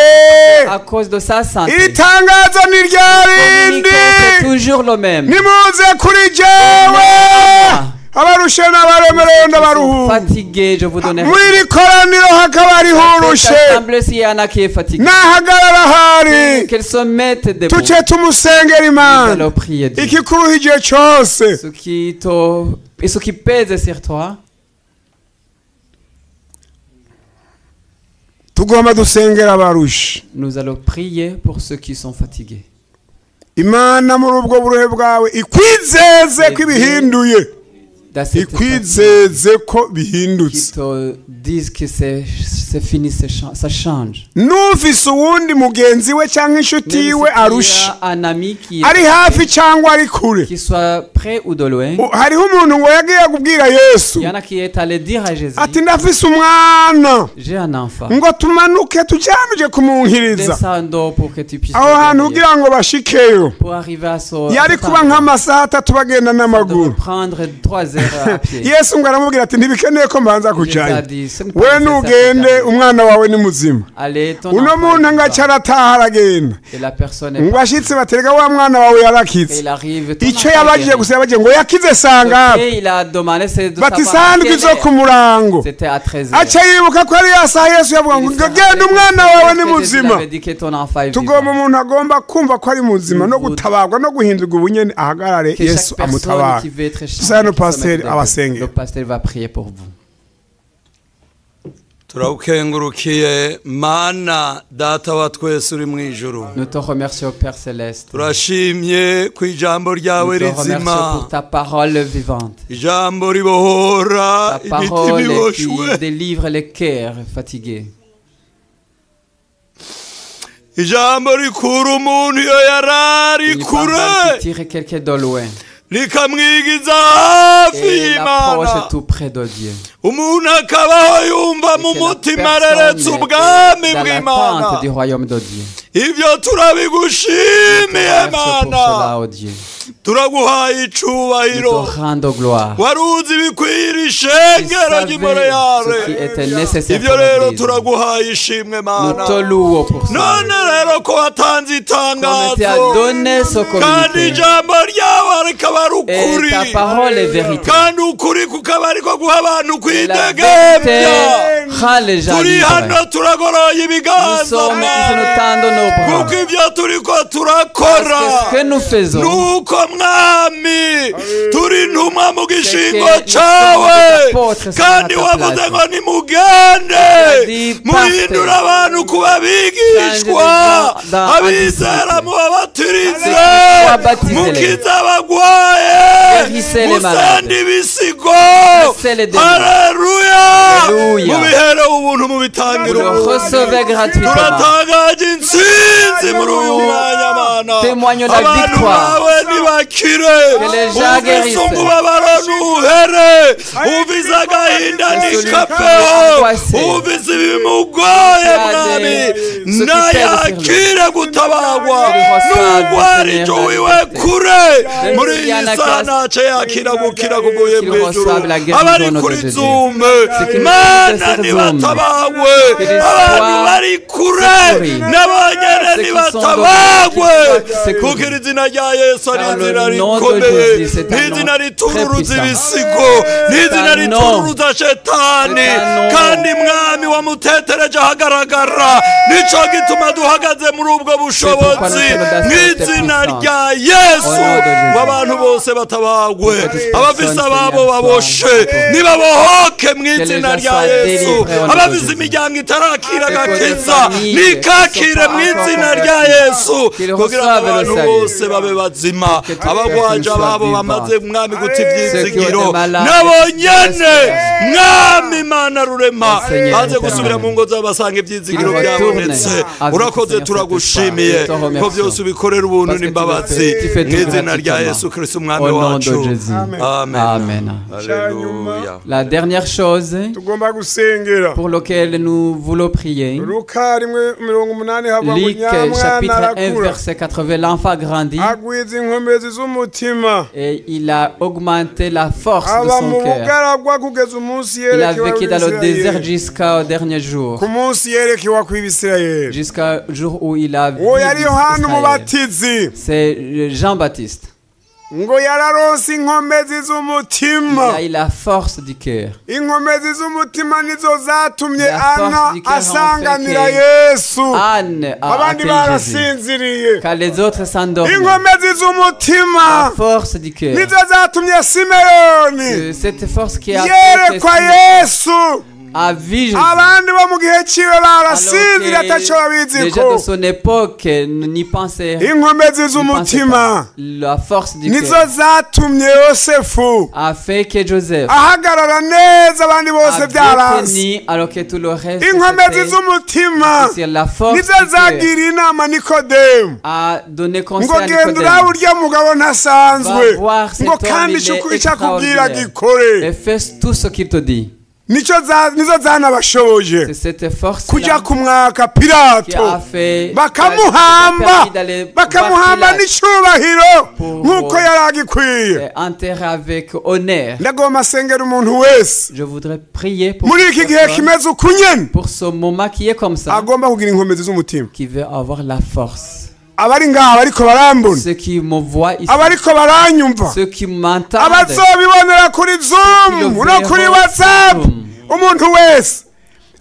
[SPEAKER 2] est À cause de sa santé.
[SPEAKER 1] iri tangazo ni rya
[SPEAKER 2] Communiquer,
[SPEAKER 1] rindi
[SPEAKER 2] C'est toujours le même.
[SPEAKER 1] nimuze kuri jewe abarushe n'abaremerewe
[SPEAKER 2] Ils sont
[SPEAKER 1] n'abaruhuka
[SPEAKER 2] fatigués, je vous donnerai.
[SPEAKER 1] muri iri koraniro hakaba hariho
[SPEAKER 2] Dans cette
[SPEAKER 1] urushe
[SPEAKER 2] assemblée, s'il y en a qui est fatigué,
[SPEAKER 1] nahagarara hari
[SPEAKER 2] qu'elle se mette debout.
[SPEAKER 1] tuce tumusengera
[SPEAKER 2] Nous
[SPEAKER 1] imana
[SPEAKER 2] allons prier Dieu.
[SPEAKER 1] ikikuruha igihe cyose
[SPEAKER 2] Ce qui te- et ce qui pèse sur toi,
[SPEAKER 1] tugomba dusengera abarushe
[SPEAKER 2] nous allons prier pour ceux qui sont fatigués.
[SPEAKER 1] imana muri ubwo buruhe bwawe ikwizeze ko ibihinduye
[SPEAKER 2] Dans cette
[SPEAKER 1] ikwizeze ko
[SPEAKER 2] qui
[SPEAKER 1] bihindutse
[SPEAKER 2] te disent que c'est c'est fini, ça cha- ça change.
[SPEAKER 1] n'ufise uwundi mugenzi we cyangwa inshuti
[SPEAKER 2] Même
[SPEAKER 1] yiwe
[SPEAKER 2] s'il y a
[SPEAKER 1] arusha
[SPEAKER 2] un ami qui,
[SPEAKER 1] ari hafi cyangwa ari kure
[SPEAKER 2] qui soit près ou de loin,
[SPEAKER 1] U- hariho umuntu ngo yagiye kubwira yesu
[SPEAKER 2] il y en a qui est allé dire à Jésus,
[SPEAKER 1] ati ndafise umwana
[SPEAKER 2] j'ai un enfant.
[SPEAKER 1] ngo tumanuke tujyane uje kumunkiriza
[SPEAKER 2] Descends pour que tu puisses
[SPEAKER 1] aho hantu
[SPEAKER 2] le guérir.
[SPEAKER 1] kugira ngo bashikeyo
[SPEAKER 2] pour arriver à ce
[SPEAKER 1] yari
[SPEAKER 2] cet
[SPEAKER 1] kuba
[SPEAKER 2] endroit,
[SPEAKER 1] nk'amasaha atatu bagenda n'amaguru
[SPEAKER 2] de prendre trois heures à pied.
[SPEAKER 1] yesu ngo aramubwira ati ntibikeneye ko mbanza
[SPEAKER 2] Jésus a
[SPEAKER 1] kujyayo
[SPEAKER 2] dit, ce n'est pas
[SPEAKER 1] we
[SPEAKER 2] nécessaire
[SPEAKER 1] ntugende
[SPEAKER 2] d'aller.
[SPEAKER 1] umwana wawe ni muzima
[SPEAKER 2] Allez, ton
[SPEAKER 1] uno
[SPEAKER 2] enfant
[SPEAKER 1] muntu
[SPEAKER 2] est vivant.
[SPEAKER 1] agaca arataha aragenda
[SPEAKER 2] Et la personne est
[SPEAKER 1] ngo
[SPEAKER 2] partie.
[SPEAKER 1] bashyitsi baterega wa mwana wawe
[SPEAKER 2] Et
[SPEAKER 1] yarakize
[SPEAKER 2] il arrive. ton
[SPEAKER 1] icyo
[SPEAKER 2] enfant
[SPEAKER 1] yabajije
[SPEAKER 2] guéri.
[SPEAKER 1] gusa yabagiye ngo yakize
[SPEAKER 2] Ce
[SPEAKER 1] sanga
[SPEAKER 2] que il a demandé, c'est de
[SPEAKER 1] bati
[SPEAKER 2] savoir
[SPEAKER 1] sandwi
[SPEAKER 2] quelle
[SPEAKER 1] zo ku
[SPEAKER 2] heure.
[SPEAKER 1] murango
[SPEAKER 2] C'était à 13 heures.
[SPEAKER 1] aca yibuka ko ariyo saha yesu yavuga ngo
[SPEAKER 2] Il s'est
[SPEAKER 1] genda
[SPEAKER 2] rappelé
[SPEAKER 1] umwana
[SPEAKER 2] que
[SPEAKER 1] wawe ni
[SPEAKER 2] Jésus
[SPEAKER 1] muzima
[SPEAKER 2] avait dit que ton enfant est
[SPEAKER 1] tugomba
[SPEAKER 2] vivant.
[SPEAKER 1] umuntu agomba kumva ko ari muzima no gutabagwa no guhindurwa ubunyene ahagarare
[SPEAKER 2] Que
[SPEAKER 1] yesu
[SPEAKER 2] chaque personne
[SPEAKER 1] amutabare
[SPEAKER 2] qui veut être changée,
[SPEAKER 1] Tusaba no
[SPEAKER 2] qui se mette
[SPEAKER 1] pasteur
[SPEAKER 2] debout.
[SPEAKER 1] abasenge.
[SPEAKER 2] Le pasteur va prier pour vous.
[SPEAKER 4] turabukengurukiye mana data wa twese uri mu ijuru
[SPEAKER 2] Nous te remercions, Père Céleste. Nous
[SPEAKER 4] turashimye ku ijambo ryawe
[SPEAKER 2] te remercions
[SPEAKER 4] rizima
[SPEAKER 2] pour ta parole vivante.
[SPEAKER 4] ijambo
[SPEAKER 2] Ta
[SPEAKER 4] ribohora ibiti
[SPEAKER 2] parole qui
[SPEAKER 4] biboshwe
[SPEAKER 2] délivre les cœurs fatigués.
[SPEAKER 4] ijambo rikura umuntu iyo yari ari
[SPEAKER 2] Une parole qui
[SPEAKER 4] kure
[SPEAKER 2] tire quelqu'un de loin
[SPEAKER 4] rikamwigiza hafi
[SPEAKER 2] et l'approche
[SPEAKER 4] y'imana
[SPEAKER 2] tout près de Dieu.
[SPEAKER 4] umuntu akabaho yumva mu
[SPEAKER 2] Et que la
[SPEAKER 4] mutima
[SPEAKER 2] personne
[SPEAKER 4] areretse
[SPEAKER 2] était
[SPEAKER 4] ubwami
[SPEAKER 2] dans
[SPEAKER 4] bw'imana
[SPEAKER 2] l'attente du royaume de Dieu.
[SPEAKER 4] ibyo turabigushimiye
[SPEAKER 2] Merci pour cela,
[SPEAKER 4] mana
[SPEAKER 2] oh Dieu.
[SPEAKER 4] turaguhaye
[SPEAKER 2] Nous
[SPEAKER 4] icubahiro
[SPEAKER 2] te rendons gloire.
[SPEAKER 4] wari uzi
[SPEAKER 2] Tu
[SPEAKER 4] ibikwiriye ishengero
[SPEAKER 2] savais
[SPEAKER 4] ry'imboro yawe
[SPEAKER 2] ce qui était nécessaire
[SPEAKER 4] ibyo rero
[SPEAKER 2] pour l'Église.
[SPEAKER 4] turaguhaye ishimwe mana
[SPEAKER 2] Nous te louons pour ça.
[SPEAKER 4] none rero ko watanze
[SPEAKER 2] Qu'on t'a
[SPEAKER 4] itangazo
[SPEAKER 2] donné ce
[SPEAKER 4] kandi
[SPEAKER 2] communiqué.
[SPEAKER 4] ijambo ryawe rikaba ari
[SPEAKER 2] Et
[SPEAKER 4] ukuri
[SPEAKER 2] ta parole est vérité.
[SPEAKER 4] kandi ukuri kukaba ariko guha
[SPEAKER 2] La
[SPEAKER 4] abantu
[SPEAKER 2] vérité
[SPEAKER 4] kwidegemvya
[SPEAKER 2] rend les gens
[SPEAKER 4] turi hano
[SPEAKER 2] libres.
[SPEAKER 4] turagoroye
[SPEAKER 2] Nous
[SPEAKER 4] ibiganza
[SPEAKER 2] sommes ici, nous
[SPEAKER 4] mana
[SPEAKER 2] tendons nos bras.
[SPEAKER 4] kuko ibyo turiko
[SPEAKER 2] Parce
[SPEAKER 4] turakora
[SPEAKER 2] que ce que nous faisons,
[SPEAKER 4] nuko mwami turi intumwa mu gishingo
[SPEAKER 2] Teke-
[SPEAKER 4] cyawe
[SPEAKER 2] Teke- Apotre
[SPEAKER 4] kandi
[SPEAKER 2] Samantha
[SPEAKER 4] wavuze
[SPEAKER 2] Plaza.
[SPEAKER 4] ngo nimugende
[SPEAKER 2] Dit
[SPEAKER 4] muhindure
[SPEAKER 2] partez.
[SPEAKER 4] abantu kuba abigishwa
[SPEAKER 2] Changez les gens dans-
[SPEAKER 4] abizera
[SPEAKER 2] dans-
[SPEAKER 4] mubabatirize
[SPEAKER 2] Babatizele.
[SPEAKER 4] mukize abagwaye
[SPEAKER 2] Guérissez les
[SPEAKER 4] musende
[SPEAKER 2] malades.
[SPEAKER 4] ibisigo
[SPEAKER 2] Chassez les démons.
[SPEAKER 4] haleluya
[SPEAKER 2] Alléluia.
[SPEAKER 4] mubihere ubuntu
[SPEAKER 2] vous
[SPEAKER 4] mubitangire
[SPEAKER 2] le recevez gratuitement.
[SPEAKER 4] turataga insinzi muri uyu mwanya mana
[SPEAKER 2] Témoigne la
[SPEAKER 4] abantu
[SPEAKER 2] victoire.
[SPEAKER 4] bawe ntibakire
[SPEAKER 2] Que les gens
[SPEAKER 4] uvise
[SPEAKER 2] guérissent.
[SPEAKER 4] umubabaro ntuhere uvise agahinda ntikapeho
[SPEAKER 2] angoissé.
[SPEAKER 4] uvise ibimugoye
[SPEAKER 2] Regardez
[SPEAKER 4] mwami
[SPEAKER 2] ce qui pèse
[SPEAKER 4] nayakire gutabagwa
[SPEAKER 2] Qu'il reçoive,
[SPEAKER 4] n'ugwara
[SPEAKER 2] Seigneur,
[SPEAKER 4] icyo
[SPEAKER 2] la
[SPEAKER 4] wiwe
[SPEAKER 2] liberté.
[SPEAKER 4] kure
[SPEAKER 2] Même
[SPEAKER 4] muri
[SPEAKER 2] s'il y
[SPEAKER 4] iyi
[SPEAKER 2] en a grâce,
[SPEAKER 4] saha ntacyo yakira gukira kuvuye
[SPEAKER 2] Qu'il
[SPEAKER 4] mu ijuru
[SPEAKER 2] reçoive la guérison
[SPEAKER 4] abari
[SPEAKER 2] au nom
[SPEAKER 4] kuri
[SPEAKER 2] de Jésus.
[SPEAKER 4] zume
[SPEAKER 2] C'est qu'il
[SPEAKER 4] mana
[SPEAKER 2] puisse être
[SPEAKER 4] nibatabagwa bawe
[SPEAKER 2] Que les
[SPEAKER 4] abantu
[SPEAKER 2] soirs
[SPEAKER 4] bari kure
[SPEAKER 2] s'écoulent.
[SPEAKER 4] n'abanyene
[SPEAKER 2] Ceux qui
[SPEAKER 4] ntibatabagwe
[SPEAKER 2] sont dans- s'écoulent.
[SPEAKER 4] kuko iri zina rya yesu ari
[SPEAKER 2] Car le
[SPEAKER 4] izina
[SPEAKER 2] nom de
[SPEAKER 4] rikomeye
[SPEAKER 2] Jésus, c'est un
[SPEAKER 4] ni izina
[SPEAKER 2] nom
[SPEAKER 4] ritururuza
[SPEAKER 2] très puissant.
[SPEAKER 4] ibisigo ni izina
[SPEAKER 2] un
[SPEAKER 4] ritururuza shetani
[SPEAKER 2] C'est un nom.
[SPEAKER 4] kandi mwami wamutetereje ahagaragara nico gituma duhagaze muri ubwo bushobozi
[SPEAKER 2] C'est pourquoi nous sommes dans cette
[SPEAKER 4] mu izina
[SPEAKER 2] puissance.
[SPEAKER 4] rya yesu
[SPEAKER 2] Au nom de Jésus.
[SPEAKER 4] w'abantu bose bose batabagwe
[SPEAKER 2] Amen.
[SPEAKER 4] abafise ababo
[SPEAKER 2] Amen.
[SPEAKER 4] baboshe nibabohoke mu izina
[SPEAKER 2] les
[SPEAKER 4] rya
[SPEAKER 2] gens soient
[SPEAKER 4] yesu
[SPEAKER 2] délivrés au nom
[SPEAKER 4] abafise
[SPEAKER 2] de Jésus.
[SPEAKER 4] imiryango itarakira
[SPEAKER 2] Que
[SPEAKER 4] agakiza
[SPEAKER 2] les familles
[SPEAKER 4] nikakire mu
[SPEAKER 2] soient
[SPEAKER 4] izina
[SPEAKER 2] encore
[SPEAKER 4] rya
[SPEAKER 2] converties.
[SPEAKER 4] yesu
[SPEAKER 2] Qu'ils
[SPEAKER 4] kugira ngo
[SPEAKER 2] reçoivent le
[SPEAKER 4] abantu
[SPEAKER 2] salut.
[SPEAKER 4] bose babe bazima
[SPEAKER 2] Que toutes les
[SPEAKER 4] abagwanja
[SPEAKER 2] personnes
[SPEAKER 4] babo
[SPEAKER 2] soient
[SPEAKER 4] bamaze
[SPEAKER 2] vivantes.
[SPEAKER 4] mwami guta ibyizigiro
[SPEAKER 2] Ceux qui ont été malades,
[SPEAKER 4] nabo
[SPEAKER 2] que Dieu
[SPEAKER 4] nyene
[SPEAKER 2] les
[SPEAKER 4] mwami mana rurema
[SPEAKER 2] Seigneur
[SPEAKER 4] baze
[SPEAKER 2] éternel.
[SPEAKER 4] gusubira mu ngo z'abasanga ibyizigiro
[SPEAKER 2] Qu'ils
[SPEAKER 4] byabonetse
[SPEAKER 2] retournent.
[SPEAKER 4] urakoze
[SPEAKER 2] Avec
[SPEAKER 4] turagushimiye
[SPEAKER 2] Seigneur, cette foi. Nous t'en
[SPEAKER 4] ko byose ubikorera ubuntu
[SPEAKER 2] Parce que tu
[SPEAKER 4] n'imbabazi
[SPEAKER 2] l'as fait. Tu fais tout
[SPEAKER 4] mu izina
[SPEAKER 2] gratuitement.
[SPEAKER 4] rya yesu kirisiti umwami
[SPEAKER 2] Au nom
[SPEAKER 4] wacu
[SPEAKER 2] de Jésus. Amen.
[SPEAKER 4] amen
[SPEAKER 2] Amen.
[SPEAKER 4] Alléluia.
[SPEAKER 2] La dernière chose
[SPEAKER 1] tugomba gusengera
[SPEAKER 2] pour laquelle nous voulons prier,
[SPEAKER 1] luka rimwe mirongo umunani havugwa ngo
[SPEAKER 2] Luc euh,
[SPEAKER 1] nyamwana
[SPEAKER 2] chapitre 1
[SPEAKER 1] arakura
[SPEAKER 2] verset 80, l'enfant grandit
[SPEAKER 1] agwiza inkomezi z'umutima
[SPEAKER 2] et il a augmenté la force de
[SPEAKER 1] aba mu
[SPEAKER 2] son cœur.
[SPEAKER 1] bugaragwa kugeza umunsi
[SPEAKER 2] Il a
[SPEAKER 1] yerekewe
[SPEAKER 2] vécu dans le désert
[SPEAKER 1] abisirayeli
[SPEAKER 2] jusqu'au dernier jour,
[SPEAKER 1] ku munsi yerekewe kw'ibisirayeli
[SPEAKER 2] jusqu'au jour où Oh, il a vu
[SPEAKER 1] uwo yari yohani
[SPEAKER 2] Israël.
[SPEAKER 1] umubatizi
[SPEAKER 2] C'est euh, Jean-Baptiste.
[SPEAKER 1] ngo yararonse inkomezi
[SPEAKER 2] Il
[SPEAKER 1] z'umutima
[SPEAKER 2] a eu la force du cœur.
[SPEAKER 1] inkomezi z'umutima nizo zatumye
[SPEAKER 2] La force
[SPEAKER 1] ana
[SPEAKER 2] du cœur
[SPEAKER 1] asanganira
[SPEAKER 2] en fait
[SPEAKER 1] yesu
[SPEAKER 2] Anne a
[SPEAKER 1] abandi
[SPEAKER 2] accueilli Jésus.
[SPEAKER 1] barasinziriye
[SPEAKER 2] Car les autres s'endorment.
[SPEAKER 1] inkomezi z'umutima
[SPEAKER 2] La force du cœur.
[SPEAKER 1] nizo zatumye simeyoni
[SPEAKER 2] Euh, Cette force qui a fait
[SPEAKER 1] yerekwa yesu
[SPEAKER 2] à vie Jésus.
[SPEAKER 1] abandi bo mu gihe cyiwe
[SPEAKER 2] Ah, Alors
[SPEAKER 1] barasinziriye atacyo
[SPEAKER 2] que les gens de
[SPEAKER 1] babiziko
[SPEAKER 2] son époque euh, n'y pensaient n'y
[SPEAKER 1] inkomezi
[SPEAKER 2] pensaient
[SPEAKER 1] z'umutima
[SPEAKER 2] pas. La force du
[SPEAKER 1] nizo
[SPEAKER 2] cœur
[SPEAKER 1] zatumye yosefu
[SPEAKER 2] a fait que
[SPEAKER 1] Ah,
[SPEAKER 2] Joseph
[SPEAKER 1] ahagarara neza abandi bose
[SPEAKER 2] a
[SPEAKER 1] byaranze
[SPEAKER 2] détenu alors que tout le reste
[SPEAKER 1] inkomezi
[SPEAKER 2] c'était
[SPEAKER 1] z'umutima
[SPEAKER 2] sur la force
[SPEAKER 1] nizo
[SPEAKER 2] du cœur
[SPEAKER 1] zagiriye inama nikodemu
[SPEAKER 2] a donné
[SPEAKER 1] ngo
[SPEAKER 2] conseil à
[SPEAKER 1] genda urabe
[SPEAKER 2] Nicodème
[SPEAKER 1] urya mugabo ntasanzwe
[SPEAKER 2] Va voir cet
[SPEAKER 1] ngo
[SPEAKER 2] homme,
[SPEAKER 1] kandi
[SPEAKER 2] il est
[SPEAKER 1] icyo- icyo akubwira
[SPEAKER 2] extraordinaire. et
[SPEAKER 1] gikore
[SPEAKER 2] fais tout ce qu'il te dit.
[SPEAKER 1] nicyo za- nizo
[SPEAKER 2] C'est
[SPEAKER 1] zanabashoboye
[SPEAKER 2] cette force
[SPEAKER 1] kujya kumwaka
[SPEAKER 2] qui a
[SPEAKER 1] pilato
[SPEAKER 2] fait
[SPEAKER 1] bakamuhamba
[SPEAKER 2] qui a permis d'aller
[SPEAKER 1] bakamuhamba
[SPEAKER 2] voir Pilate
[SPEAKER 1] n'icyubahiro
[SPEAKER 2] Pour-
[SPEAKER 1] nk'uko yari agikwiye
[SPEAKER 2] et enterrer avec honneur.
[SPEAKER 1] ndagomba asengera umuntu wese
[SPEAKER 2] Je voudrais prier pour,
[SPEAKER 1] muri
[SPEAKER 2] cette
[SPEAKER 1] iki gihe
[SPEAKER 2] personne,
[SPEAKER 1] kimeze uku nyine
[SPEAKER 2] pour ce moment qui est comme ça,
[SPEAKER 1] agomba kugira inkomezi z'umutima
[SPEAKER 2] qui veut avoir la force.
[SPEAKER 1] abari ngaha abariko barambona
[SPEAKER 2] Ceux qui me voient ici,
[SPEAKER 1] abariko baranyumva
[SPEAKER 2] ceux qui
[SPEAKER 1] Ah, bah,
[SPEAKER 2] m'entendent,
[SPEAKER 1] abazobibonera kuri zoom no
[SPEAKER 2] Kilo zero
[SPEAKER 1] kuri whatsapp
[SPEAKER 2] Zoom.
[SPEAKER 1] umuntu wese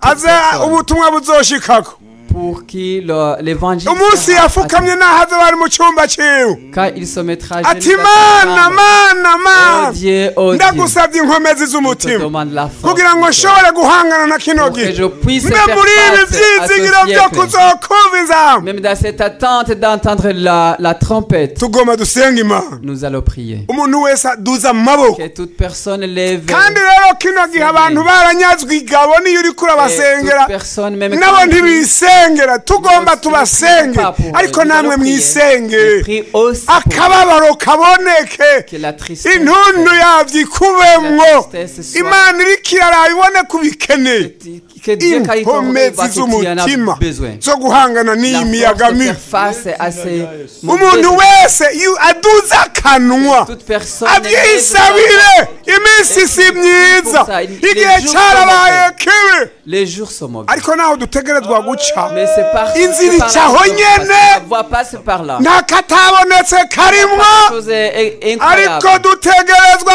[SPEAKER 1] aza
[SPEAKER 2] personne.
[SPEAKER 1] ubutumwa buzoshikako
[SPEAKER 2] pour qui le- l'évangile
[SPEAKER 1] umunsi
[SPEAKER 2] sera
[SPEAKER 1] yafukamye n'ahaza bari mu cyumba cyiwe
[SPEAKER 2] atteint. Quand il se mettra à
[SPEAKER 1] ati
[SPEAKER 2] genoux,
[SPEAKER 1] mana mana
[SPEAKER 2] oh
[SPEAKER 1] mana
[SPEAKER 2] Dieu, oh Dieu,
[SPEAKER 1] ndagusabye inkomezi
[SPEAKER 2] je te
[SPEAKER 1] z'umutima
[SPEAKER 2] demande la force.
[SPEAKER 1] kugira ngo
[SPEAKER 2] du cœur.
[SPEAKER 1] nshobore guhangana na kino
[SPEAKER 2] Pour que
[SPEAKER 1] gihe
[SPEAKER 2] je puisse
[SPEAKER 1] mbe
[SPEAKER 2] faire
[SPEAKER 1] muri ibi
[SPEAKER 2] face à ce
[SPEAKER 1] byizigiro byo
[SPEAKER 2] siècle.
[SPEAKER 1] kuzokumva izamu
[SPEAKER 2] Même dans cette attente d'entendre la, la trompette,
[SPEAKER 1] tugomba dusenga imana
[SPEAKER 2] nous allons prier.
[SPEAKER 1] umuntu wese aduza amaboko
[SPEAKER 2] Que toute personne lève.
[SPEAKER 1] kandi rero kino gihe abantu baranyazwe igabo niyo uri
[SPEAKER 2] toute
[SPEAKER 1] kurabasengera
[SPEAKER 2] personne, même
[SPEAKER 1] nabo
[SPEAKER 2] quand ils-
[SPEAKER 1] ntibisengera tugomba
[SPEAKER 2] Nous
[SPEAKER 1] tubasenge
[SPEAKER 2] prions pas pour eux.
[SPEAKER 1] ariko
[SPEAKER 2] Nous
[SPEAKER 1] namwe
[SPEAKER 2] allons prier. Je
[SPEAKER 1] mwisenge
[SPEAKER 2] prie aussi pour
[SPEAKER 1] akababaro kaboneke
[SPEAKER 2] que la tristesse,
[SPEAKER 1] intundu yabyo ikubemwo
[SPEAKER 2] La tristesse soit-
[SPEAKER 1] imana iri kirara ibone ko ubikeneye
[SPEAKER 2] que Dieu quand il t'envoie, il
[SPEAKER 1] inkomezi
[SPEAKER 2] voit que tu en as
[SPEAKER 1] z'umutima
[SPEAKER 2] besoin.
[SPEAKER 1] zo guhangana
[SPEAKER 2] La
[SPEAKER 1] n'iyi miyaga
[SPEAKER 2] force de
[SPEAKER 1] mibi
[SPEAKER 2] faire face à ces
[SPEAKER 1] umuntu
[SPEAKER 2] mauvaises-
[SPEAKER 1] wese iyo aduze akanwa
[SPEAKER 2] toute personne lève sa
[SPEAKER 1] abyisabire
[SPEAKER 2] voix.
[SPEAKER 1] iminsi si myiza igihe cyarabaye kibi
[SPEAKER 2] les jours sont mauvais.
[SPEAKER 1] ariko naho dutegerezwa guca
[SPEAKER 2] Mais c'est par
[SPEAKER 1] inzira
[SPEAKER 2] c'est par
[SPEAKER 1] ica
[SPEAKER 2] là
[SPEAKER 1] aho
[SPEAKER 2] que ça passe.
[SPEAKER 1] nyene
[SPEAKER 2] La voix passe par là.
[SPEAKER 1] nta katabonetse karimwo
[SPEAKER 2] La chose est est incroyable.
[SPEAKER 1] ariko dutegerezwa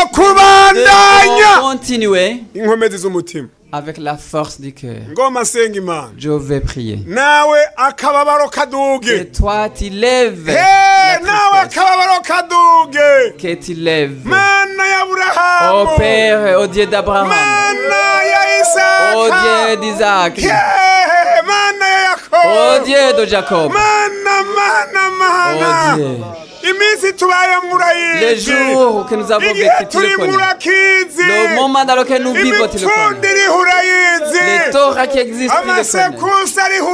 [SPEAKER 1] kubandanya
[SPEAKER 2] Devons continuer
[SPEAKER 1] inkomezi z'umutima
[SPEAKER 2] avec la force du cœur.
[SPEAKER 1] ngoma asenga imana
[SPEAKER 2] Je vais prier.
[SPEAKER 1] nawe akababaro kaduge
[SPEAKER 2] Que toi tu lèves
[SPEAKER 1] Eh,
[SPEAKER 2] la
[SPEAKER 1] nawe
[SPEAKER 2] tristesse.
[SPEAKER 1] akababaro kaduge
[SPEAKER 2] Que tu lèves.
[SPEAKER 1] mana ya
[SPEAKER 2] Ô
[SPEAKER 1] burahamu
[SPEAKER 2] Père, ô Dieu d'Abraham,
[SPEAKER 1] mana ya
[SPEAKER 2] ô
[SPEAKER 1] isaka
[SPEAKER 2] Dieu d'Isaac,
[SPEAKER 1] Yeah, mana ya
[SPEAKER 2] ô
[SPEAKER 1] yakobo
[SPEAKER 2] Dieu de Jacob,
[SPEAKER 1] mana mana
[SPEAKER 2] ô
[SPEAKER 1] mana
[SPEAKER 2] Dieu.
[SPEAKER 1] iminsi tubaye
[SPEAKER 2] Les
[SPEAKER 1] murayizi
[SPEAKER 2] jours que nous avons vécu,
[SPEAKER 1] igihe
[SPEAKER 2] tu le
[SPEAKER 1] turi
[SPEAKER 2] connais.
[SPEAKER 1] murakizi
[SPEAKER 2] Le moment dans lequel nous vivons, tu le
[SPEAKER 1] imipfundi
[SPEAKER 2] connais.
[SPEAKER 1] iriho
[SPEAKER 2] Les
[SPEAKER 1] urayizi
[SPEAKER 2] torahs qui existent, tu les connais.
[SPEAKER 1] amasekusi ariho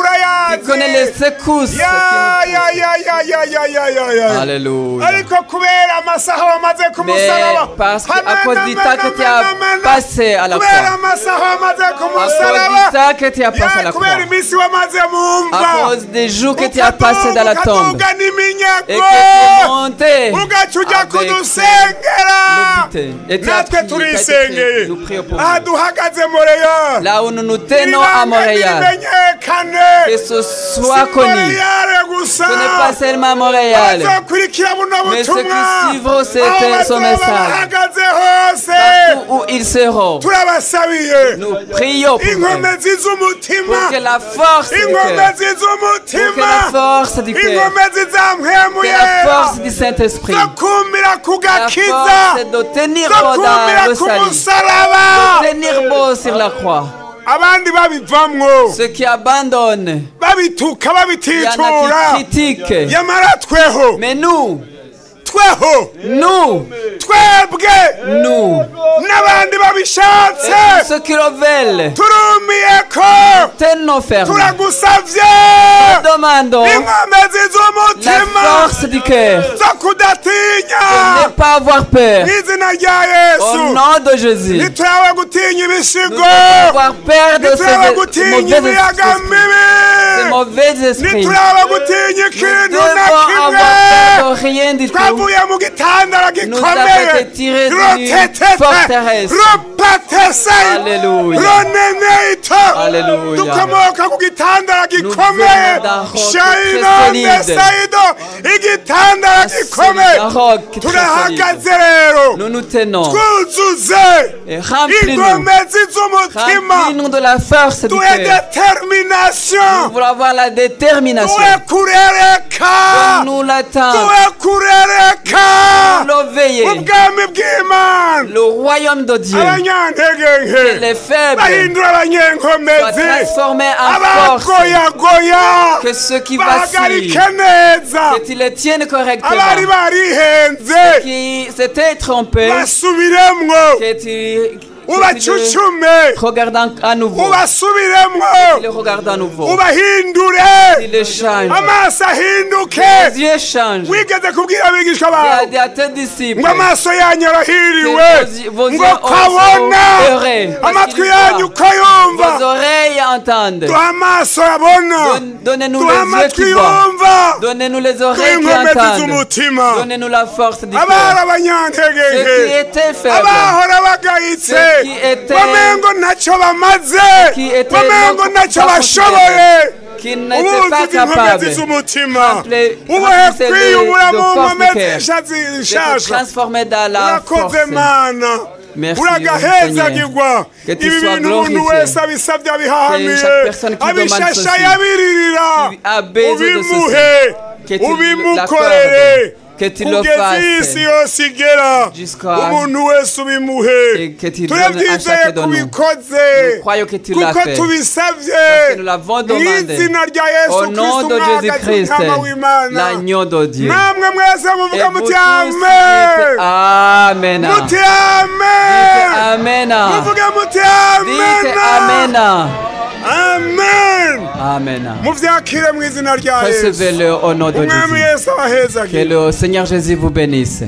[SPEAKER 2] Tu connais les
[SPEAKER 1] urayazi
[SPEAKER 2] secousses. qui
[SPEAKER 1] Ya,
[SPEAKER 2] nous-
[SPEAKER 1] ya, ya, ya, ya, ya, ya, ya, ya.
[SPEAKER 2] Alléluia.
[SPEAKER 1] ariko kubera amasaha wamaze ku
[SPEAKER 2] Mais
[SPEAKER 1] musaraba
[SPEAKER 2] parce que
[SPEAKER 1] Amena,
[SPEAKER 2] à cause du
[SPEAKER 1] amena,
[SPEAKER 2] temps que tu as
[SPEAKER 1] amena, amena.
[SPEAKER 2] passé à la
[SPEAKER 1] kubera
[SPEAKER 2] croix,
[SPEAKER 1] amasaha wamaze ku
[SPEAKER 2] à cause du
[SPEAKER 1] musaraba
[SPEAKER 2] temps que tu as passé à
[SPEAKER 1] Ya,
[SPEAKER 2] la croix,
[SPEAKER 1] kubera iminsi wamaze mu
[SPEAKER 2] à
[SPEAKER 1] mva
[SPEAKER 2] cause des jours que tu as passé dans la tombe,
[SPEAKER 1] ukadugana
[SPEAKER 2] et
[SPEAKER 1] iminyago
[SPEAKER 2] que tu es monté
[SPEAKER 1] ugaca ujya
[SPEAKER 2] avec
[SPEAKER 1] kudusengera
[SPEAKER 2] l'obité. Et tu as
[SPEAKER 1] natwe
[SPEAKER 2] prié, tu as prié,
[SPEAKER 1] turisengeye
[SPEAKER 2] nous prions pour
[SPEAKER 1] aha
[SPEAKER 2] vous.
[SPEAKER 1] duhagaze mureyo
[SPEAKER 2] Là où nous nous tenons à Montréal, que
[SPEAKER 1] rimenyekane
[SPEAKER 2] ce soit
[SPEAKER 1] Si
[SPEAKER 2] connu.
[SPEAKER 1] Montréal gusa
[SPEAKER 2] Ce n'est pas seulement à Montréal.
[SPEAKER 1] abazokurikira buno
[SPEAKER 2] Mais ceux qui
[SPEAKER 1] butumwa
[SPEAKER 2] suivront cet-
[SPEAKER 1] aho bazoba
[SPEAKER 2] son message,
[SPEAKER 1] bahagaze hose
[SPEAKER 2] où où ils seront.
[SPEAKER 1] turabasabiye
[SPEAKER 2] Nous prions pour eux.
[SPEAKER 1] inkomezi z'umutima
[SPEAKER 2] Pour que la force du cœur,
[SPEAKER 1] inkomezi
[SPEAKER 2] pour que
[SPEAKER 1] z'umutima
[SPEAKER 2] la force du cœur,
[SPEAKER 1] inkomezi
[SPEAKER 2] que
[SPEAKER 1] zamwemuye
[SPEAKER 2] la force du Saint-Esprit,
[SPEAKER 1] zo kumira ku
[SPEAKER 2] la
[SPEAKER 1] gakiza
[SPEAKER 2] force de tenir
[SPEAKER 1] zo
[SPEAKER 2] bon
[SPEAKER 1] kumira
[SPEAKER 2] dans le
[SPEAKER 1] ku
[SPEAKER 2] salut,
[SPEAKER 1] musaraba
[SPEAKER 2] de tenir beau sur la croix.
[SPEAKER 1] abandi babivamwo
[SPEAKER 2] Ceux qui abandonnent,
[SPEAKER 1] babituka
[SPEAKER 2] il y en a qui
[SPEAKER 1] babititura
[SPEAKER 2] critiquent.
[SPEAKER 1] yamara tweho
[SPEAKER 2] Mais nous,
[SPEAKER 1] tweho
[SPEAKER 2] nous,
[SPEAKER 1] twebwe
[SPEAKER 2] nous,
[SPEAKER 1] n'abandi babishatse
[SPEAKER 2] et tous ceux qui le veulent,
[SPEAKER 1] turumiye ko
[SPEAKER 2] tenons ferme.
[SPEAKER 1] turagusavye
[SPEAKER 2] Demandons
[SPEAKER 1] inkomezi
[SPEAKER 2] la
[SPEAKER 1] z'umutima
[SPEAKER 2] force du cœur.
[SPEAKER 1] zo kudatinya
[SPEAKER 2] Ne pas avoir peur.
[SPEAKER 1] izina rya
[SPEAKER 2] Au
[SPEAKER 1] yesu
[SPEAKER 2] nom de Jésus.
[SPEAKER 1] ntiturabe gutinya
[SPEAKER 2] Nous
[SPEAKER 1] ibisigo
[SPEAKER 2] devons avoir peur de
[SPEAKER 1] ntiturabe
[SPEAKER 2] ces
[SPEAKER 1] gutinya
[SPEAKER 2] mauvais
[SPEAKER 1] imiyaga
[SPEAKER 2] esprits.
[SPEAKER 1] mibi
[SPEAKER 2] Ces mauvais esprits.
[SPEAKER 1] ntiturabe gutinya
[SPEAKER 2] Nous
[SPEAKER 1] ikintu na
[SPEAKER 2] devons avoir
[SPEAKER 1] kimwe
[SPEAKER 2] peur de rien du tout.
[SPEAKER 1] twavuye mu gitandara gikomeye
[SPEAKER 2] avons été tirés d'une forteresse.
[SPEAKER 1] rotetete ropatesayi
[SPEAKER 2] Alléluia.
[SPEAKER 1] roneneito
[SPEAKER 2] Alléluia.
[SPEAKER 1] dukomoka ku gitandara gikomeye
[SPEAKER 2] venons d'un roc
[SPEAKER 1] shayino
[SPEAKER 2] très solide.
[SPEAKER 1] nesayido igitandara gikomeye
[SPEAKER 2] Un roc qui solide.
[SPEAKER 1] turahagaze rero
[SPEAKER 2] Nous nous tenons
[SPEAKER 1] twuzuze
[SPEAKER 2] et remplis-nous.
[SPEAKER 1] ingomezi z'umutima
[SPEAKER 2] Remplis-nous de la force du
[SPEAKER 1] duhe
[SPEAKER 2] cœur.
[SPEAKER 1] determination
[SPEAKER 2] Nous voulons avoir la détermination.
[SPEAKER 1] duhe kurereka
[SPEAKER 2] Nous l'attendre.
[SPEAKER 1] duhe kurereka
[SPEAKER 2] Nous veiller.
[SPEAKER 1] ubwami bw'imana
[SPEAKER 2] Le royaume de Dieu.
[SPEAKER 1] abanyantege nke
[SPEAKER 2] Les faibles
[SPEAKER 1] bahindura
[SPEAKER 2] soient
[SPEAKER 1] abanyenkomezi
[SPEAKER 2] transformés en force.
[SPEAKER 1] abagoyagoya
[SPEAKER 2] Que ceux qui vacillent,
[SPEAKER 1] bahagarike neza
[SPEAKER 2] que tu les tiennes
[SPEAKER 1] abari
[SPEAKER 2] correctement.
[SPEAKER 1] barihenze
[SPEAKER 2] Qui s'étaient trompés,
[SPEAKER 1] basubiremwo
[SPEAKER 2] que tu, que tu les
[SPEAKER 1] ubacucume
[SPEAKER 2] regardes en- à nouveau.
[SPEAKER 1] ubasubiremwo
[SPEAKER 2] Tu les regardes à nouveau.
[SPEAKER 1] ubahindure
[SPEAKER 2] Tu les changes.
[SPEAKER 1] amaso ahinduke
[SPEAKER 2] Les yeux changent.
[SPEAKER 1] wigeze kubwira abigishwa
[SPEAKER 2] Il a
[SPEAKER 1] bawe
[SPEAKER 2] dit à tes disciples.
[SPEAKER 1] ngo amaso yanyu arahiriwe
[SPEAKER 2] Que vos- vos
[SPEAKER 1] ngo
[SPEAKER 2] yeux ont-
[SPEAKER 1] kabona
[SPEAKER 2] sont heureux, parce
[SPEAKER 1] amatwi
[SPEAKER 2] qu'ils
[SPEAKER 1] yanyu
[SPEAKER 2] voient.
[SPEAKER 1] ko yumva
[SPEAKER 2] Vos oreilles entendent.
[SPEAKER 1] duha amaso abona
[SPEAKER 2] Donne- Donnez-nous
[SPEAKER 1] duha
[SPEAKER 2] les yeux
[SPEAKER 1] amatwi
[SPEAKER 2] qui voient.
[SPEAKER 1] yumva
[SPEAKER 2] Donnez-nous les
[SPEAKER 1] duha
[SPEAKER 2] oreilles qui
[SPEAKER 1] inkomezi
[SPEAKER 2] entendent.
[SPEAKER 1] z'umutima
[SPEAKER 2] Donnez-nous la force du
[SPEAKER 1] abari
[SPEAKER 2] cœur. Ceux
[SPEAKER 1] abanyantegenke
[SPEAKER 2] qui étaient faibles,
[SPEAKER 1] abahora bagayitse
[SPEAKER 2] Ceux qui étaient-
[SPEAKER 1] bamengo ntacyo bamaze
[SPEAKER 2] qui étaient
[SPEAKER 1] bamengo
[SPEAKER 2] non-
[SPEAKER 1] ntacyo
[SPEAKER 2] pas
[SPEAKER 1] bashoboye
[SPEAKER 2] qui
[SPEAKER 1] ubuzi
[SPEAKER 2] n'étaient pas
[SPEAKER 1] bw'inkomezi
[SPEAKER 2] capables
[SPEAKER 1] z'umutima
[SPEAKER 2] Rappelez-
[SPEAKER 1] ubuhe
[SPEAKER 2] rappelez les-
[SPEAKER 1] kwiyubura
[SPEAKER 2] de
[SPEAKER 1] mu
[SPEAKER 2] force
[SPEAKER 1] nkomezi
[SPEAKER 2] du cœur.
[SPEAKER 1] nshazi-
[SPEAKER 2] d'être
[SPEAKER 1] nshasha
[SPEAKER 2] transformés dans la force.
[SPEAKER 1] urakoze mana
[SPEAKER 2] Ah, Merci,
[SPEAKER 1] uragahezagirwa
[SPEAKER 2] Que tu
[SPEAKER 1] ibi
[SPEAKER 2] sois
[SPEAKER 1] bintu umuntu
[SPEAKER 2] glorifié.
[SPEAKER 1] wese abisabye abihamiye
[SPEAKER 2] chaque personne qui demande
[SPEAKER 1] abishasha
[SPEAKER 2] ceci,
[SPEAKER 1] yabiririra
[SPEAKER 2] qui a besoin de ceci,
[SPEAKER 1] ubimuhe
[SPEAKER 2] que tu
[SPEAKER 1] ubimukorere
[SPEAKER 2] l'accordes, que tu
[SPEAKER 1] kugeza
[SPEAKER 2] l'offasses,
[SPEAKER 1] iyi si yose igera
[SPEAKER 2] jusqu'à-
[SPEAKER 1] umuntu wese ubimuhe
[SPEAKER 2] et que tu donnes à
[SPEAKER 1] turabyizeye
[SPEAKER 2] chacun de
[SPEAKER 1] ko
[SPEAKER 2] nous.
[SPEAKER 1] ubikoze
[SPEAKER 2] Nous croyons que tu l'as
[SPEAKER 1] kuko
[SPEAKER 2] fait.
[SPEAKER 1] tubisabye
[SPEAKER 2] Parce que nous l'avons demandé.
[SPEAKER 1] izina rya yesu
[SPEAKER 2] Au nom
[SPEAKER 1] kirisito
[SPEAKER 2] de Jésus-Christ,
[SPEAKER 1] umwagazi w'intama w'imana
[SPEAKER 2] l'agneau de Dieu.
[SPEAKER 1] namwe mwese
[SPEAKER 2] Et
[SPEAKER 1] muvuga
[SPEAKER 2] vous
[SPEAKER 1] muti
[SPEAKER 2] tous dites
[SPEAKER 1] amen
[SPEAKER 2] Amen.
[SPEAKER 1] muti amen
[SPEAKER 2] Amen.
[SPEAKER 1] muvuge muti
[SPEAKER 2] Dites
[SPEAKER 1] amen
[SPEAKER 2] Amen.
[SPEAKER 1] amen
[SPEAKER 2] Amen.
[SPEAKER 1] muvyakire mu izina rya yesu
[SPEAKER 2] Recevez-le au nom de
[SPEAKER 1] umwami
[SPEAKER 2] Jésus.
[SPEAKER 1] yesu abahezagire
[SPEAKER 2] Que le Seigneur Jésus vous bénisse.